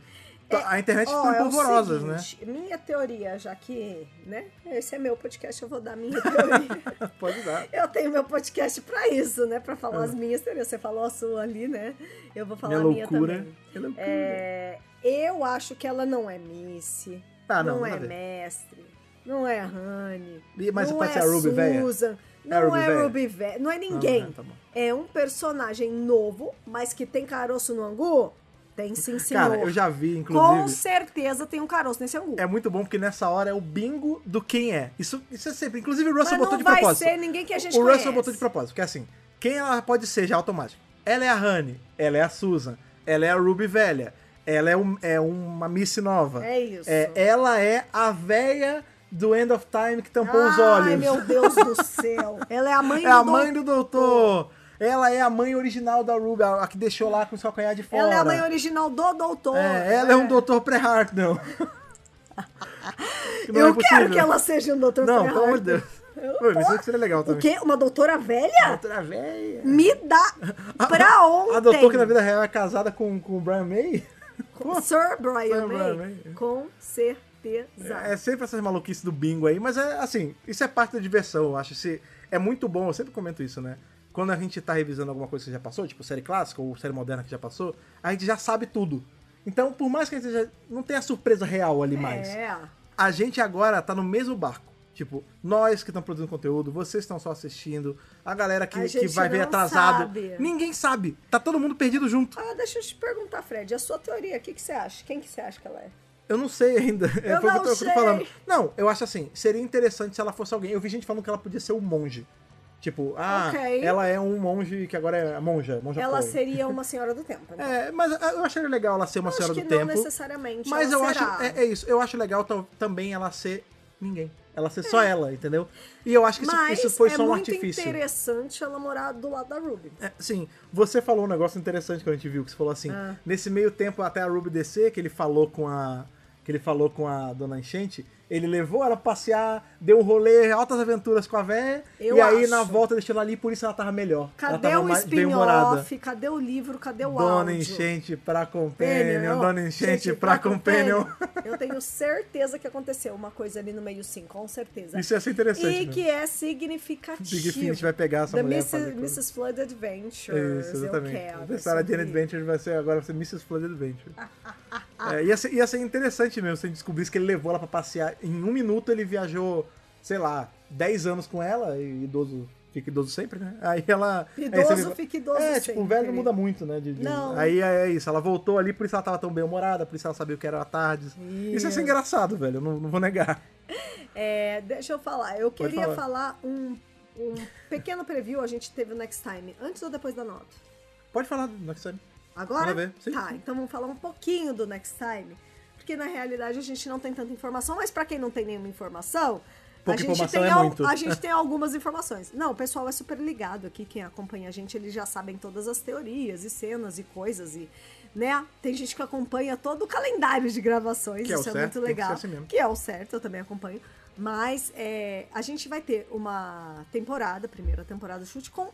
Speaker 3: tá- a internet
Speaker 2: Ó,
Speaker 3: ficou
Speaker 2: é o
Speaker 3: polvorosas, né?
Speaker 2: seguinte, Minha teoria, já que, né? Esse é meu podcast, eu vou dar minha teoria.
Speaker 3: Pode dar.
Speaker 2: eu tenho meu podcast pra isso, né? Pra falar as minhas teorias. Você falou a sua ali, né? Eu vou falar
Speaker 3: Ah. Minha
Speaker 2: a minha
Speaker 3: loucura.
Speaker 2: também.
Speaker 3: Minha loucura.
Speaker 2: É, eu acho que ela não é Miss,
Speaker 3: Ah, não,
Speaker 2: não,
Speaker 3: nada a
Speaker 2: é
Speaker 3: ver.
Speaker 2: mestre, não é Honey,
Speaker 3: E- mas
Speaker 2: não
Speaker 3: pode
Speaker 2: é
Speaker 3: ser a Ruby véia?
Speaker 2: Susan,
Speaker 3: É a
Speaker 2: não
Speaker 3: Ruby
Speaker 2: é
Speaker 3: véia?
Speaker 2: Ruby Véia, não é ninguém.
Speaker 3: Ah, tá bom.
Speaker 2: É um personagem novo, mas que tem caroço no angu? Tem sim, senhor.
Speaker 3: Cara, eu já vi,
Speaker 2: Com
Speaker 3: inclusive.
Speaker 2: certeza tem um caroço nesse angu.
Speaker 3: É muito bom porque nessa hora é o bingo do quem é. Isso, isso é sempre. Inclusive o
Speaker 2: mas
Speaker 3: Russell
Speaker 2: não
Speaker 3: botou de
Speaker 2: vai
Speaker 3: propósito.
Speaker 2: ser ninguém que a gente
Speaker 3: o
Speaker 2: conhece.
Speaker 3: Russell botou de propósito, porque assim, quem ela pode ser já é automático. Ela é a Honey, ela é a Susan, ela é a Ruby velha, ela é, um- é uma Miss nova.
Speaker 2: É isso.
Speaker 3: ela é a véia do End of Time que tampou os
Speaker 2: Ai,
Speaker 3: olhos.
Speaker 2: meu Deus do céu. Ela é a mãe
Speaker 3: É
Speaker 2: do
Speaker 3: a mãe do doutor. Ela é a mãe original da Ruby, a a que deixou lá com o calcanhar de fora.
Speaker 2: Ela é a mãe original do doutor.
Speaker 3: É, ela é um doutor pré-Hartnell. Que não
Speaker 2: Eu
Speaker 3: é possível.
Speaker 2: quero que ela seja um doutor
Speaker 3: Não,
Speaker 2: Ferrari.
Speaker 3: pelo amor de Deus. Pô, mas isso que seria legal
Speaker 2: O
Speaker 3: também.
Speaker 2: quê? Uma doutora velha?
Speaker 3: Doutora véia.
Speaker 2: Me dá pra ontem.
Speaker 3: A doutora que na vida real é casada com, com o Brian May?
Speaker 2: Com Sir Brian
Speaker 3: Sir Brian
Speaker 2: May.
Speaker 3: May.
Speaker 2: Com certeza.
Speaker 3: É sempre essas maluquices do bingo aí, mas é assim, isso é parte da diversão, eu acho. Se, é muito bom, eu sempre comento isso, né? Quando a gente tá revisando alguma coisa que já passou, tipo série clássica ou série moderna que já passou, a gente já sabe tudo. Então, por mais que a gente já não tenha a surpresa real ali mais,
Speaker 2: É.
Speaker 3: a gente agora tá no mesmo barco. Tipo, nós que estamos produzindo conteúdo, vocês estão só assistindo, a galera que,
Speaker 2: A
Speaker 3: que
Speaker 2: gente
Speaker 3: vai ver
Speaker 2: não
Speaker 3: atrasado.
Speaker 2: sabe.
Speaker 3: Ninguém sabe. Tá todo mundo perdido junto.
Speaker 2: Ah, deixa eu te perguntar, Fred, a sua teoria, o que, que você acha? Quem que você acha que ela é?
Speaker 3: Eu não sei ainda. É,
Speaker 2: Eu
Speaker 3: foi o
Speaker 2: não
Speaker 3: que eu tô- eu tô
Speaker 2: sei.
Speaker 3: falando. Não, eu acho assim, seria interessante se ela fosse alguém. Eu vi gente falando que ela podia ser um monge. Tipo, ah,
Speaker 2: Ok.
Speaker 3: ela é um monge que agora é a monja, monja
Speaker 2: ela
Speaker 3: Chloe.
Speaker 2: seria uma senhora do tempo, né?
Speaker 3: É, mas eu acharia legal ela ser uma
Speaker 2: acho
Speaker 3: senhora
Speaker 2: que
Speaker 3: do
Speaker 2: não
Speaker 3: tempo.
Speaker 2: necessariamente
Speaker 3: Mas
Speaker 2: ela
Speaker 3: eu
Speaker 2: será.
Speaker 3: acho. É, é isso. Eu acho legal tal- também ela ser ninguém. Ela ser só ela, entendeu? E eu acho que isso-
Speaker 2: É. Mas
Speaker 3: isso, foi
Speaker 2: é
Speaker 3: só um
Speaker 2: muito
Speaker 3: artifício.
Speaker 2: interessante ela morar do lado da Ruby.
Speaker 3: É, sim, você falou um negócio interessante que a gente viu, que você falou assim,
Speaker 2: Ah.
Speaker 3: nesse meio tempo até a Ruby descer, que ele falou com a que ele falou com a dona Enchente, ele levou ela pra passear, deu um rolê, altas aventuras com a véia,
Speaker 2: Eu
Speaker 3: e aí
Speaker 2: acho.
Speaker 3: na volta deixou ela ali, por isso ela tava melhor.
Speaker 2: Cadê
Speaker 3: ela tava
Speaker 2: o
Speaker 3: mais bem-humorada.
Speaker 2: spin-off? Cadê o livro? Cadê o
Speaker 3: Dona
Speaker 2: áudio?
Speaker 3: Enchente pra
Speaker 2: Companion,
Speaker 3: Companion,
Speaker 2: ó.
Speaker 3: Dona Enchente
Speaker 2: Gente,
Speaker 3: pra Companion.
Speaker 2: Eu tenho certeza que aconteceu uma coisa ali no meio, sim, com certeza.
Speaker 3: Isso ia ser interessante.
Speaker 2: E
Speaker 3: né?
Speaker 2: que é significativo.
Speaker 3: Big Finish vai pegar essa
Speaker 2: The
Speaker 3: mulher e
Speaker 2: Mrs.
Speaker 3: fazer coisa.
Speaker 2: Mrs. Flood Adventures.
Speaker 3: Isso, exatamente.
Speaker 2: Eu quero.
Speaker 3: A Sarah Jane
Speaker 2: sobre-
Speaker 3: Adventure vai ser agora vai ser Mrs. Flood Adventure. é, ia, ser, ia ser interessante mesmo se a gente descobrisse que ele levou ela pra passear. Em um minuto ele viajou, sei lá, 10 anos com ela, e idoso fica idoso sempre, né? Aí ela. aí
Speaker 2: Idoso
Speaker 3: você-
Speaker 2: fica idoso
Speaker 3: É, tipo,
Speaker 2: sempre.
Speaker 3: o velho não muda muito, né? de- de-
Speaker 2: Não.
Speaker 3: Aí é é isso, ela voltou ali, por isso ela tava tão bem-humorada, por isso ela sabia o que era a tarde. Isso ia ser engraçado, velho, eu não, não vou negar.
Speaker 2: É, deixa eu falar. Eu
Speaker 3: Pode
Speaker 2: queria
Speaker 3: falar.
Speaker 2: falar, um, um pequeno preview a gente teve o Next Time. Antes ou depois da nota?
Speaker 3: Pode falar, não que é sabe.
Speaker 2: Agora?
Speaker 3: Manda ver, sim,
Speaker 2: tá,
Speaker 3: sim.
Speaker 2: então vamos falar um pouquinho do Next Time. Porque na realidade a gente não tem tanta informação, mas pra quem não tem nenhuma informação,
Speaker 3: Pouca
Speaker 2: a, gente
Speaker 3: informação
Speaker 2: tem
Speaker 3: é
Speaker 2: al-
Speaker 3: muito.
Speaker 2: a gente tem algumas informações. Não, o pessoal é super ligado aqui, quem acompanha a gente, eles já sabem todas as teorias e cenas e coisas e. Né? Tem gente que acompanha todo o calendário de gravações,
Speaker 3: Que é o
Speaker 2: isso é,
Speaker 3: certo,
Speaker 2: muito
Speaker 3: tem que ser
Speaker 2: legal.
Speaker 3: assim mesmo.
Speaker 2: que é o certo, eu também acompanho. Mas é, a gente vai ter uma temporada, primeira temporada do chute, com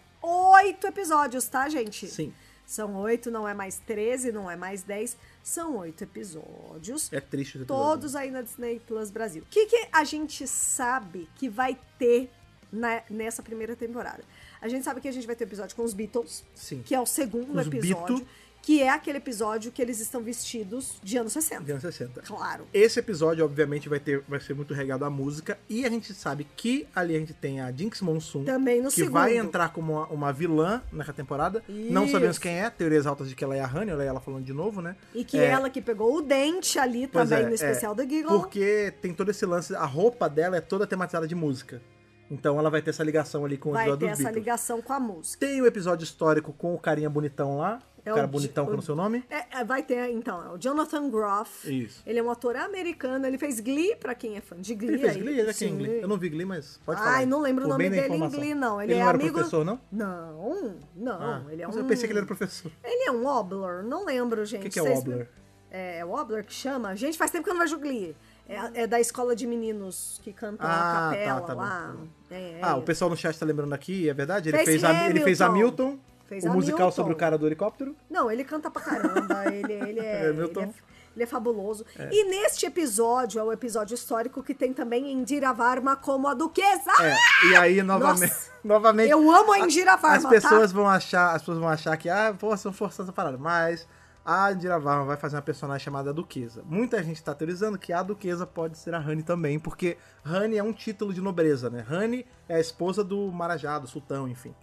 Speaker 2: oito episódios, tá, gente?
Speaker 3: Sim.
Speaker 2: São oito, não é mais 13, não é mais 10, são oito episódios.
Speaker 3: É triste esse episódio.
Speaker 2: todos aí na Disney Plus Brasil. O que, que a gente sabe que vai ter na- nessa primeira temporada? A gente sabe que a gente vai ter episódio com os Beatles,
Speaker 3: Sim.
Speaker 2: que é o segundo
Speaker 3: Os
Speaker 2: episódio,
Speaker 3: Beatles.
Speaker 2: que é aquele episódio que eles estão vestidos de anos 60.
Speaker 3: De anos 60.
Speaker 2: Claro.
Speaker 3: Esse episódio, obviamente, vai, ter, vai ser muito regado à música. E a gente sabe que ali a gente tem a Jinx Monsoon.
Speaker 2: Também no
Speaker 3: Que
Speaker 2: segundo.
Speaker 3: vai entrar como uma, uma vilã nessa temporada. Não sabemos
Speaker 2: Isso.
Speaker 3: quem é. Teorias altas de que ela é a Honey. Olha ela falando de novo, né?
Speaker 2: E que
Speaker 3: É,
Speaker 2: ela que pegou o dente ali
Speaker 3: pois
Speaker 2: também
Speaker 3: é,
Speaker 2: no especial
Speaker 3: é,
Speaker 2: da Giggle.
Speaker 3: Porque tem todo esse lance. A roupa dela é toda tematizada de música. Então ela vai ter essa ligação ali com o
Speaker 2: vai
Speaker 3: episódio
Speaker 2: ter
Speaker 3: dos
Speaker 2: essa
Speaker 3: Beatles.
Speaker 2: ligação com a música.
Speaker 3: Tem o episódio histórico com o carinha bonitão lá.
Speaker 2: É
Speaker 3: o
Speaker 2: o
Speaker 3: cara
Speaker 2: Di-
Speaker 3: bonitão, que eu não sei o nome.
Speaker 2: É, é, vai ter, então, é o Jonathan Groff.
Speaker 3: Isso.
Speaker 2: Ele é um ator americano, ele fez Glee, pra quem é fã de Glee.
Speaker 3: Ele fez
Speaker 2: aí,
Speaker 3: Glee? Ele é
Speaker 2: sim.
Speaker 3: quem Glee? Eu não vi Glee, mas pode falar.
Speaker 2: Ai, não lembro o
Speaker 3: Por
Speaker 2: nome
Speaker 3: bem da
Speaker 2: dele em
Speaker 3: informação.
Speaker 2: Glee, não. Ele,
Speaker 3: Ele
Speaker 2: é
Speaker 3: não era
Speaker 2: amigo...
Speaker 3: professor, não?
Speaker 2: Não, não,
Speaker 3: Ah,
Speaker 2: ele é
Speaker 3: mas
Speaker 2: um...
Speaker 3: Eu pensei que ele era professor.
Speaker 2: Ele é um wobbler, não lembro, gente.
Speaker 3: que que é
Speaker 2: Vocês-
Speaker 3: wobbler?
Speaker 2: É, é wobbler que chama? Gente, faz tempo que eu não vejo Glee. É, é da escola de meninos que cantam
Speaker 3: Ah,
Speaker 2: a capela
Speaker 3: tá, tá bom,
Speaker 2: lá.
Speaker 3: tá bom.
Speaker 2: É, é
Speaker 3: ah, o
Speaker 2: isso.
Speaker 3: pessoal no chat tá lembrando aqui, é verdade? Ele
Speaker 2: Fez
Speaker 3: fez, a, ele fez
Speaker 2: Hamilton.
Speaker 3: Hamilton,
Speaker 2: Fez
Speaker 3: o musical
Speaker 2: Hamilton.
Speaker 3: sobre o cara do helicóptero.
Speaker 2: Não, ele canta pra caramba, ele, ele, é,
Speaker 3: É,
Speaker 2: ele,
Speaker 3: Milton.
Speaker 2: é, ele é fabuloso. E neste episódio, é o episódio histórico que tem também Indira Varma como a duquesa.
Speaker 3: É, e aí, novamente... novamente
Speaker 2: Eu amo a tá? Indira Varma,
Speaker 3: As pessoas vão achar, as pessoas vão achar que, ah, pô, são forçando essa parada, mas a Indira Varma vai fazer uma personagem chamada Duquesa. Muita gente tá teorizando que a Duquesa pode ser a Rani também, porque Rani é um título de nobreza, né? Rani é a esposa do Marajá, do sultão, enfim.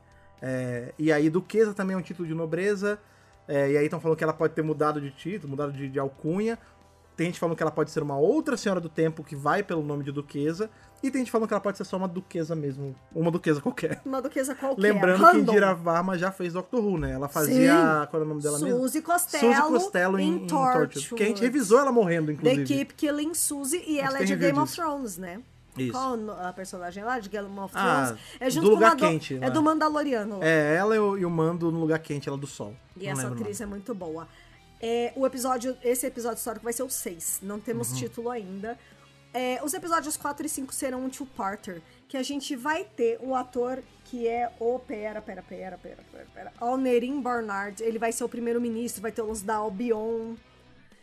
Speaker 3: É, e aí Duquesa também é um título de nobreza, é, e aí estão falando que ela pode ter mudado de título, mudado de, de alcunha. Tem gente falando que ela pode ser uma outra senhora do tempo que vai pelo nome de Duquesa. E tem gente falando que ela pode ser só uma duquesa mesmo. Uma duquesa qualquer.
Speaker 2: Uma duquesa qualquer.
Speaker 3: Lembrando que
Speaker 2: random.
Speaker 3: Indira Varma já fez Doctor Who, né? Ela fazia.
Speaker 2: Sim.
Speaker 3: Qual era o nome é dela mesmo?
Speaker 2: Suzy Costello
Speaker 3: Suzy Costello em,
Speaker 2: em
Speaker 3: em Torchwood.
Speaker 2: Torchwood.
Speaker 3: Que a gente revisou ela morrendo,
Speaker 2: The
Speaker 3: inclusive.
Speaker 2: Keep Killing Suzy e ela é
Speaker 3: tem
Speaker 2: de
Speaker 3: review
Speaker 2: Game of
Speaker 3: disso.
Speaker 2: Thrones, né?
Speaker 3: Isso.
Speaker 2: Qual a personagem lá de Game of
Speaker 3: Ah,
Speaker 2: Thrones?
Speaker 3: do
Speaker 2: é junto
Speaker 3: Lugar
Speaker 2: com uma
Speaker 3: Quente,
Speaker 2: do,
Speaker 3: né?
Speaker 2: É do Mandaloriano lá.
Speaker 3: É, ela e o, e o Mando no lugar quente, ela do sol.
Speaker 2: E
Speaker 3: Não
Speaker 2: essa
Speaker 3: lembro o
Speaker 2: atriz é muito boa. É, o episódio, esse episódio histórico vai ser o 6. Não temos
Speaker 3: Uhum.
Speaker 2: título ainda. É, os episódios 4 e 5 serão um two-parter, que a gente vai ter o ator que é o pera, pera, pera, pera, pera, pera. Alnerim Barnard, ele vai ser o primeiro-ministro, vai ter o lance da Albion.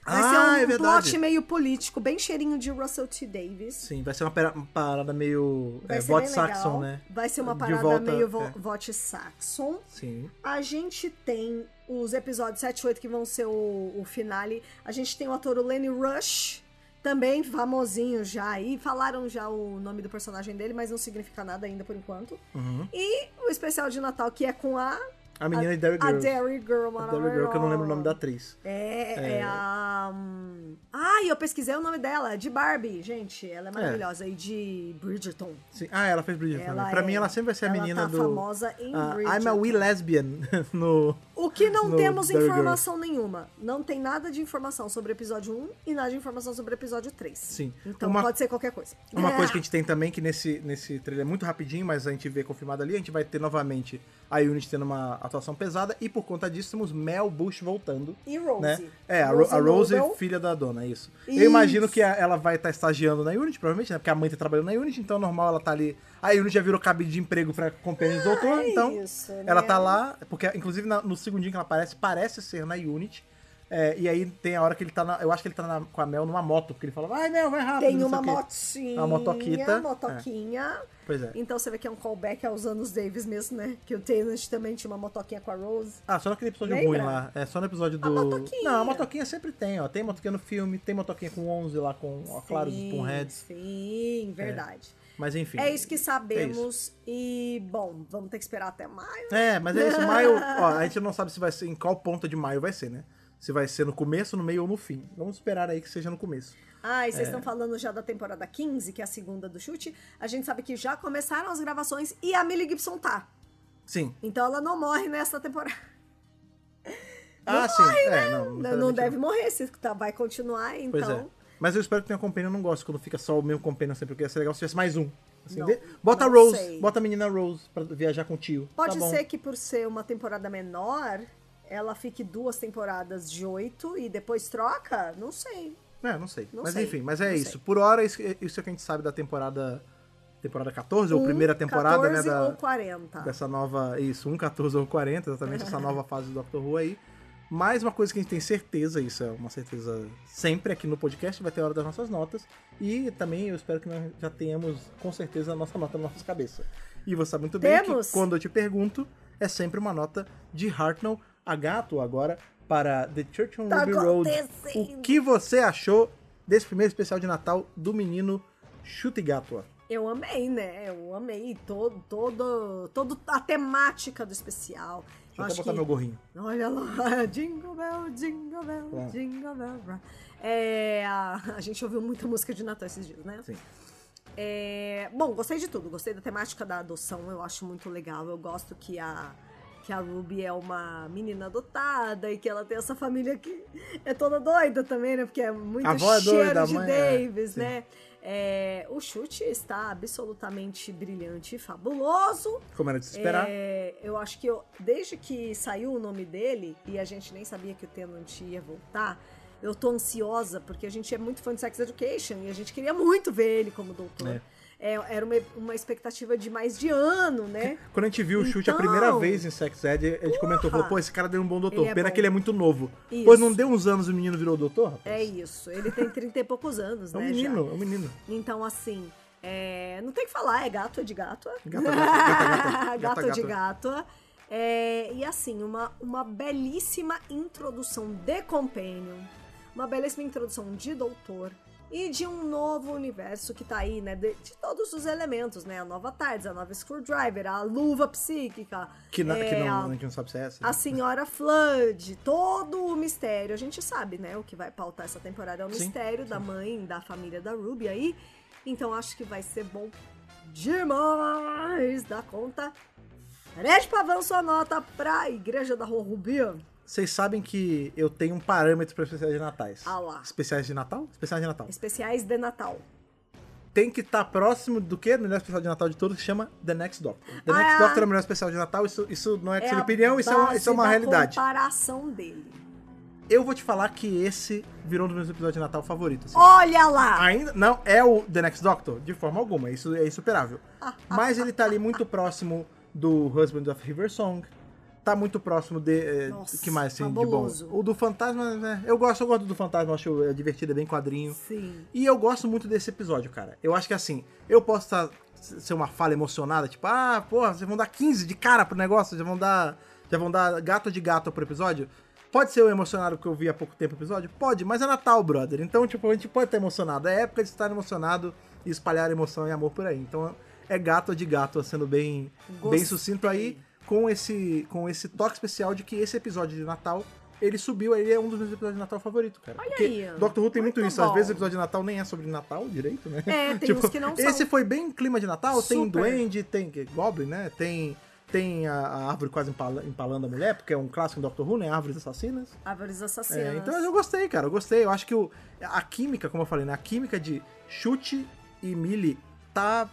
Speaker 2: Vai
Speaker 3: Ah, é
Speaker 2: ser um
Speaker 3: verdade.
Speaker 2: plot meio político, bem cheirinho de Russell T. Davis.
Speaker 3: Sim, vai ser uma pera- uma parada meio.
Speaker 2: Vai
Speaker 3: é,
Speaker 2: ser bem
Speaker 3: Vot
Speaker 2: legal.
Speaker 3: Saxon, né?
Speaker 2: Vai ser uma
Speaker 3: De
Speaker 2: parada
Speaker 3: volta,
Speaker 2: meio vo
Speaker 3: é.
Speaker 2: Vot Saxon.
Speaker 3: Sim.
Speaker 2: A gente tem os episódios 7 e 8 que vão ser o, o finale. A gente tem o ator o Lenny Rush, também famosinho já aí. Falaram já o nome do personagem dele, mas não significa nada ainda por enquanto.
Speaker 3: Uhum.
Speaker 2: E o especial de Natal que é com a,
Speaker 3: A menina de Derry
Speaker 2: a
Speaker 3: Girl.
Speaker 2: Derry Girl,
Speaker 3: A
Speaker 2: mano.
Speaker 3: Derry Girl, que eu não lembro o nome da atriz.
Speaker 2: É, é, a. hum, Ah, eu pesquisei o nome dela, de Barbie, gente. Ela é maravilhosa. E de Bridgerton.
Speaker 3: Sim. Ah, ela fez Bridget.
Speaker 2: Ela
Speaker 3: também. Pra
Speaker 2: é-
Speaker 3: mim, ela sempre vai ser a
Speaker 2: ela
Speaker 3: menina
Speaker 2: tá
Speaker 3: do.
Speaker 2: famosa em
Speaker 3: Ah, I'm a
Speaker 2: Bridgerton.
Speaker 3: wee lesbian no.
Speaker 2: O que não
Speaker 3: No
Speaker 2: temos
Speaker 3: Derry
Speaker 2: informação nenhuma. Não tem nada de informação sobre o episódio 1 e nada de informação sobre o episódio 3.
Speaker 3: Sim.
Speaker 2: Então
Speaker 3: Uma-
Speaker 2: pode ser qualquer coisa.
Speaker 3: Uma
Speaker 2: É.
Speaker 3: coisa que a gente tem também, que nesse, nesse trailer é muito rapidinho, mas a gente vê confirmado ali, a gente vai ter novamente a Unity tendo uma atuação pesada, e por conta disso temos Mel Bush voltando.
Speaker 2: E Rose.
Speaker 3: Né? É, a, Ro- a Rose,
Speaker 2: Rose
Speaker 3: filha da dona, é isso.
Speaker 2: Isso.
Speaker 3: Eu imagino que a- ela vai estar estagiando na Unity, provavelmente, né? Porque a mãe tá trabalhando na Unity, então é normal ela tá ali. A Unity já virou cabide de emprego pra companhia do doutor,
Speaker 2: é
Speaker 3: então
Speaker 2: isso,
Speaker 3: ela
Speaker 2: né?
Speaker 3: tá lá, porque inclusive na- no segundinho que ela aparece, parece ser na Unity. É, e aí tem a hora que ele tá na, Eu acho que ele tá na- com a Mel numa moto, porque ele fala, vai Mel, vai rápido.
Speaker 2: Tem
Speaker 3: Ah, não sei
Speaker 2: uma
Speaker 3: o quê.
Speaker 2: motinha.
Speaker 3: Uma motoquita, é.
Speaker 2: motoquinha.
Speaker 3: Pois é.
Speaker 2: Então você vê que é um callback aos anos Davis mesmo, né? Que o Tennant também tinha uma motoquinha com a Rose.
Speaker 3: Ah, só naquele episódio
Speaker 2: Lembra?
Speaker 3: ruim lá. É só no episódio do.
Speaker 2: motoquinha.
Speaker 3: Não, a motoquinha sempre tem, ó. Tem motoquinha no filme, tem motoquinha com 11 lá, com ó, claros
Speaker 2: Sim,
Speaker 3: e Spoonheads.
Speaker 2: Sim, verdade.
Speaker 3: Mas É. enfim.
Speaker 2: É isso que sabemos. E, bom, vamos ter que esperar até maio.
Speaker 3: É, mas é isso. Maio. Ó, a gente não sabe se vai ser em qual ponta de maio vai ser, né? Se vai ser no começo, no meio ou no fim. Vamos esperar aí que seja no começo.
Speaker 2: Ah, e vocês
Speaker 3: É.
Speaker 2: estão falando já da temporada 15, que é a segunda do chute. A gente sabe que já começaram as gravações e a Millie Gibson tá.
Speaker 3: Sim.
Speaker 2: Então ela não morre nessa temporada. né?
Speaker 3: ah, sim. é, não,
Speaker 2: Não,
Speaker 3: necessariamente
Speaker 2: deve morrer, se tá, vai continuar,
Speaker 3: Pois
Speaker 2: então.
Speaker 3: é. Mas eu espero que tenha companion. Eu não gosto quando fica só o meu companion sempre, porque ia ser legal se tivesse mais um. Assim,
Speaker 2: Não,
Speaker 3: de- Bota a
Speaker 2: não
Speaker 3: Rose,
Speaker 2: sei.
Speaker 3: bota a menina Rose pra viajar com o tio.
Speaker 2: Pode
Speaker 3: Tá bom.
Speaker 2: ser que por ser uma temporada menor, ela fique duas temporadas de oito e depois troca? Não sei.
Speaker 3: É, não sei.
Speaker 2: Não
Speaker 3: mas
Speaker 2: sei,
Speaker 3: enfim, mas é
Speaker 2: não
Speaker 3: isso.
Speaker 2: sei.
Speaker 3: Por hora, isso, isso é o que a gente sabe da temporada. Temporada 14, ou
Speaker 2: Um,
Speaker 3: primeira temporada,
Speaker 2: 14
Speaker 3: né? Da,
Speaker 2: ou 40.
Speaker 3: dessa nova. Isso, 1, 14 ou 40, exatamente essa nova fase do Doctor Who aí. Mas uma coisa que a gente tem certeza, isso é uma certeza sempre aqui no podcast, vai ter a hora das nossas notas. E também eu espero que nós já tenhamos, com certeza, a nossa nota na nossa cabeça. E você sabe muito bem
Speaker 2: Temos.
Speaker 3: que quando eu te pergunto, é sempre uma nota de Hartnell a gato agora para The Church on
Speaker 2: Tá
Speaker 3: Ruby Road.
Speaker 2: acontecendo.
Speaker 3: O que você achou desse primeiro especial de Natal do menino Chute Gato?
Speaker 2: Eu amei, né? Eu amei todo, todo, todo a temática do especial.
Speaker 3: Deixa eu até
Speaker 2: Acho
Speaker 3: botar
Speaker 2: que-
Speaker 3: meu gorrinho.
Speaker 2: Olha lá, Jingle Bell, Jingle Bell,
Speaker 3: Pronto.
Speaker 2: Jingle Bell. Rock. É, a, a gente ouviu muita música de Natal esses dias, né?
Speaker 3: Sim.
Speaker 2: É, bom, gostei de tudo. Gostei da temática da adoção, eu acho muito legal. Eu gosto que a, que a Ruby é uma menina adotada e que ela tem essa família que é toda doida também, né? Porque é muito
Speaker 3: A avó é
Speaker 2: cheiro
Speaker 3: doida, a
Speaker 2: de
Speaker 3: mãe é,
Speaker 2: Davis,
Speaker 3: sim.
Speaker 2: né? É, o chute está absolutamente brilhante e fabuloso.
Speaker 3: Como era de se esperar.
Speaker 2: É, eu acho que eu- desde que saiu o nome dele e a gente nem sabia que o Tenant ia voltar, eu tô ansiosa porque a gente é muito fã de Sex Education e a gente queria muito ver ele como doutor. É, era uma, uma expectativa de mais de ano, né?
Speaker 3: Quando a gente viu o chute a
Speaker 2: Então-
Speaker 3: primeira vez em Sex Ed, a gente comentou, falou, pô, esse cara deu um bom doutor.
Speaker 2: Ele é
Speaker 3: Pena
Speaker 2: bom.
Speaker 3: que ele é muito novo.
Speaker 2: Isso.
Speaker 3: Pois não deu uns anos e o menino virou doutor, rapaz?
Speaker 2: É isso. Ele tem 30 e poucos anos,
Speaker 3: É um
Speaker 2: né? já.
Speaker 3: menino, é um menino.
Speaker 2: Então, assim, é, não tem o que falar, é gato é de gato.
Speaker 3: Gato, gato, gato, gato, gato,
Speaker 2: Gato é de
Speaker 3: gato.
Speaker 2: gato. É, e assim, uma, uma belíssima introdução de Companion, uma belíssima introdução de Doutor e de um novo universo que tá aí, né? De, de todos os elementos, né? A nova Tardes, a nova Screwdriver, a luva psíquica.
Speaker 3: Que, na- que
Speaker 2: é,
Speaker 3: não,
Speaker 2: a-
Speaker 3: a gente não sabe se é essa.
Speaker 2: a senhora Flood, todo o mistério. A gente sabe, né? O que vai pautar essa temporada é o
Speaker 3: Sim,
Speaker 2: mistério da mãe, da família da Ruby aí. Então acho que vai ser bom demais da conta. Fred Pavão, sua nota pra Igreja da Rua Rubi.
Speaker 3: Vocês sabem que eu tenho um parâmetro para especiais de natais.
Speaker 2: Ah lá.
Speaker 3: Especiais de Natal? Especiais de Natal.
Speaker 2: Especiais de Natal.
Speaker 3: Tem que estar próximo do que? Do melhor especial de Natal de todos, que chama The Next Doctor. The
Speaker 2: Ah,
Speaker 3: Next
Speaker 2: é.
Speaker 3: Doctor é o melhor especial de Natal, isso, isso não é, é
Speaker 2: a
Speaker 3: opinião, isso é uma,
Speaker 2: base
Speaker 3: isso é uma
Speaker 2: da
Speaker 3: realidade.
Speaker 2: comparação dele.
Speaker 3: Eu vou te falar que esse virou um dos meus episódios de Natal favoritos. assim.
Speaker 2: Olha lá!
Speaker 3: Ainda não é o The Next Doctor, de forma alguma, isso é insuperável.
Speaker 2: Ah,
Speaker 3: Mas ele tá ali muito próximo do Husband of River Song. Tá muito próximo de. eh,
Speaker 2: Nossa,
Speaker 3: que mais, assim, de
Speaker 2: fabuloso.
Speaker 3: bom? O do Fantasma, né? Eu gosto, eu gosto do Fantasma, acho eh, divertido, é bem quadrinho.
Speaker 2: Sim.
Speaker 3: E eu gosto muito desse episódio, cara. Eu acho que assim, eu posso tá, ser uma fala emocionada, tipo, ah, porra, vocês vão dar 15 de cara pro negócio, já vão dar, já vão dar gato de gato pro episódio. Pode ser eu emocionado porque eu vi há pouco tempo o episódio? Pode, mas é Natal, brother. Então, tipo, a gente pode estar emocionado. É época de estar emocionado e espalhar emoção e amor por aí. Então, é gato de gato, sendo bem, bem
Speaker 2: Gostei.
Speaker 3: sucinto aí, com esse, com esse toque especial de que esse episódio de Natal, ele subiu, ele é um dos meus episódios de Natal favorito, cara.
Speaker 2: Olha
Speaker 3: Porque
Speaker 2: aí, ó.
Speaker 3: Doctor Who tem muito,
Speaker 2: Muito
Speaker 3: isso. Às
Speaker 2: bom.
Speaker 3: vezes o episódio de Natal nem é sobre Natal direito, né?
Speaker 2: É, tem uns que não são.
Speaker 3: Esse foi bem clima de Natal. Tem
Speaker 2: Super.
Speaker 3: duende, tem goblin, né? Tem, tem a, a árvore quase empala- empalando a mulher, porque é um clássico do Doctor Who, né? Árvores assassinas.
Speaker 2: Árvores
Speaker 3: É,
Speaker 2: assassinas.
Speaker 3: então eu gostei, cara. Eu gostei. Eu acho que o, a química, como eu falei, né? A química de chute e Millie tá...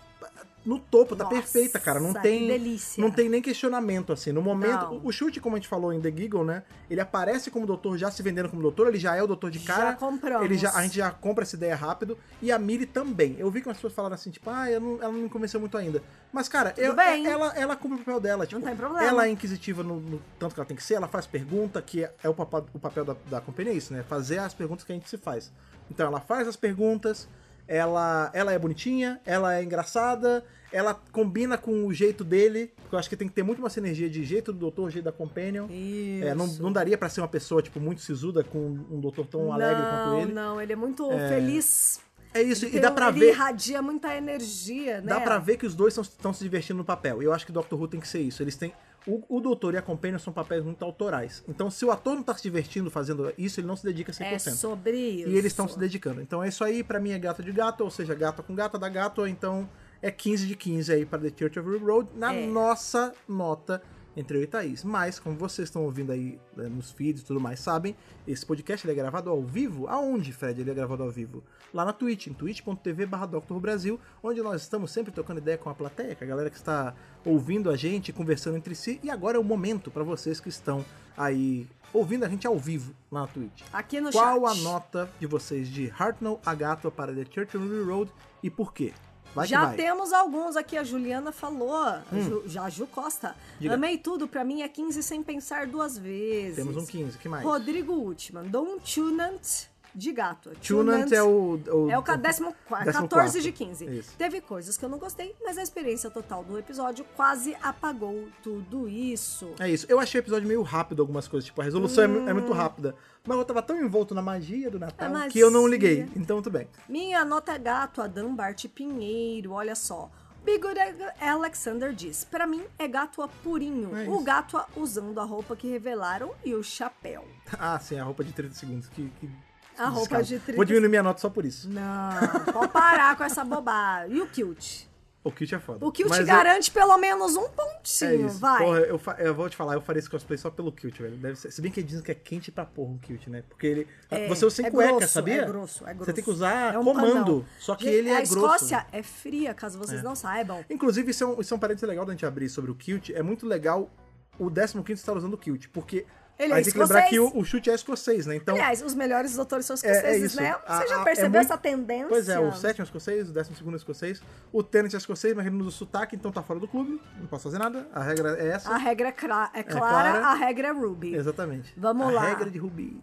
Speaker 3: no topo, tá
Speaker 2: Nossa,
Speaker 3: perfeita, cara. Não
Speaker 4: que
Speaker 3: tem.
Speaker 4: delícia.
Speaker 3: Não tem nem questionamento, assim. No momento.
Speaker 4: Não.
Speaker 3: O chute, como a gente falou em The Giggle, né? Ele aparece como doutor, já se vendendo como doutor, ele já é o doutor de
Speaker 2: Já
Speaker 3: cara.
Speaker 2: compramos.
Speaker 3: Ele já, a gente já compra essa ideia rápido. E a Miri também. Eu vi que as pessoas falaram assim, tipo, ah, eu não- ela não me convenceu muito ainda. Mas, cara, eu- é,
Speaker 4: bem.
Speaker 3: ela, ela cumpre o papel dela. Tipo,
Speaker 2: tem problema.
Speaker 3: Ela é inquisitiva no, no tanto que ela tem que ser, ela faz pergunta, que é o papel, o papel da, da companhia, é isso, né? Fazer as perguntas que a gente se faz. Então, ela faz as perguntas, ela, ela é bonitinha, ela é engraçada, ela combina com o jeito dele, porque eu acho que tem que ter muito uma sinergia de jeito do doutor, jeito da companion.
Speaker 2: Isso.
Speaker 3: É, não, não daria pra ser uma pessoa, tipo, muito sisuda com um doutor tão alegre quanto
Speaker 2: não,
Speaker 3: ele.
Speaker 2: não, ele é muito feliz.
Speaker 3: É isso,
Speaker 2: Ele
Speaker 3: e dá
Speaker 2: tem- um,
Speaker 3: pra
Speaker 2: Então ele
Speaker 3: ver.
Speaker 2: irradia muita energia, né?
Speaker 3: Dá pra ver que os dois estão se divertindo no papel. E eu acho que o Doctor Who tem que ser isso. Eles têm. O, o Doutor e a Companion são papéis muito autorais. Então, se o ator não tá se divertindo fazendo isso, ele não se dedica 100%.
Speaker 4: É sobre isso.
Speaker 3: e eles estão se dedicando. Então é isso aí, pra mim é gato de gato, ou seja, gata com gata da gato, ou então é 15 de 15 aí para The Church of the Road, na
Speaker 4: É.
Speaker 3: nossa nota entre eu e Thaís. Mas, como vocês estão ouvindo aí né, nos feeds e tudo mais, sabem, esse podcast ele é gravado ao vivo. Aonde, Fred, ele é gravado ao vivo? Lá na Twitch, em twitch.tv barra Brasil, onde nós estamos sempre trocando ideia com a plateia, com a galera que está ouvindo a gente, conversando entre si. E agora é o momento pra vocês que estão aí ouvindo a gente ao vivo lá na Twitch.
Speaker 2: Aqui no
Speaker 3: Qual
Speaker 2: chat.
Speaker 3: a nota de vocês de Hartnell a Gato para The Church on the Road e por quê? Vai
Speaker 2: Já
Speaker 3: que vai. Hum.
Speaker 2: temos alguns aqui, a Juliana falou, a Ju, já a Ju Costa.
Speaker 3: Diga.
Speaker 2: Amei tudo, pra mim é 15 sem pensar duas vezes.
Speaker 3: Temos um 15, que mais?
Speaker 2: Rodrigo Ultman, dou um tunant de gato.
Speaker 3: Tunant é o...
Speaker 2: É o ca- décimo qua-
Speaker 3: 14
Speaker 2: 14 de 15.
Speaker 3: Isso.
Speaker 2: Teve coisas que eu não gostei, mas a experiência total do episódio quase apagou tudo isso.
Speaker 3: É isso. Eu achei o episódio meio rápido, algumas coisas. Tipo, a resolução é mu- é, muito rápida. Mas eu tava tão envolto na magia do Natal
Speaker 2: Hum. A
Speaker 3: que eu não
Speaker 2: magia.
Speaker 3: liguei. Então, tudo bem.
Speaker 2: Minha nota gato, Adam Bart Pinheiro, olha só. Big Good Alexander diz: Pra mim é Gatua purinho.
Speaker 3: É
Speaker 2: o
Speaker 3: isso.
Speaker 2: Gatua usando a roupa que revelaram e o chapéu.
Speaker 3: Ah, sim, a roupa de 30 segundos. Que, que
Speaker 2: A roupa de
Speaker 3: descaso.
Speaker 2: 30
Speaker 3: Vou diminuir minha nota só por isso.
Speaker 2: Não, pode parar com essa bobagem. E o Kilt?
Speaker 3: O Kilt é foda.
Speaker 2: O Kilt
Speaker 3: Mas eu-
Speaker 2: garante pelo menos um pontinho,
Speaker 3: é isso.
Speaker 2: vai.
Speaker 3: Porra, eu, fa- eu vou te falar, eu faria esse cosplay só pelo Kilt, velho. Deve ser- Se bem que dizem que é quente pra porra um Kilt, né? Porque ele. você usa sem
Speaker 2: é
Speaker 3: cueca,
Speaker 2: grosso,
Speaker 3: sabia?
Speaker 2: É grosso, é grosso.
Speaker 3: Você tem que usar
Speaker 2: É um
Speaker 3: comando.
Speaker 2: padrão.
Speaker 3: Só que
Speaker 2: Gente,
Speaker 3: ele é
Speaker 2: a
Speaker 3: grosso.
Speaker 2: Escócia é fria, caso vocês não saibam.
Speaker 3: Inclusive, isso é, um, isso é um parênteses legal da gente abrir sobre o Kilt. É muito legal o 15 estar usando o Kilt, porque.
Speaker 2: Ele é
Speaker 3: aí tem que lembrar
Speaker 2: escocês.
Speaker 3: que o, o chute é escocês, né? Então.
Speaker 2: Aliás, os melhores doutores são
Speaker 3: é- é
Speaker 2: escoceses,
Speaker 3: isso.
Speaker 2: né?
Speaker 3: A-
Speaker 2: Você
Speaker 3: a-
Speaker 2: já
Speaker 3: é
Speaker 2: percebeu
Speaker 3: muito-
Speaker 2: essa tendência?
Speaker 3: Pois é, o sétimo é escocês, o décimo segundo é escocês, o Tennant é escocês, mas ele não usa sotaque, então tá fora do clube, não posso fazer nada, a regra é essa.
Speaker 2: A regra é, cra- é clara,
Speaker 3: clara.
Speaker 2: a regra é Ruby.
Speaker 3: Exatamente.
Speaker 2: Vamos
Speaker 3: a
Speaker 2: lá.
Speaker 3: regra de Rubi.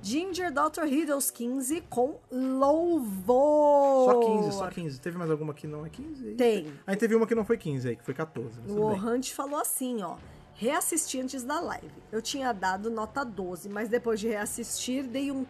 Speaker 2: Ginger Dr. Riddles 15 com louvor.
Speaker 3: Só 15, só 15. Teve mais alguma que não é 15?
Speaker 2: Tem.
Speaker 3: Aí teve uma que não foi 15 aí, que foi 14. mas
Speaker 2: O
Speaker 3: tudo bem.
Speaker 2: Orhant falou assim, ó. Reassisti antes da live. Eu tinha dado nota 12, mas depois de reassistir, dei um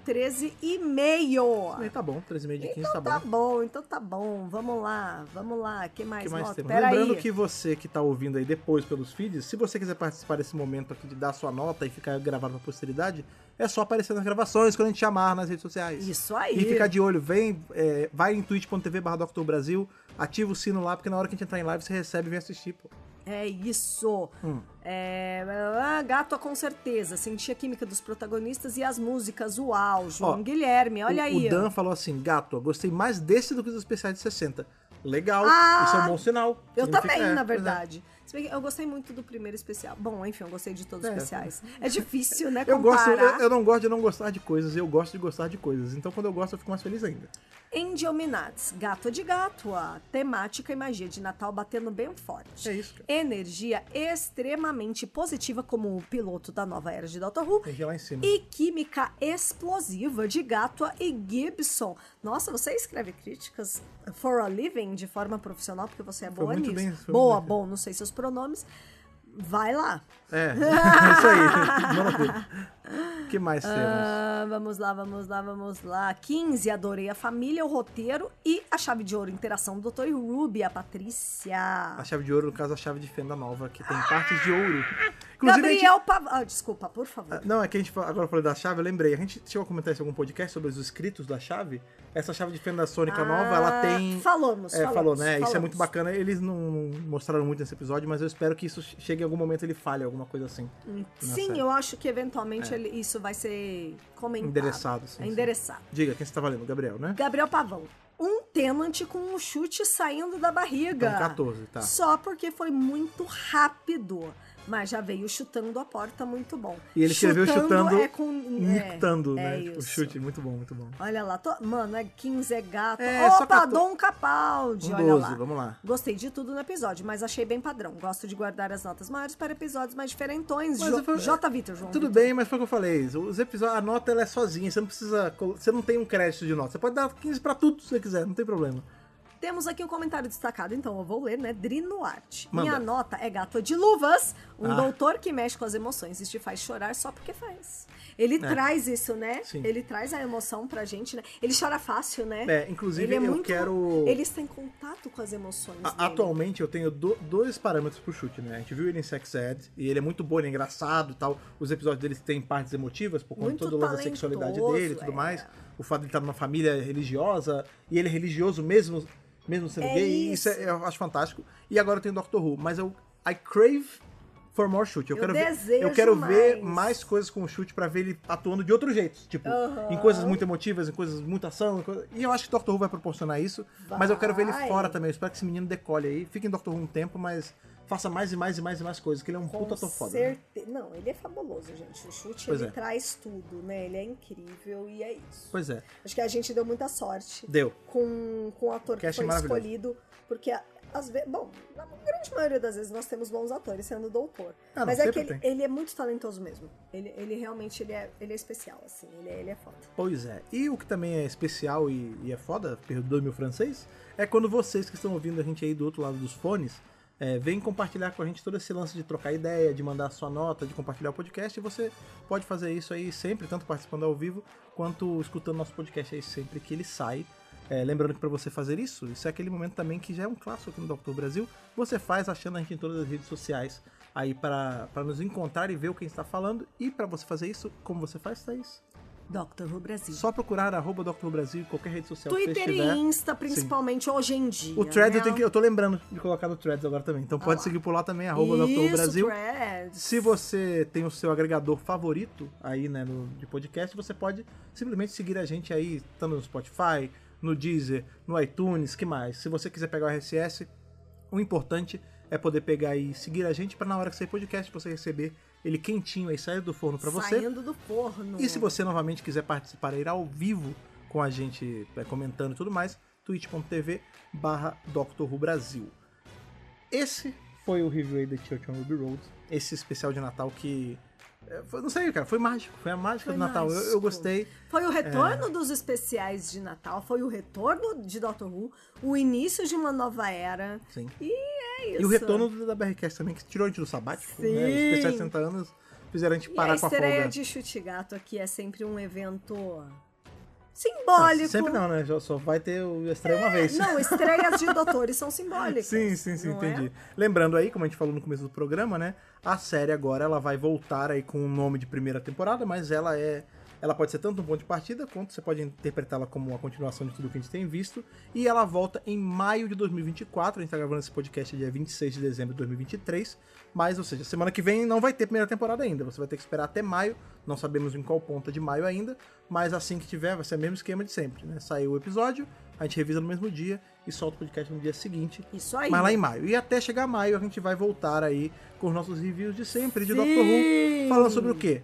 Speaker 2: 13,5.
Speaker 3: Aí tá bom, 13,5 de 15
Speaker 2: Então
Speaker 3: tá bom.
Speaker 2: tá bom, então tá bom. Vamos lá, vamos lá. que mais,
Speaker 3: que mais
Speaker 2: nota?
Speaker 3: temos?
Speaker 2: Pera
Speaker 3: Lembrando
Speaker 2: aí.
Speaker 3: que você que tá ouvindo aí depois pelos feeds, se você quiser participar desse momento aqui de dar sua nota e ficar gravado pra posteridade, é só aparecer nas gravações quando a gente chamar nas redes sociais.
Speaker 2: Isso aí.
Speaker 3: E ficar de olho, vem, é, vai em twitch.tv barra Dr. Brasil, ativa o sino lá, porque na hora que a gente entrar em live você recebe e vem assistir, pô.
Speaker 2: É isso.
Speaker 3: Hum.
Speaker 2: É, ah, Gato, com certeza. Senti a química dos protagonistas e as músicas. Uau, João
Speaker 3: Ó,
Speaker 2: Guilherme, olha
Speaker 3: o,
Speaker 2: aí.
Speaker 3: O Dan falou assim, gato, eu gostei mais desse do que dos especiais de 60. Legal,
Speaker 2: Ah,
Speaker 3: isso é um bom sinal.
Speaker 2: Eu
Speaker 3: Significa-
Speaker 2: também,
Speaker 3: é,
Speaker 2: na
Speaker 3: pois é.
Speaker 2: verdade. Se bem que Eu gostei muito do primeiro especial. Bom, enfim, eu gostei de todos os
Speaker 3: É.
Speaker 2: especiais. É difícil, né,
Speaker 3: Eu, gosto,
Speaker 2: comparar.
Speaker 3: eu, eu não gosto de não gostar de coisas, eu gosto de gostar de coisas. Então quando eu gosto, eu fico mais feliz ainda.
Speaker 2: Angel Minats, Gato de Gato, a temática e magia de Natal batendo bem forte.
Speaker 3: É isso, cara.
Speaker 2: Energia extremamente positiva como o piloto da nova era de Doctor Who.
Speaker 3: Tem que ir lá em cima.
Speaker 2: E química explosiva de Gatua e Gibson. Nossa, você escreve críticas for a living de forma profissional, porque você é
Speaker 3: Foi
Speaker 2: boa
Speaker 3: muito
Speaker 2: nisso.
Speaker 3: bem, foi
Speaker 2: boa,
Speaker 3: muito bem.
Speaker 2: bom, não sei seus pronomes. Vai lá.
Speaker 3: É, é isso aí. Maravilha. O que mais temos?
Speaker 2: Ah, vamos lá, vamos lá, vamos lá. 15, adorei a família, o roteiro e a chave de ouro, interação do Dr. Ruby, a Patrícia.
Speaker 3: A chave de ouro, no caso, a chave de fenda nova, que tem partes de ouro. a gente-
Speaker 2: Gabriel Pav... ah, desculpa, por favor.
Speaker 3: Ah, Não, é que a gente fa- agora falou da chave, eu lembrei. A gente chegou a comentar isso em algum podcast sobre os escritos da chave. Essa chave de fenda sônica nova, ela
Speaker 2: Ah,
Speaker 3: tem.
Speaker 2: Falamos,
Speaker 3: É,
Speaker 2: falamos.
Speaker 3: falou, né? Isso é
Speaker 2: falamos.
Speaker 3: muito bacana. Eles não mostraram muito nesse episódio, mas eu espero que isso chegue em algum momento ele falhe, alguma coisa assim.
Speaker 2: Sim,
Speaker 3: série.
Speaker 2: eu acho que eventualmente ele- isso vai ser comentado.
Speaker 3: É. Endereçado, assim, sim,
Speaker 2: É
Speaker 3: sim.
Speaker 2: endereçado.
Speaker 3: Diga, quem você tá valendo? Gabriel, né?
Speaker 2: Gabriel Pavão. um Tenant com um chute saindo da barriga.
Speaker 3: Então, 14, tá.
Speaker 2: Só porque foi muito rápido. Mas já veio chutando a porta muito bom.
Speaker 3: E ele escreveu chutando,
Speaker 2: é com, é,
Speaker 3: nictando,
Speaker 2: é
Speaker 3: né? Tipo,
Speaker 2: isso.
Speaker 3: chute, muito bom, muito bom.
Speaker 2: Olha lá, tô- mano, é 15 é gato.
Speaker 3: É, só
Speaker 2: Opa,
Speaker 3: 14.
Speaker 2: Dom Capaldi,
Speaker 3: Um
Speaker 2: olha
Speaker 3: 12,
Speaker 2: lá.
Speaker 3: vamos lá.
Speaker 2: Gostei de tudo no episódio, mas achei bem padrão. Gosto de guardar as notas maiores para episódios mais diferentões.
Speaker 3: Mas
Speaker 2: Jo
Speaker 3: eu falo-
Speaker 2: J. Vitor, João.
Speaker 3: Tudo bem, mas foi o que eu falei. Os episódios, a nota ela é sozinha, você não precisa. col- Você não tem um crédito de nota. Você pode dar 15 pra tudo se você quiser, não tem problema.
Speaker 2: Temos aqui um comentário destacado, então eu vou ler, né? Drino Arte.
Speaker 3: Manda.
Speaker 2: Minha nota é Gato de Luvas, um
Speaker 3: Ah.
Speaker 2: doutor que mexe com as emoções e te faz chorar só porque faz. Ele traz isso, né?
Speaker 3: É. Sim.
Speaker 2: Ele traz a emoção pra gente, né? Ele chora fácil, né?
Speaker 3: É, inclusive,
Speaker 2: Ele é
Speaker 3: eu
Speaker 2: muito-
Speaker 3: quero.
Speaker 2: Ele está em contato com as emoções.
Speaker 3: A-
Speaker 2: dele.
Speaker 3: Atualmente eu tenho do- dois parâmetros pro chute, né? A gente viu ele em Sex Ed, e ele é muito bom, ele é engraçado e tal. Os episódios dele têm partes emotivas, por conta
Speaker 2: Muito
Speaker 3: todo o lance da sexualidade
Speaker 2: talentoso,
Speaker 3: dele e tudo
Speaker 2: é.
Speaker 3: mais. O fato de ele estar numa família religiosa, e ele é religioso mesmo, mesmo sendo
Speaker 2: É
Speaker 3: gay, isso,
Speaker 2: isso.
Speaker 3: é, eu acho fantástico. E agora eu tenho Doctor Who, mas eu I crave for more chute. Eu,
Speaker 2: Eu
Speaker 3: quero ver, eu
Speaker 2: desejo
Speaker 3: quero ver
Speaker 2: mais.
Speaker 3: mais coisas com o chute pra ver ele atuando de outros jeitos, tipo,
Speaker 2: Aham.
Speaker 3: em coisas muito emotivas, em coisas muita ação, em coisa- e eu acho que Doctor Who vai proporcionar isso, mas eu quero ver ele
Speaker 2: Vai.
Speaker 3: fora também. Eu espero que esse menino decole aí. Fique em Doctor Who um tempo, mas faça mais e mais e mais e mais coisas, que ele é um
Speaker 2: Com
Speaker 3: puta ator foda. né?
Speaker 2: certe- Não, ele é fabuloso, gente. O chute,
Speaker 3: Pois
Speaker 2: ele
Speaker 3: é.
Speaker 2: traz tudo, né? Ele é incrível e é isso.
Speaker 3: Pois é,
Speaker 2: Acho que a gente deu muita sorte
Speaker 3: deu.
Speaker 2: com, com o ator que
Speaker 3: Casting
Speaker 2: foi
Speaker 3: maravilhoso.
Speaker 2: escolhido, porque a- às vezes, bom, na grande maioria das vezes nós temos bons atores sendo doutor,
Speaker 3: Ah, não,
Speaker 2: mas é que
Speaker 3: sempre
Speaker 2: ele, ele é muito talentoso mesmo. Ele, ele realmente ele é, ele é especial assim, ele é, ele é foda.
Speaker 3: Pois é. E o que também é especial e, e é foda, perdoe meu francês, é quando vocês que estão ouvindo a gente aí do outro lado dos fones, é, vêm compartilhar com a gente todo esse lance de trocar ideia, de mandar sua nota, de compartilhar o podcast. E você pode fazer isso aí sempre, tanto participando ao vivo, quanto escutando nosso podcast aí sempre que ele sai. É, lembrando que para você fazer isso, isso é aquele momento também que já é um clássico aqui no Doctor Brasil. Você faz achando a gente em todas as redes sociais aí para para nos encontrar e ver o que a gente está falando. E para você fazer isso, como você faz, Thaís?
Speaker 2: Doctor Who Brasil.
Speaker 3: Só procurar arroba Dr. Brasil em qualquer rede social que
Speaker 2: Twitter
Speaker 3: você
Speaker 2: e
Speaker 3: tiver.
Speaker 2: Insta, principalmente hoje em dia.
Speaker 3: O Threads
Speaker 2: né?
Speaker 3: eu tenho que. Eu tô lembrando de colocar no Threads agora também. Então
Speaker 2: Ah
Speaker 3: pode
Speaker 2: lá.
Speaker 3: seguir por lá também, arroba Dr.
Speaker 2: Isso,
Speaker 3: Brasil.
Speaker 2: Threads.
Speaker 3: Se você tem o seu agregador favorito aí, né, no, de podcast, você pode simplesmente seguir a gente aí, tanto no Spotify, no Deezer, no iTunes, que mais? Se você quiser pegar o RSS, o importante é poder pegar e seguir a gente para na hora que sair podcast você receber ele quentinho aí, saindo do forno para você.
Speaker 2: Saindo do forno.
Speaker 3: E se você novamente quiser participar ir ao vivo com a gente é, comentando e tudo mais, twitch.tv barra Doctor Who Brasil. Esse foi o review aí da Church on Ruby Road, esse especial de Natal que... é, foi- não sei, cara, foi mágico, foi a mágica
Speaker 2: Foi
Speaker 3: do Natal, eu, eu
Speaker 2: mágico.
Speaker 3: gostei.
Speaker 2: Foi o retorno dos especiais de Natal, foi o retorno de Doctor Who, o início de uma nova era.
Speaker 3: Sim.
Speaker 2: E é isso.
Speaker 3: E o retorno do- da BRCast também, que tirou a gente do sabático, né? Os
Speaker 2: Sim.
Speaker 3: especiais de 60 anos fizeram a gente
Speaker 2: E a
Speaker 3: parar com a
Speaker 2: estreia
Speaker 3: folga.
Speaker 2: de Chute Gato aqui é sempre um evento
Speaker 3: Ah,
Speaker 2: simbólico.
Speaker 3: sempre não, né? Só- Só vai ter o- a estreia uma vez.
Speaker 2: É, Não, estreias de doutores são simbólicas.
Speaker 3: Sim, sim, sim,
Speaker 2: não é?
Speaker 3: entendi. Lembrando aí, como a gente falou no começo do programa, né? A série agora ela vai voltar aí com o nome de primeira temporada, mas ela é. Ela pode ser tanto um ponto de partida quanto você pode interpretá-la como uma continuação de tudo que a gente tem visto. E ela volta em maio de 2024. A gente tá gravando esse podcast dia 26 de dezembro de 2023. Mas, ou seja, semana que vem não vai ter primeira temporada ainda. Você vai ter que esperar até maio. Não sabemos em qual ponta de maio ainda. Mas assim que tiver, vai ser o mesmo esquema de sempre, né? Saiu o episódio, a gente revisa no mesmo dia e solta o podcast no dia seguinte.
Speaker 2: Isso aí.
Speaker 3: Mas lá em maio. E até chegar maio a gente vai voltar aí com os nossos reviews de sempre de
Speaker 2: Sim.
Speaker 3: Doctor Who. Falando sobre o quê?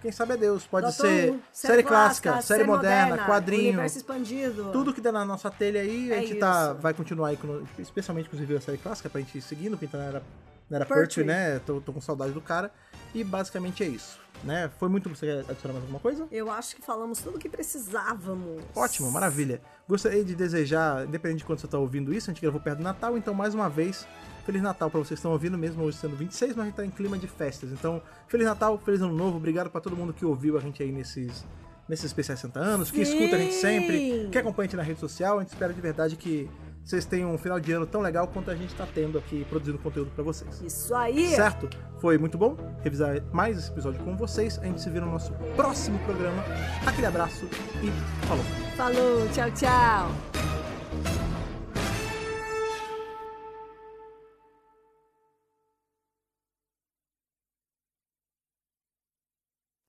Speaker 3: Quem sabe é Deus. Pode
Speaker 2: Doctor
Speaker 3: ser
Speaker 2: Who,
Speaker 3: série clássica, série, moderna, quadrinho.
Speaker 2: universo expandido.
Speaker 3: Tudo que der na nossa telha aí, a
Speaker 2: É
Speaker 3: gente tá,
Speaker 2: isso.
Speaker 3: vai continuar aí, com- especialmente com os reviews da série clássica, pra gente ir seguindo, porque então era, era
Speaker 2: Pertwee.
Speaker 3: Pertwee, né? Tô, tô com saudade do cara. E basicamente é isso, né? Foi muito... Você quer adicionar mais alguma coisa?
Speaker 2: Eu acho que falamos tudo o que precisávamos.
Speaker 3: Ótimo, maravilha. Gostaria de desejar, independente de quando você está ouvindo isso, a gente gravou perto do Natal, então mais uma vez, Feliz Natal para vocês que estão ouvindo, mesmo hoje sendo 26, mas a gente tá em clima de festas. Então, Feliz Natal, Feliz Ano Novo, obrigado para todo mundo que ouviu a gente aí nesses, nesses especiais 60 anos, que
Speaker 2: Sim!
Speaker 3: escuta a gente sempre, que acompanha a gente na rede social. A gente espera de verdade que vocês tenham um final de ano tão legal quanto a gente está tendo aqui, produzindo conteúdo para vocês.
Speaker 2: Isso aí.
Speaker 3: Certo? Foi muito bom revisar mais esse episódio com vocês. A gente se vê no nosso próximo programa. Aquele abraço e falou!
Speaker 2: Falou, tchau, tchau.